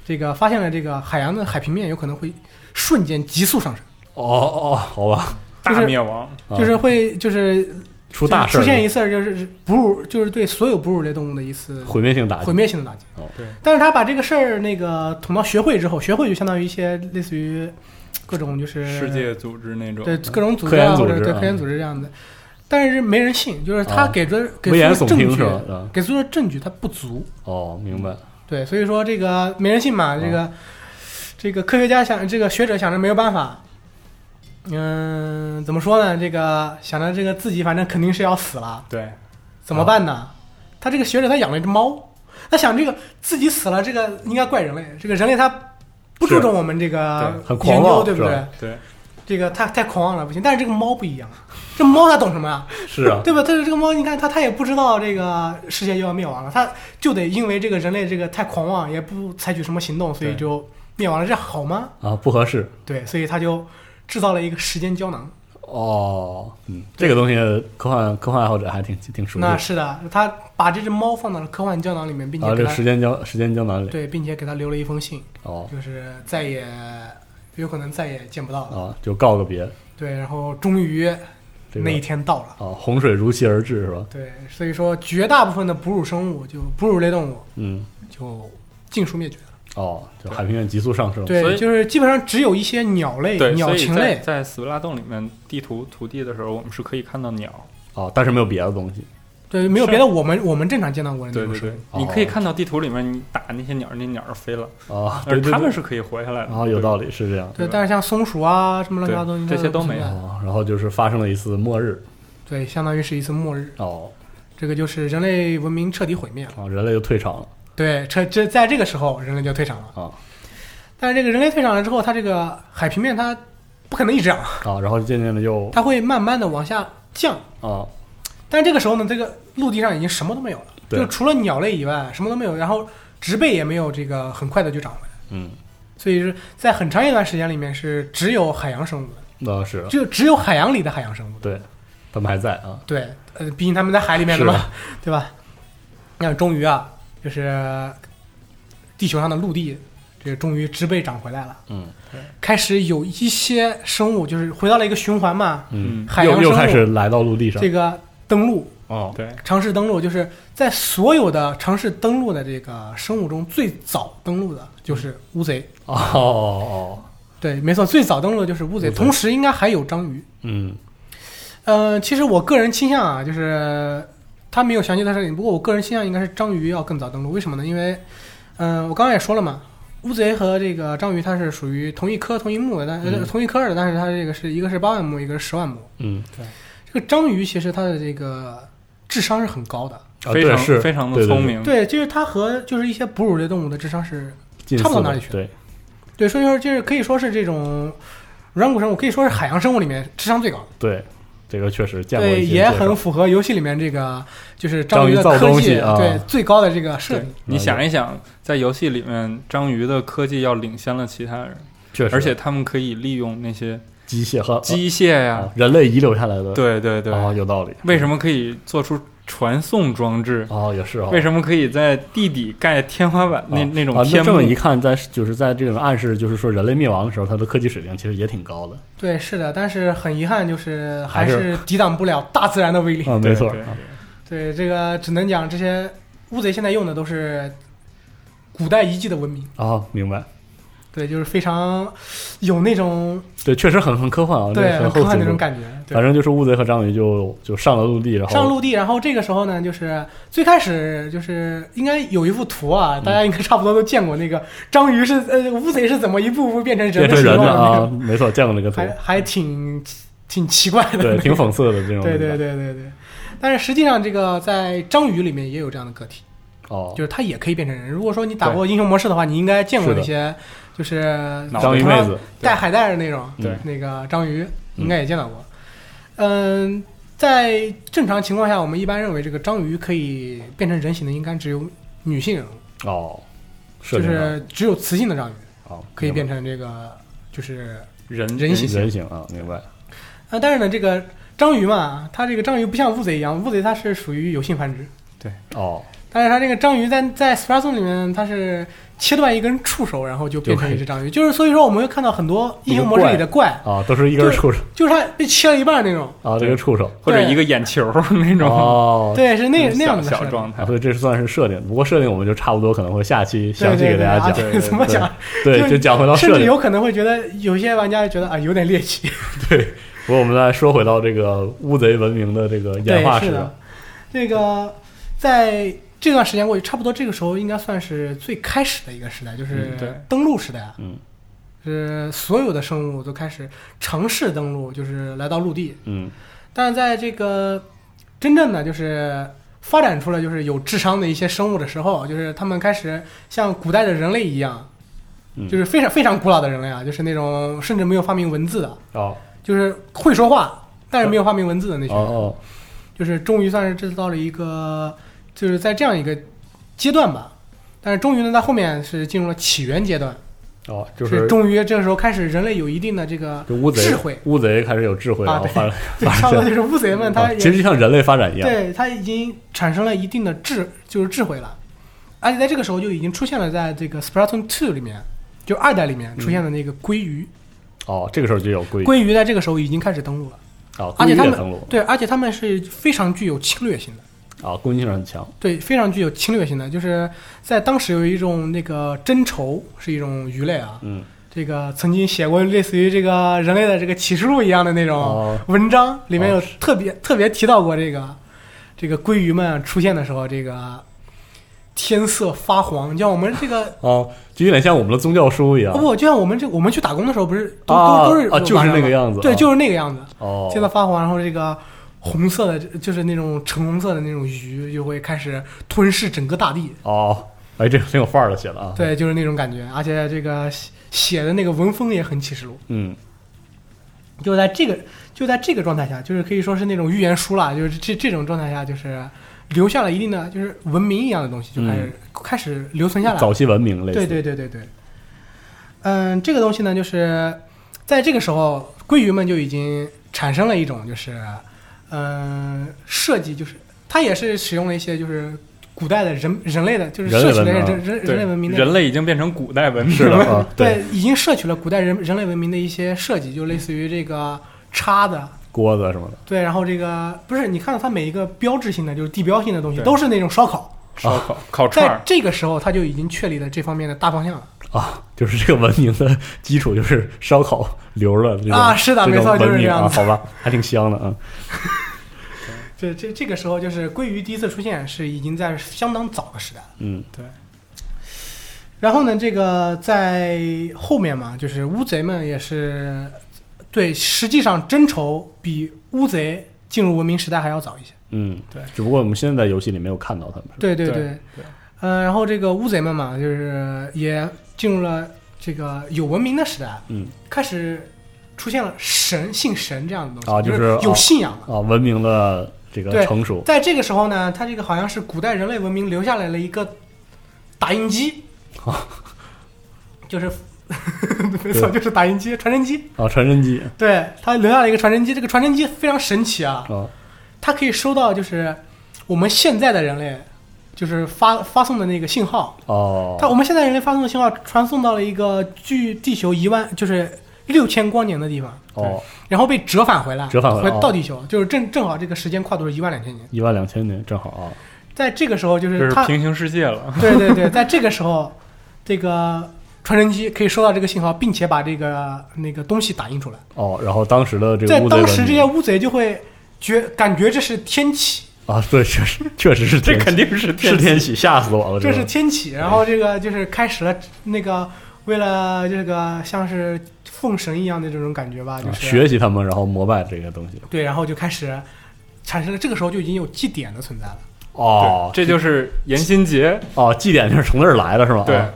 D: 这个发现了这个海洋的海平面有可能会瞬间急速上升，
A: 哦哦，好吧，
D: 就是
C: 大灭亡，
A: 啊
D: 就是会就是
A: 出大事
D: 出
A: 儿
D: 现
A: 了
D: 一次就是哺乳，就是对所有哺乳类动物的一次
A: 毁灭性打击
D: 毁，灭性的打击。
A: 哦
C: 对
D: 但是他把这个事儿那个捅到学会之后，学会就相当于一些类似于各种就是
C: 世界组织那种，
D: 对各种组织
A: 嗯科研
D: 啊，
A: 组
D: 或
A: 织
D: 者对
A: 啊
D: 科研组织这样的，但是没人信，就是他
A: 啊
D: 给出给
A: 危言
D: 出
A: 耸
D: 的证
A: 听
D: 据
A: 是，吧？啊
D: 给出的证据它不足，
A: 哦，明白，
D: 对，所以说这个没人信嘛，这
A: 啊
D: 个这个科学家想，这个学者想着没有办法。嗯，怎么说呢？这个想着这个自己反正肯定是要死了，
C: 对，
A: 啊
D: 怎么办呢？他这个学者他养了一只猫，他想这个自己死了，这个应该怪人类，这个人类他不注重我们这个
A: 对很狂
D: 研究，
A: 妄
D: 对不
A: 是
D: 对
A: 吧？
C: 对，
D: 这个太太狂妄了，不行。但是这个猫不一样，这猫它懂什么呀？
A: 是啊，
D: 对吧？但是这个猫，你看它，它也不知道这个世界又要灭亡了，它就得因为这个人类这个太狂妄，也不采取什么行动，所以
A: 对
D: 就灭亡了，这好吗？
A: 啊，不合适
D: 对，所以它就制造了一个时间胶囊。
A: 哦，嗯，这个东西科幻科幻爱好者还挺挺熟悉
D: 那
A: 的，
D: 是的，它把这只猫放到了科幻胶囊里面，并
A: 啊，
D: 且
A: 这
D: 给
A: 个
D: 它、
A: 时间胶时间胶囊里，
D: 对，并且给它留了一封信，
A: 哦
D: 就是再也有可能再也见不到了。
A: 啊，就告个别，
D: 对，然后终于
A: 这
D: 那一
A: 个
D: 天到了。
A: 啊，洪水如期而至是吧？
D: 对，所以说绝大部分的哺乳生物，就哺乳类动物，
A: 嗯，
D: 就尽数灭绝。
A: 哦，就海平面急速上升，
C: 所以
D: 对，就是基本上只有一些鸟类、
C: 对，
D: 哎鸟
C: 所以
D: 禽
C: 在
D: 类，
C: 在斯布拉洞里面地图涂地的时候，我们是可以看到鸟，
A: 哦，但是没有别的东西，
D: 对，没有
C: 是
D: 别的，我们我们正常见到过的那
C: 对
D: 种
C: 对
D: 生物
C: 对。，你可以
A: 哦
C: 看到地图里面你打那些鸟，那鸟儿飞了，
A: 啊，
C: 而
A: 对对
C: 他们
A: 对，
C: 是可以活下来的。
A: 啊，有道
C: 理，
A: 理是这样，
D: 对，
C: 对吧
D: 但是像松鼠啊什么乱七八糟
C: 对
D: 应
C: 这
D: 该
C: 些都
D: 不存
C: 没有
D: 在。
A: 哦，然后就是发生了一次末日，
D: 对，相当于是一次末日，
A: 哦，
D: 这个就是人类文明彻底毁灭了。
A: 啊，人类就退场了，
D: 对，这这在这个时候人类就退场了。
A: 啊
D: 但是这个人类退场了之后，它这个海平面它不可能一直涨，
A: 啊，然后渐渐的就
D: 它会慢慢的往下降。
A: 啊，
D: 但是这个时候呢，这个陆地上已经什么都没有了，
A: 对
D: 就除了鸟类以外什么都没有，然后植被也没有这个很快的就长回来。
A: 嗯，
D: 所以是在很长一段时间里面是只有海洋生物的，
A: 那是
D: 就只有海洋里的海洋生物的。
A: 对，他们还在啊，
D: 对，呃，毕竟他们在海里面的
A: 是啊
D: 嘛，对吧？那终于啊，就是地球上的陆地，这终于植被长回来了，
A: 嗯
D: 开始有一些生物就是回到了一个循环嘛，
A: 嗯，
D: 海洋
A: 又又
D: 生物
A: 开始来到陆地上，
D: 这个登陆。
A: 哦，
C: 对，
D: 尝试登陆就是在所有的尝试登陆的这个生物中，最早登陆的就是乌贼。
A: 哦哦，
D: 对，没错，最早登陆的就是乌贼。
A: 乌贼
D: 同时，应该还有章鱼。
A: 嗯
D: 呃，其实我个人倾向啊，就是他没有详细的设定，不过我个人倾向应该是章鱼要更早登陆。为什么呢？因为，嗯、我刚刚也说了嘛，乌贼和这个章鱼它是属于同一科同一目的，但、
A: 嗯
D: 呃同一科的，但是它这个是一个是八万目，一个是十万目。
A: 嗯，
D: 这个章鱼其实它的这个智商是很高的，
A: 啊
C: 非
A: 对
C: 常
A: 是
C: 非常
A: 对对
C: 的聪
A: 对
C: 明，
D: 对，就是它和就是一些哺乳类动物的智商是
A: 近
D: 差不到
A: 似的
D: 哪里去
A: 对，
D: 对，所以说就是可以说是这种软骨生物，可以说是海洋生物里面智商最高的。
A: 对，这个确实见过
D: 对，
A: 一些
D: 也
A: 介
D: 很
A: 绍
D: 符合游戏里面这个就是
A: 章
D: 章
A: 鱼
D: 鱼的
A: 造
D: 科
A: 东
D: 技
A: 西啊
D: 对最高的这个设
C: 对
D: 定。，
C: 你想一想，在游戏里面，章鱼的科技要领先了其他人，
A: 确实，
C: 而且他们可以利用那些
A: 机械和
C: 机械呀、
A: 啊人类遗留下来的，
C: 对对对，
A: 哦，有道理。
C: 为
A: 么？
C: 什么可以做出传送装置？
A: 哦，也是哦。
C: 为什么可以在地底盖天花板那、
A: 啊
C: 那种
A: 啊，那
C: 天
A: 这么
C: 幕？
A: 一看，在就是在这种暗示，就是说人类灭亡的时候，它的科技水平其实也挺高的。
D: 对，是的，但是很遗憾，就是还
A: 还是
D: 是抵挡不了大自然的威力。
A: 啊，
C: 对
A: 没错
C: 对，对
D: 对，这个只能讲这些乌贼现在用的都是古代遗迹的文明，
A: 啊，明白。
D: 对，就是非常有那种
A: 对，确实很很科幻啊，
D: 对
A: 很
D: 很
A: 后
D: 科幻
A: 思
D: 那种
A: 路。
D: 感觉。对。
A: 反正就是乌贼和章鱼就就上了陆地，然后
D: 上陆地，然后这个时候呢，就是最开始就是应该有一幅图啊，
A: 嗯
D: 大家应该差不多都见过那个章鱼是呃乌贼是怎么一步步变成人
A: 变
D: 的
A: 成
D: 形
A: 人
D: 状
A: 了
D: 的那
A: 啊，
D: 个，
A: 没错，见过那个图
D: 还，还挺挺奇怪的，
A: 对，挺讽刺的这种。
D: 对对，对对对。但是实际上，这个在章鱼里面也有这样的个体，
A: 哦
D: 就，是它也可以变成人。如果说你打过英雄模式的话，你应该见过
A: 是的
D: 那些就是
C: 脑
A: 章鱼妹子，
D: 带海带的那种，
A: 对
D: 那个章鱼应该也见到过。嗯，在正常情况下，我们一般认为这个章鱼可以变成人形的，应该只有女性人物，
A: 哦，设
D: 就
A: 定了
D: 是只有雌性的章鱼
A: 哦，
D: 可以
A: 明白
D: 变成这个，就是
C: 人
D: 人形
A: 人形啊，明白。
D: 啊，但是呢，这个章鱼嘛，它这个章鱼不像乌贼一样，乌贼它是属于有性繁殖，
A: 哦，
D: 但是它这个章鱼在在 s p r a s o n 里面，它是切断一根触手，然后就变成一只章鱼，就是所以说我们会看到很多英雄模式里的怪，
A: 啊，都是一根
D: 就
A: 触手
D: 就是它被切了一半那种。
A: 啊，这个触手
C: 或者一个眼球那种、
A: 哦，
D: 对，是那那样
C: 小
D: 的
C: 小
D: 设定
C: 状态
A: 啊，所以这算是设定，不过设定我们就差不多可能会下期详细给大家讲，
D: 对对对啊怎么讲？
A: 对，就讲回到
D: 甚
A: 设
D: 至
A: 定。
D: 有可能会觉得有些玩家觉得啊有点猎奇。
A: 不过我们再说回到这个乌贼文明的这个演
D: 对
A: 化，
D: 是
A: 史，
D: 的，这个在这段时间过去，差不多这个时候应该算是最开始的一个时代，就是
C: 嗯对
D: 登陆时代啊。
A: 嗯
D: 是所有的生物都开始尝试登陆，就是来到陆地。
A: 嗯
D: 但是在这个真正的就是发展出了就是有智商的一些生物的时候，就是他们开始像古代的人类一样，
A: 嗯
D: 就是非常非常古老的人类啊，就是那种甚至没有发明文字的，
A: 哦
D: 就是会说话但是没有发明文字的那
A: 哦
D: 群人，
A: 哦，
D: 就是终于算是制造了一个，就是在这样一个阶段吧。但是终于呢，在后面是进入了起源阶段，
A: 哦，就是是
D: 终于这个时候开始人类有一定的这个
A: 就乌贼
D: 智慧，
A: 乌贼开始有智慧，
D: 啊
A: 然后
D: 对
A: 发展
D: 对，差不多就是乌贼们，他
A: 哦其实就像人类发展一样，
D: 对他已经产生了一定的智，就是智慧了，而且在这个时候就已经出现了在这个 Splatoon Two 里面，就二代里面出现的那个鲑鱼，
A: 哦，这个时候就有龟，
D: 鲑鱼在这个时候已经开始登陆了，
A: 哦，
D: 而
A: 龟
D: 且他
A: 也
D: 们
A: 登陆，
D: 对，而且他们是非常具有侵略性的。
A: 啊，攻击性很强，
D: 对，非常具有侵略性的，就是在当时有一种那个真愁是一种鱼类啊，
A: 嗯，
D: 这个曾经写过类似于这个人类的这个启示录一样的那种
A: 哦，
D: 文章，里面有特别、特别提到过这个这个鲑鱼们出现的时候，这个天色发黄，就像我们这个
A: 哦，就有点像我们的宗教书一样
D: 哦，不，就像我们这我们去打工的时候，不是都、
A: 啊
D: 都都是
A: 啊就是
D: 晚上
A: 那个
D: 吗
A: 样子
D: 对，
A: 啊
D: 就是那个样子，
A: 哦，
D: 天色发黄，然后这个。红色的，就是那种橙红色的那种鱼，就会开始吞噬整个大地。
A: 哦，哎，这个挺有范儿的写的啊，，
D: 对，就是那种感觉，而且这个写写的那个文风也很启示录。
A: 嗯，
D: 就在这个就在这个状态下，就是可以说是那种寓言书啦，就是这这种状态下，就是留下了一定的就是文明一样的东西，就开始、开始留存下来
A: 嗯早
D: 了。
A: 期文明类似，
D: 对对对对对，嗯，这个东西呢，就是在这个时候，鲑鱼们就已经产生了一种就是嗯、设计，就是它也是使用了一些就是。古代的人人类的，就是
A: 人类
D: 摄取了
A: 文明啊
D: 人人人类文明的
C: 人类已经变成古代文明
A: 是的
C: 了，
A: 啊，
D: 对，已经摄取了古代人人类文明的一些设计，就类似于这个叉子，
A: 锅子什么的，
D: 对，然后这个不是你看到它每一个标志性的就是地标性的东西，
C: 对
D: 都是那种烧烤。
C: 烧烤、烤串
D: 在
C: 儿，
D: 这个时候，它就已经确立了这方面的大方向了
A: 啊，就是这个文明的基础就是烧烤流的这种
D: 啊！是的，
A: 这
D: 没
A: 种
D: 错，就是
A: 文
D: 这
A: 明
D: 样
A: 啊，
D: 子。
A: 好吧，还挺香的啊，
D: 这这这个时候就是鲑鱼第一次出现，是已经在相当早的时代了。
A: 嗯，
C: 对，
D: 然后呢，这个在后面嘛，就是乌贼们也是对，实际上真愁比乌贼进入文明时代还要早一些。
A: 嗯，
C: 对
A: 只不过我们现在游戏里没有看到他们，是吧
D: 对对
C: 对
D: 对
C: 对，
D: 呃，然后这个乌贼们嘛，就是也进入了这个有文明的时代，啊
A: 嗯，
D: 开始出现了神信神这样的东西
A: 啊就
D: 就是有
A: 啊
D: 信仰了。
A: 啊，文明的这个
D: 对
A: 成熟，
D: 在这个时候呢，它这个好像是古代人类文明留下来了一个打印机，
A: 啊
D: 就是 没错，
A: 对
D: 就是打印机、传真机。
A: 啊，传真机
D: 对，它留下了一个传真机，这个传真机非常神奇啊，
A: 啊，
D: 它可以收到就是我们现在的人类就是发发送的那个信号，
A: 哦，
D: 它我们现在人类发送的信号传送到了一个距地球一万就是六千光年的地方，
A: 哦，
D: 然后被折返回来，
A: 折返回
D: 回
A: 来哦
D: 到地球，就是正正好这个时间跨度是一万两千年。
A: 一万两千年正好啊，
D: 在这个时候，就
C: 这
D: 是
C: 是
D: 它，
C: 平行世界了。
D: 对对对，在这个时候，这个传真机可以收到这个信号，并且把这个那个东西打印出来。
A: 哦，然后当时的这个
D: 在
A: 乌贼
D: 当
A: 文
D: 时，这
A: 明
D: 些乌贼就会觉感觉这是天启，
A: 啊，对，确实 确实是
C: 这
A: 天
C: 肯定是
A: 是天启，吓死我了，
D: 这
A: 哦这
D: 是
A: 个
D: 天启。然后这个就是开始了那个为了这个像是奉神一样的这种感觉吧，就
A: 啊
D: 是
A: 学习他们，然后膜拜这个东西，
D: 对，然后就开始产生了，这个时候就已经有祭典的存在了。
A: 哦，
C: 对这就是严心杰，
A: 哦，祭典就是从这儿来的是吗？
C: 对
A: 啊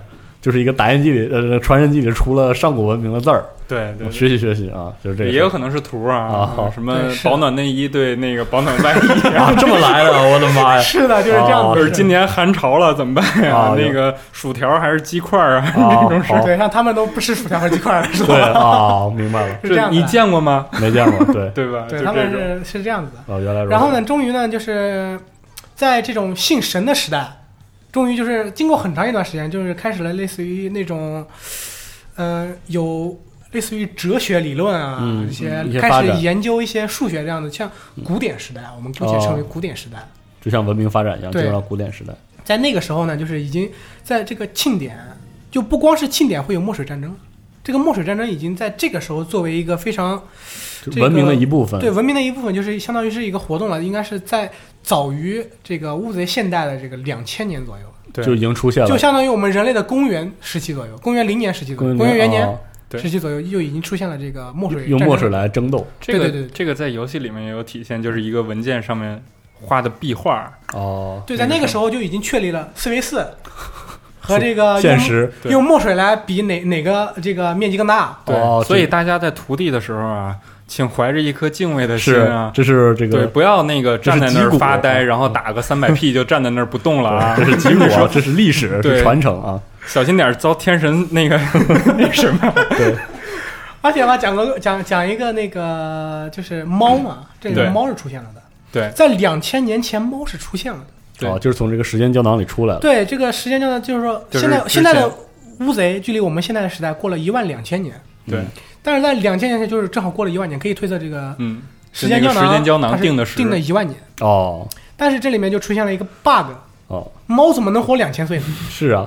A: 就是一个打印机里呃传真机里出了上古文明的字儿，
C: 对对
A: 学习学习啊，就是这个
C: 也 有可能是图啊，
A: 啊
C: 什么
D: 对是的
C: 保暖内衣对那个保暖外衣啊
A: 啊，这么来的，我的妈呀！
D: 是的，就是这样
A: 哦
D: 子。
C: 就是今年寒潮了怎么办呀、
A: 啊
C: 那个薯条还是鸡块啊？
A: 啊，
C: 这种
A: 好，
D: 对，让他们都不吃薯条和鸡块儿，是
A: 对
D: 吧？
A: 啊，明白了，
D: 是这样的
C: 你见过吗？
A: 没见过，对，
C: 对吧？
D: 对
C: 就
D: 他
C: 这
D: 们
C: 种。
D: 是是这样子的。
A: 哦，原来如此。
D: 然后呢，终于呢，就是在这种信神的时代，终于就是经过很长一段时间，就是开始了类似于那种，呃，有类似于哲学理论啊，
A: 嗯
D: 这些
A: 嗯一些
D: 开
A: 发
D: 始
A: 展哦
D: 研究一些数学这样的，像古典时代，我们姑且称为古典时代。
A: 就像文明发展一样，
D: 对
A: 进入到古典时代。
D: 在那个时候呢，就是已经在这个庆典，就不光是庆典会有墨水战争，这个墨水战争已经在这个时候作为一个非常
A: 就
D: 这个
A: 文明的一部分。
D: 对文明的一部分，就是相当于是一个活动了，应该是在早于这个乌贼现代的这个两千年左右，
C: 对
A: 就已经出现了。
D: 就相当于我们人类的公元时期左右，公元零年时期左右，公元元年
A: 啊
C: 对
D: 时期左右就已经出现了这个墨水
A: 用
D: 战争
A: 墨水来争斗，
C: 这个
D: 对对对
C: 这个在游戏里面也有体现，就是一个文件上面画的壁画，
A: 哦，
D: 对，在那个时候就已经确立了四 v 四和这个
A: 现
D: 用
A: 实
C: 对
D: 用墨水来比哪哪个这个面积更大。
C: 对，
A: 哦
C: 所以
A: 这
C: 大家在涂地的时候啊，请怀着一颗敬畏的心
A: 是
C: 啊，
A: 这是这
C: 对，
A: 个
C: 不要那个
A: 这
C: 站
A: 是
C: 在那儿
A: 击鼓
C: 发呆，
A: 啊
C: 然后打个三百 P 就站在那儿不动 了啊
A: 这，是基础啊，这是历史，
C: 对
A: 是传承啊，
C: 小心点儿遭天神那个那什么。
A: 对，
D: 而且吧，讲个讲讲一个那个就是猫嘛，这里
C: 嗯对
D: 面猫是出现了的。
C: 对
D: 在两千年前，猫是出现了的。
C: 对
A: 哦，就是从这个时间胶囊里出来了，
D: 对，这个时间呢，就是说，
C: 就是
D: 现在
C: 之
D: 现在的
C: 前
D: 乌贼距离我们现在的时代过了一万两千年，
C: 对，
D: 但是在两千年前就是正好过了一万年，可以推测这个
C: 嗯，
D: 时间
C: 就
D: 胶
C: 那个
D: 囊
C: 时间胶
D: 它
C: 囊
D: 是
C: 定
D: 定
C: 的时，
D: 了一万年，
A: 哦
D: 但是这里面就出现了一个 bug，
A: 哦，
D: 猫怎么能活两 千岁呢？
A: 是啊，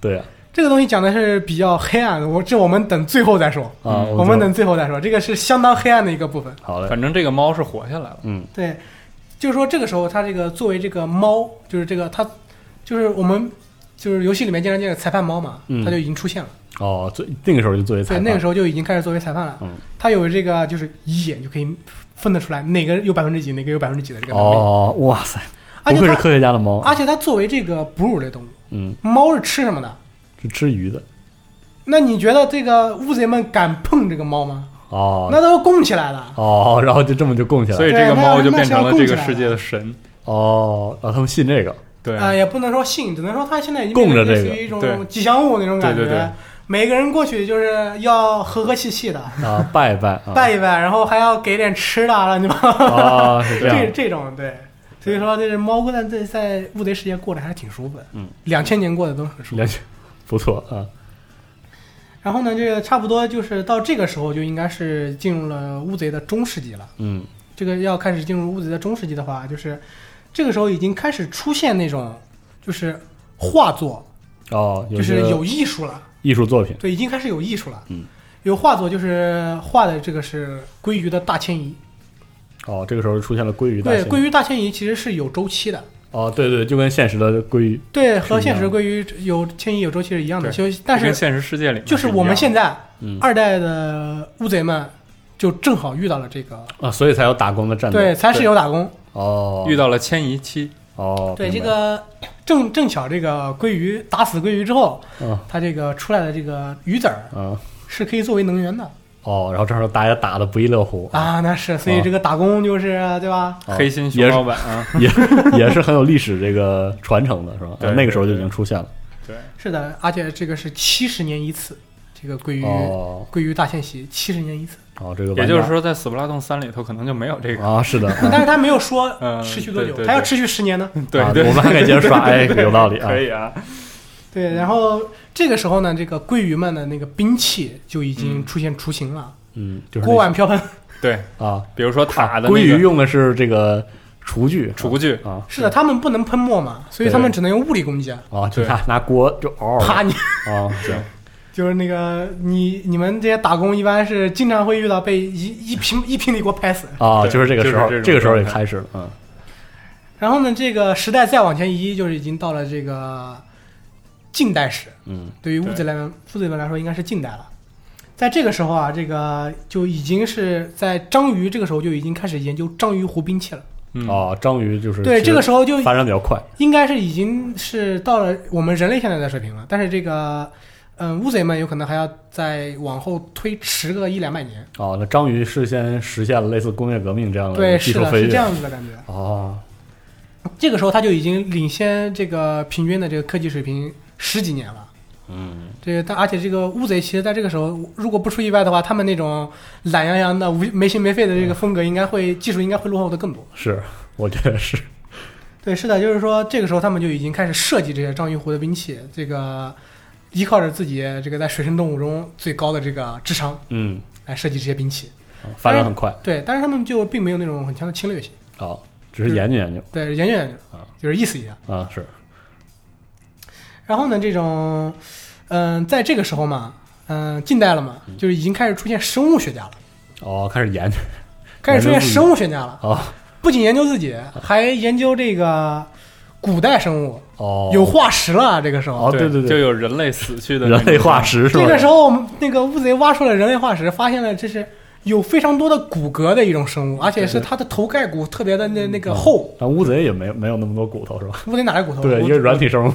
A: 对啊，
D: 这个东西讲的是比较黑暗的，我这我们等最后再说，
A: 啊，
C: 嗯
D: 我们
A: 就
D: 等最后再说，这个是相当黑暗的一个部分。
A: 好嘞，
C: 反正这个猫是活下来了。
A: 嗯，
D: 对，就是说这个时候它这个作为这个猫，就是这个它，就是我们就是游戏里面经常见的裁判猫嘛，
A: 嗯
D: 它就已经出现了。
A: 哦，最那个时候就作为裁
D: 对，
A: 判，
D: 那个时
A: 候
D: 候就已经开始作为裁判了。
A: 嗯
D: 他有这个就是一眼就可以分得出来哪个有百分之几，哪个有百分之几的这个能力。
A: 哦，哇塞，
D: 而
A: 不愧
D: 且
A: 是
D: 它，
A: 科学家的猫，
D: 而且它作为这个哺乳类动物，
A: 嗯，
D: 猫是吃什么的？
A: 是吃鱼的，
D: 那你觉得这个乌贼们敢碰这个猫吗？
A: 哦
D: 那都供起来了。
A: 哦，然后就这么就供起来了，
C: 所以
D: 对
C: 这个
D: 那
C: 猫
D: 那
C: 就是变成
D: 要
C: 了
D: 供
C: 这
D: 起
C: 个
D: 来
C: 世
D: 的
C: 界的神，
A: 哦，啊，他们信这个，
C: 对，
D: 啊、也不能说信，只能说它现在已经
A: 供着
D: 变成
A: 这
D: 类
A: 个
D: 似于一
C: 对
D: 种吉祥物那种感觉。
C: 对对对
D: 每个人过去就是要和和气气的
A: 啊，拜一拜，啊
D: 拜一拜，然后还要给点吃的啊，乱七八糟。
A: 啊，是这
D: 这
A: 样，
D: 这种对，所以说这是猫在在在乌贼世界过得还是挺舒服的，
A: 嗯，
D: 两千年过得都很舒服。
A: 了解，不错啊，
D: 然后呢，这个差不多就是到这个时候就应该是进入了乌贼的中世纪了。
A: 嗯，
D: 这个要开始进入乌贼的中世纪的话，就是这个时候已经开始出现那种就是画作，
A: 哦，
D: 就
A: 些
D: 是有艺术了，
A: 艺术作品，
D: 对，已经开始有艺术了，
A: 嗯。
D: 有画作，就是画的这个是鲑鱼的大迁移。
A: 哦，这个时候出现了鲑鱼大
D: 对，
A: 型
D: 鲑鱼大迁移其实是有周期的，
A: 哦，对对，就跟现实的鲑鱼
D: 对，和
A: 是一样
D: 现实鲑鱼有迁移有周期是一样的。就
C: 对
D: 但
C: 这
D: 是
C: 跟现实世界里面
D: 就是我
C: 一样
D: 们现在
A: 嗯
D: 二代的乌贼们，就正好遇到了这个，
A: 啊，所以才有打工的战斗，
D: 对，才是有打工。
A: 哦，
C: 遇到了迁移期，
A: 哦，
D: 对，这
A: 明白了，
D: 个正正巧这个鲑鱼打死鲑鱼之后，
A: 嗯
D: 它这个出来的这个鱼籽儿
A: 嗯，
D: 是可以作为能源的
A: 哦，然后这时候大家打的不亦乐乎，
D: 啊，那是，
A: 嗯
D: 所以这个打工就是对吧？
A: 哦
C: 黑心熊
A: 也是
C: 老板啊，
A: 也 也是很有历史这个传承的，是吧？
C: 对
A: 那个时候就
C: 对
A: 已经出现了。
C: 对，
D: 是的，而且这个是七十年一次，这个鲑鱼
A: 哦
D: 鲑鱼大迁徙七十年一次，
A: 哦，这个
C: 也
A: 玩
C: 就是
A: 家
C: 说在《死不拉动三》里头可能就没有这个，
A: 啊，是的，
D: 但
A: 啊
D: 是他没有说
C: 嗯
D: 持续多久
C: 对对，对嗯
D: 他要持续十年呢。
C: 对
A: 啊
C: 对，
A: 我们还可以接着刷，哎， 有道理啊
C: 可。以啊，
D: 对，然后这个时候呢，这个鲑鱼们的那个兵器就已经出现雏形了，
A: 嗯，就是那
D: 锅碗瓢盆。
C: 对，
A: 啊，
C: 比如说塔的
A: 鲑
C: 那
A: 鱼
C: 个
A: 用的是这个厨具，
C: 厨具，
A: 啊
D: 是的，他们不能喷墨嘛，所以
A: 对
D: 他们只能用物理攻击，啊，
A: 啊，就
C: 对
A: 拿拿锅就嗷嗷
D: 啪你。
A: 啊，行，
D: 就是那个你你们这些打工一般是经常会遇到被一一平一平底锅拍死。
A: 啊，
C: 对
A: 就是这个时候
C: 就是这，种
A: 这个时候也
C: 状态
A: 开始了，嗯，
D: 然后呢，这个时代再往前移，就是已经到了这个近代史。
A: 嗯，
D: 对于乌贼来乌贼们来说，应该是近代了。在这个时候啊，这个就已经是在章鱼这个时候就已经开始研究章鱼湖兵器了。
C: 嗯，
A: 哦，章鱼就是
D: 对，
A: 其
D: 这
A: 实
D: 个时候就
A: 发展比较快，
D: 应该是已经是到了我们人类现在的水平了，但是这个，嗯，乌贼们有可能还要再往后推迟个一两百年。
A: 哦，那章鱼事先实现了类似工业革命这样
D: 对，
A: 的技
D: 是
A: 术
D: 的，
A: 哦飞
D: 是这
A: 跃，
D: 样子的感觉。
A: 哦，
D: 这个时候，它就已经领先这个平均的这个科技水平十几年了。
A: 嗯，
D: 这个，但而且这个乌贼其实在这个时候，如果不出意外的话，他们那种懒洋洋的、无没心没肺的这个风格，应该会技术应该会落后的更多。
A: 是，我觉得是，
D: 对，是的，就是说这个时候他们就已经开始设计这些章鱼湖的兵器，这个依靠着自己这个在水生动物中最高的这个智商
A: 嗯，
D: 来设计这些兵器。
A: 发展很快，
D: 对，但是他们就并没有那种很强的侵略性。
A: 哦，只是研究研究
D: 对，研究研究
A: 啊，
D: 就是意思一样。
A: 啊，是，
D: 然后呢，这种，嗯、在这个时候嘛，嗯、近代了嘛，就是已经开始出现生物学家了，
A: 哦，开始研究，
D: 开始出现生物学家了，
A: 哦
D: 不仅研究自己，还研究这个古代生物，
A: 哦，
D: 有化石了啊。这个时候，
A: 哦，对对
C: 就
A: 对，
C: 有人类死去 的
A: 人类化
C: 石，
A: 石是吧？
D: 这个时候那个乌贼挖出了人类化石，发现了这是有非常多的骨骼的一种生物，而且是它的头盖骨特别的
A: 嗯
D: 那那个厚。
A: 但乌贼也没没有那么多骨头是吧？
D: 哦乌贼哪来骨头？
A: 对，
D: 我
A: 一个软体生物，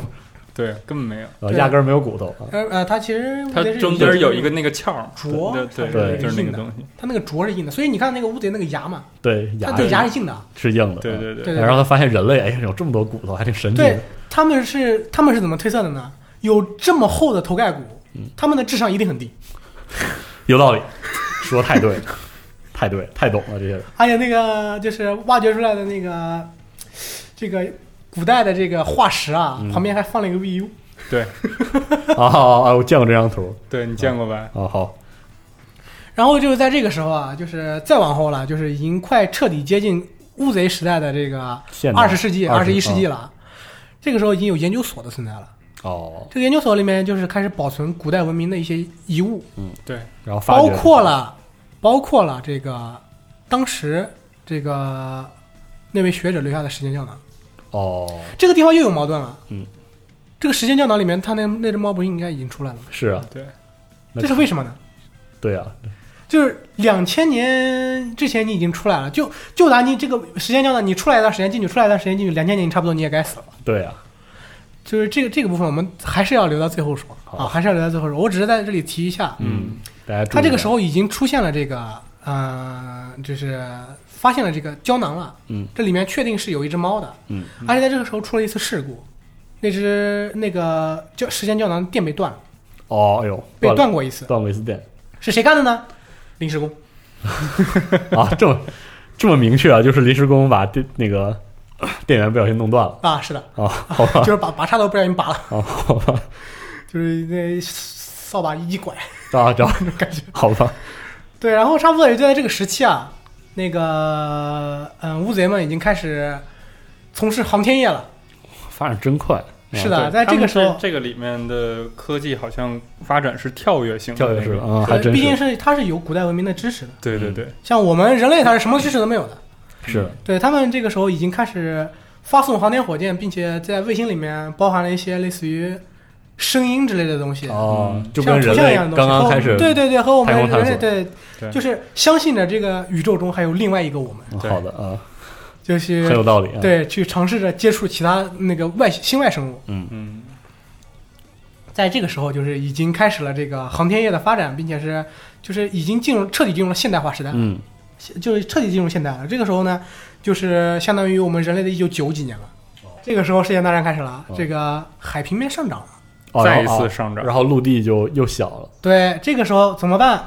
C: 对，根本没有，
A: 呃，
D: 对
A: 压根儿没有骨头啊。
D: 呃呃，它其实乌
C: 它
D: 贼是
C: 中间有一个那个鞘儿，
D: 啄
C: 对
D: 它
A: 是
C: 对，就是那
D: 硬
C: 个
D: 的
C: 东西，
D: 它那个啄是硬的，所以你看那个乌贼那个牙嘛，
A: 对，
D: 它
A: 牙
D: 对牙是硬的。
A: 是硬的，
C: 对
A: 啊。
C: 对对
D: 对
A: 然后他发现人类哎有这么多骨头，还挺神奇
D: 对
A: 的。
D: 他们是他们是怎么推测的呢？有这么厚的头盖骨，他们的智商一定很低。
A: 有道理，说太对了，太对，太懂了这些人。
D: 而哎且那个就是挖掘出来的那个这个古代的这个化石啊，
A: 嗯
D: 旁边还放了一个 VU。
C: 对
A: 啊啊啊！我见过这张图
C: 对，你见过吧？
A: 啊，好，
D: 然后就是在这个时候啊，就是再往后了，就是已经快彻底接近乌贼时代的这个
A: 现代
D: 二十世纪、二
A: 20
D: 十一世纪了啊。这个时候已经有研究所的存在了。
A: 哦，
D: 这个研究所里面就是开始保存古代文明的一些遗物，
C: 对，
A: 然后发
D: 包
A: 觉
D: 括了包括了这个当时这个那位学者留下的时间胶囊。
A: 哦，
D: 这个地方又有矛盾了。
A: 嗯，
D: 这个时间胶囊里面，他那那只猫不应该已经出来了吗？
A: 是啊，
C: 对，
A: 那
D: 这是为什么呢？
A: 对啊，
D: 就是两千年之前你已经出来了，就就拿你这个时间胶囊，你出来一段时间进去，出来一段时间进去，两千年你差不多你也该死了。
A: 对啊，
D: 就是这个这个部分，我们还是要留到最后说
A: 好
D: 啊，还是要留到最后说。我只是在这里提一下，
A: 嗯，大家注意
D: 他这个时
A: 啊
D: 候已经出现了这个，呃，就是发现了这个胶囊了。
A: 嗯，
D: 这里面确定是有一只猫的。
A: 嗯，
D: 而且在这个时候出了一次事故，那只那个胶时间胶囊电被断了，
A: 哦，哎呦，
D: 被
A: 断了
D: 断过一次，
A: 断维斯电
D: 是谁干的呢？临时工。
A: 啊，这么这么明确啊，就是临时工把电那个电源不小心弄断了
D: 啊，是的，
A: 啊，好吧，
D: 就是把拔插头不小心拔了，
A: 啊，好吧，
D: 就是那扫把一拐
A: 啊，这
D: 那种感觉。
A: 好吧，
D: 对，然后差不多也就在这个时期啊，那个嗯，乌贼们已经开始从事航天业了。
A: 发展真快，
D: 是
A: 啊
D: 的，
C: 对
D: 在
C: 他
D: 这个
C: 们
D: 时候
C: 是，这个里面的科技好像发展是跳跃性的
A: 跳跃
C: 那
A: 式
C: 种
A: 的啊，还嗯
D: 对
A: 真
D: 毕竟
A: 是
D: 是它是有古代文明的知识的，
C: 对对对，
D: 像我们人类它是什么知识都没有的。
A: 是
D: 对他们这个时候已经开始发送航天火箭，并且在卫星里面包含了一些类似于声音之类的东西，
A: 哦，就
D: 像
A: 跟
D: 图
A: 人
D: 像
A: 类
D: 一样的东西。
A: 刚刚
D: 和
A: 开始
D: 对对对，和我们
A: 太空探
D: 人类
A: 索
D: 对，
C: 对
D: 就是相信着这个宇宙中还有另外一个我们，
A: 嗯好的啊，
D: 就
A: 很
D: 是
A: 有道理啊，，
D: 对去尝试着接触其他那个外星外生物。
C: 嗯，
D: 在这个时候，就是已经开始了这个航天业的发展，并且是就是已经进入彻底进入了现代化时代。
A: 嗯，
D: 就是彻底进入现代了。这个时候呢，就是相当于我们人类的一九九几年了。这个时候世界大战开始了
A: 哦，
D: 这个海平面上涨了。
A: 哦
C: 再一
A: 然后
C: 次
A: 啊
C: 上涨
A: 然后陆地就又小了，
D: 对，这个时候怎么办？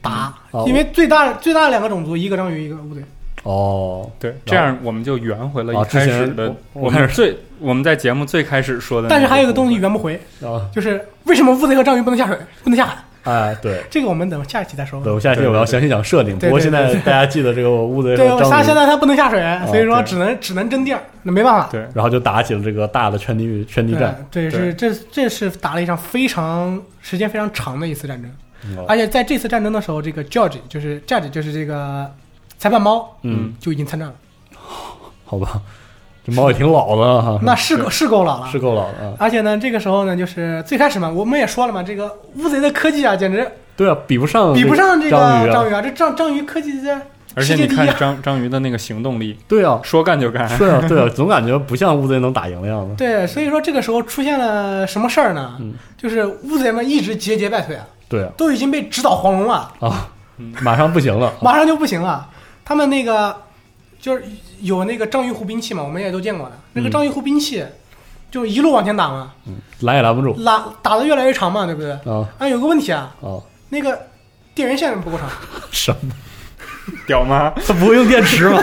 D: 打，
A: 哦
D: 因为最大最大的两个种族，一个章鱼，一个乌贼。
A: 哦，
C: 对，这样我们就圆回了
A: 啊
C: 一
A: 之
C: 开始
A: 前
C: 的、
A: 我我
C: 们
A: 看
C: 最我们在节目最开始说的那部分，
D: 但是还有一个东西圆不回，
A: 啊，
D: 就是为什么乌贼和章鱼不能下水，不能下海？
A: 哎，对。
D: 这个我们等下一期再说
A: 对，。我下期我要详细讲设定。不
D: 对对对
A: 过现在大家记得这个乌贼
D: 对，
A: 和
D: 我
A: 章
D: 仨
A: 鱼哦
D: 现，在它不能下水，所以说
C: 对
D: 只能只能争地儿，那没办法。
C: 对
A: 然后就打起了这个大的圈地圈地战。
D: 对，是这这是打了一场非常时间非常长的一次战争。
A: 哦
D: 而且在这次战争的时候，这个 Judge 就是 Judge 就是这个裁判猫
A: 嗯，
D: 就已经参战了，
A: 好吧，这猫也挺老的哈，
D: 那是够是够老了
A: 嗯是。够老的啊。
D: 而且呢，这个时候呢，就是最开始嘛，我们也说了嘛，这个乌贼的科技啊，简直
A: 对啊，比不上
D: 比不上这个
A: 章鱼啊
D: 章鱼啊，这章章鱼科技在
C: 而且
D: 世界
C: 你
D: 第一
C: 看
D: 啊。
C: 章章鱼的那个行动力，
A: 对啊，
C: 说干就干，
A: 对啊，对啊，总感觉不像乌贼能打赢的样子。
D: 对，所以说这个时候出现了什么事儿呢？
A: 嗯
D: 就是乌贼们一直节节败退啊，
A: 对啊，
D: 都已经被直捣黄龙了，
A: 啊
C: 嗯，
A: 马上不行了。啊
D: 马上就不行了。他们那个就是有那个章鱼湖兵器嘛，我们也都见过的。那个
A: 嗯
D: 章鱼湖兵器就一路往前打嘛，
A: 拦也拦不住
D: 拉打的越来越长嘛，对不对？
A: 啊
D: 啊，有个问题啊，
A: 啊！
D: 那个电源线不 够长，
A: 什么？
C: 屌吗？
A: 它不会用电 池吗？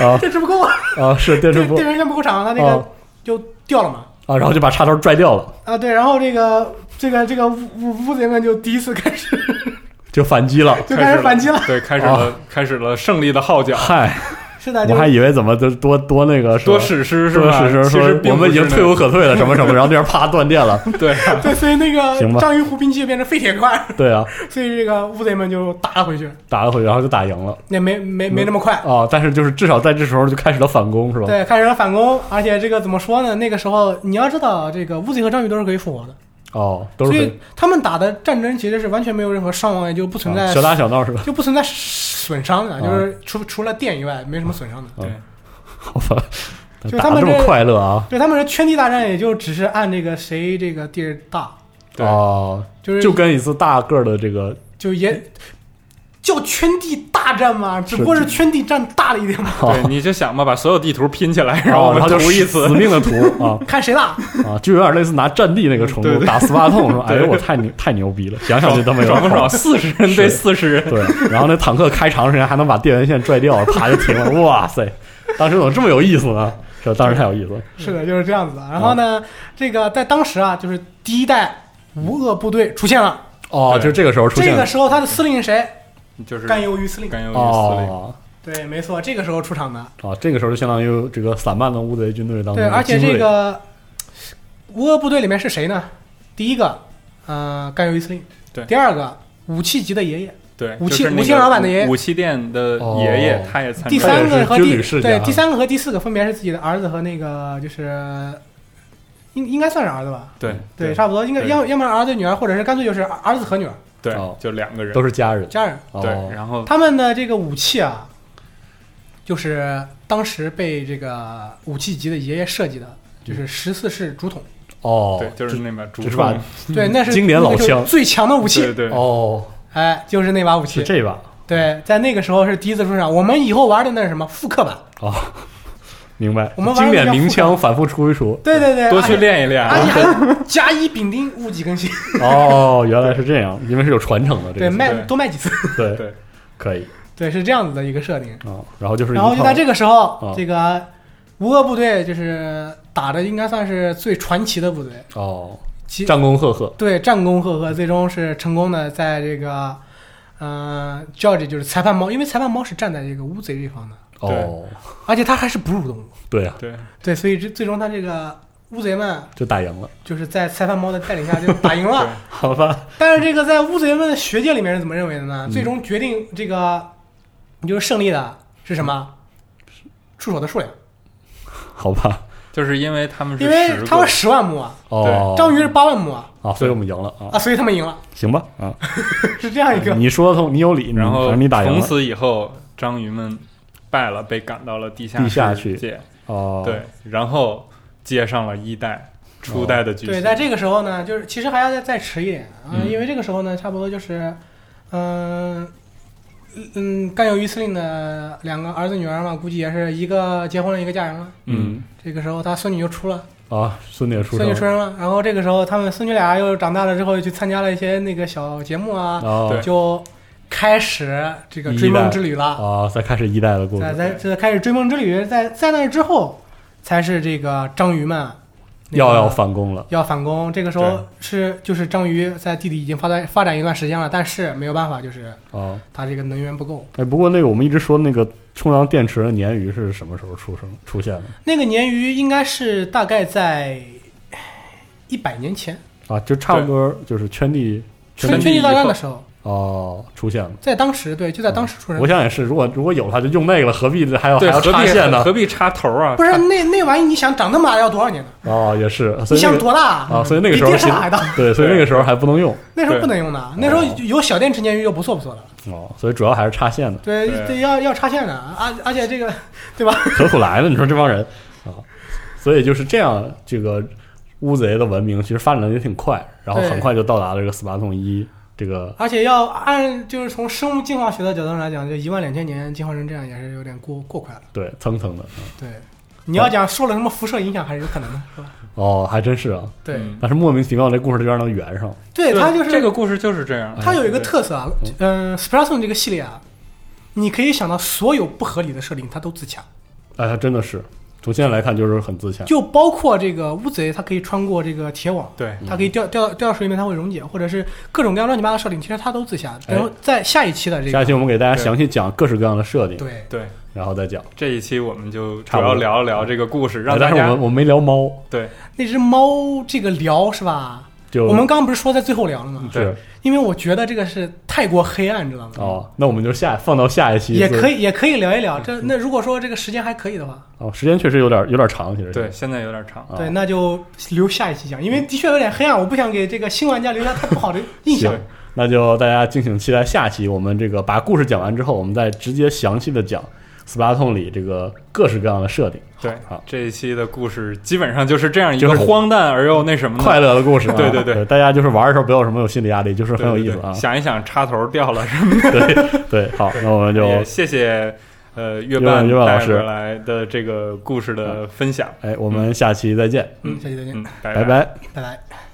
A: 啊
D: 电池不够啊，
A: 啊，是电池
D: 电
A: 不
D: 电源线不够长，它那个
A: 哦
D: 就掉了嘛。
A: 啊，然后就把插头拽掉了，
D: 啊，对，然后这个这个这个乌乌乌贼们就第一次开始
A: 就反击了。
D: 就开始反击了
C: 了，。对，开始
A: 哦
C: 了，开始了胜利的号角，
A: 嗨，
D: 是的，就
A: 我还以为怎么就多多那个是吧
C: 多史诗是
A: 说
C: 吧？
A: 是是
C: 其实
A: 说
C: 并
A: 我们已经
C: 不是
A: 退无可退了，什么什么，然后那边啪断电了。
C: 那对啊，
D: 对，所以那
A: 行
D: 个
A: 吧
D: 章鱼湖兵器变成废铁块，
A: 对啊，
D: 所以这个乌贼们就打了回去，
A: 打了回去，然后就打赢了
D: 也没没没那么快。
A: 啊。但是就是至少在这时候就开始了反攻，是吧？
D: 对，开始了反攻，而且这个怎么说呢？那个时候你要知道，这个乌贼和章鱼都是可以复活的，
A: 哦，都
D: 所
A: 是
D: 以
A: 很
D: 他们打的战争其实是完全没有任何伤亡，也就不存在
A: 啊小打小闹是吧？
D: 就不存在损伤的，
A: 啊
D: 就是除除了电以外没什么损伤的。
C: 对，
A: 好吧，
D: 就是
A: 打
D: 他
A: 得
D: 们
A: 这
D: 这
A: 么快乐啊！
D: 对他们这圈地大战，也就只是按这个谁这个地儿大，
C: 对
A: 哦，
D: 就是
A: 就跟一次大个儿的这 个
D: 就也叫圈地大战嘛，只不过是圈地战大了一点嘛，
A: 哦
C: 对，你就想吧，把所有地图拼起来，然后我
A: 然
C: 们
A: 后就
C: 读一
A: 死
C: 次
A: 死，命的涂啊
D: 看 谁大。
A: 啊，就有点类似拿战地那个程
C: 对
A: 度
C: 对
A: 打斯巴 痛是吧？哎呦，
C: 对
A: 我太牛太牛逼了，想想就他妈有点
C: 爽不爽？
A: 哦爽。
C: 四十人 对四十人，
A: 对，然后那坦克开长时间还能把电源线拽掉，啪就停了，哇塞！当时怎么这么有意思呢？这当时太有意思了。
D: 是的，就是这样子的。啊
A: 啊
D: 然后呢，这个在当时啊，就是第一代无恶部队出现了。
A: 哦，
C: 对
A: 就这个时候出
D: 这
A: 现
D: 个
A: 的
D: 时候他的司令是谁？
C: 就是
D: 甘鱿鱼司令。
C: 甘鱿鱼司令，
A: 哦
D: 对，没错，这个时候出场的。
A: 啊，这个时候就相当于这个散漫的乌贼军队当中
D: 对，
A: 的
D: 而且
A: 精锐
D: 这个无恶部队里面是谁呢？第一个，呃，甘鱿鱼司令。
C: 对
D: 第二个，武器级的爷爷。
C: 对，
D: 武器
C: 就是那个
D: 武器老板的爷爷
C: 武器店的爷爷
A: 哦，
C: 他也参加，
D: 第三个和
A: 他也是军
D: 第
A: 旅世家
D: 对第三个和第四个分别是自己的儿子和那个就是。应应该算是儿子吧，
C: 对
D: 对，差不多应该
C: 对
D: 要要么是儿子女儿，或者是干脆就是儿子和女儿
C: 对
A: 哦，
C: 就两个人
A: 都，是家人。
D: 家人。
A: 哦
C: 对，然后
D: 他们的这个武器啊，就是当时被这个武器级的爷爷设计的，
A: 嗯
D: 就是十四式竹筒，
A: 哦，
C: 对，就是那把竹
A: 这是
C: 筒
A: 吧，
D: 对，那是
A: 嗯经典老
D: 那就是
A: 枪
D: 最强的武
C: 对
D: 器，
C: 对，
A: 哦，
D: 哎，就是那把武
A: 是
D: 器。
A: 这把
D: 对，在那个时候是第一次出场。我们以后玩的那是什么复刻版？
A: 哦， 明白。
D: 我们玩
A: 经
D: 的
A: 典
D: 叫
A: 名
D: 复
A: 枪反复出一出。
D: 对对对，
C: 多去练一练
D: 而且。
C: 啊，
D: 而且还有加一丙丁，戊 己更新，
A: 哦，原来是这样，因为是有传承的。这
D: 对，
A: 个
D: 卖
C: 对
D: 多卖几次，
A: 对
C: 对，
A: 可以
D: 对，是这样子的一个设定。
A: 啊。然后就是一
D: 然后就在
A: 套
D: 这个时
A: 哦
D: 候，这个无恶部队就是打的应该算是最传奇的部队，
A: 哦，
D: 其
A: 战功赫赫
D: 对，战功赫赫，最终是成功的在这个，嗯、呃、，George 就是裁判猫，因为裁判猫是站在这个乌贼这方的，
A: 哦，
D: 而且它还是哺乳动物，
A: 对啊，
C: 对，
D: 对，所以这最终它这个乌贼们
A: 就打赢了，
D: 就是在裁判猫的带领下就打 赢了。
A: 好吧？
D: 但是这个在乌贼们的学界里面是怎么认为的
C: 嗯
D: 呢？最终决定这个你就是胜利的是什么？触手的数量，
A: 好吧？
C: 就是因为他们是
D: 因为
C: 十
D: 他们
C: 个，
D: 十万目啊，
A: 哦，
D: 章鱼是八万目啊，
A: 啊，所以我们赢了啊
D: 啊，，所以他们赢了，
A: 行吧啊，
D: 是这样一个。
C: 嗯
A: 你说的通，你有理，
C: 然后
A: 反嗯正你打赢
C: 从
A: 了
C: 此以后，章鱼们败了，被赶到了地下
A: 地下
C: 世
A: 去
C: 界，
A: 哦，
C: 对，然后接上了一代、初代的剧情，
D: 对，在这个时候呢，就是其实还要再再迟一点啊、
C: 嗯
D: 因为这个时候呢，差不多就是，嗯、嗯，甘有于司令的两个儿子女儿嘛，估计也是一个结婚了，一个嫁人了。
A: 嗯
C: 嗯，
D: 这个时候他孙女就出了，
A: 啊，孙女也出
D: 孙
A: 生
D: 女
A: 了
D: 出生了。然后这个时候他们孙女俩又长大了之后，又去参加了一些那个小节目啊，
A: 哦
C: 对
D: 就开始这个追
A: 一代
D: 梦之旅了。
A: 啊，再开始一代的故
D: 在
A: 事，
D: 在这开始追梦之旅，在在那之后，才是这个章鱼们、那个
A: 要要反攻了，
D: 要反攻。这个时
C: 对
D: 候是就是章鱼在地里已经发展发展一段时间了，但是没有办法，就是
A: 哦。
D: 它这个能源不够。
A: 哎，不过那个我们一直说那个充当电池的鲶鱼是什么时候出生出现的
D: 那个鲶鱼应该是大概在一百年前，
A: 啊？就差不多就是圈地
C: 圈
D: 春
C: 地
D: 春季大
C: 以
D: 战
C: 后
D: 的时候，
A: 哦出现了。
D: 在当时对，就在当时出人。
A: 嗯我想也是，如果如果有的话，就用那个了，何必还要还
C: 对，
A: 要
C: 何
A: 插
C: 必
A: 线呢
C: 何？必插头啊？
D: 不是
C: 插
D: 那那玩意，你想长那么大要多少年呢？
A: 哦，也是，所
D: 你
A: 以那
D: 想
A: 个
D: 多大
A: 啊所以那个时候
D: 比电视
A: 其实
D: 塔 还大。
A: 对，所以那个时候还不能用
D: 那时候不能用的，那时候有小电池鲶鱼就不错不错的了。
A: 哦，所以主要还是插线的，
D: 对，
C: 对
D: 这要要插线的，而而且这个对吧？
A: 何苦来呢？你说这帮人啊，所以就是这样，这个乌贼的文明其实发展的也挺快，然后
D: 对
A: 很快就到达了这个斯巴通一这个
D: 而且要按就是从生物进化学的角度上来讲，就一万两千年进化成这样也是有点过过快了。
A: 对蹭蹭的
D: 对，你要讲受了什么辐射影响还是有可能的，是吧？
A: 哦，还真是啊，
D: 对，
C: 嗯
A: 但是莫名其妙这故事这边能圆上
D: 对，它就是
C: 这个，故事就是这样，
D: 它有一个
C: 对
D: 特色啊，嗯、s p r a s o n 这个系列啊，你可以想到所有不合理的设定，它都自洽，
A: 哎，还真的是从现在来看就是很自洽，
D: 就包括这个乌贼，它可以穿过这个铁网。
C: 对
D: 它可以掉掉掉到水里面，它会溶解，或者是各种各样乱七八糟的设定，其实它都自洽。然后在下一期的这
A: 下一
D: 个，
A: 期我们给大家详细讲各式各样的设定，
D: 对
C: 对。
A: 然后再讲。
C: 这一期我们就主
A: 差不多
C: 要聊一聊这个故事，让
A: 哎
C: 大
A: 但是我
C: 家
A: 们我们没聊猫，
C: 对
D: 那只猫这个聊是吧？
A: 就
D: 我们刚刚不是说在最后聊了吗？
A: 是
C: 对
D: 因为我觉得这个是太过黑暗，你知道吗？
A: 哦，那我们就下放到下一期
D: 也可
A: 以
D: 以，也可以聊一聊。这那如果说这个时间还可以的话，
A: 哦，时间确实有点有点长，其实
C: 对，现在有点长。
A: 啊
D: 对，那就留下一期讲，因为的确有点黑暗，我不想给这个新玩家留下太不好的印象
A: 行。，那就大家敬请期待下期。我们这个把故事讲完之后，我们再直接详细的讲《斯巴通》里这个各式各样的设定，
C: 对
A: 好，
C: 这一期的故事基本上就是这样一
A: 就
C: 个
A: 是
C: 荒诞而又那什么的
A: 快乐的故事啊。
C: 嗯对对对
A: 大家就是玩的时候不要有什么有心理压力，就是很有
C: 对
A: 意
C: 对
A: 思啊
C: 对。想一想插头掉了什么的，
A: 对对，好，那我们 就
C: 也谢谢呃月
A: 月半
C: 半
A: 月半老师
C: 带回来的这个故事的分享。
A: 哎，我们下期再见，
D: 嗯，下期再见
C: 嗯，，拜
A: 拜拜。
D: 拜拜。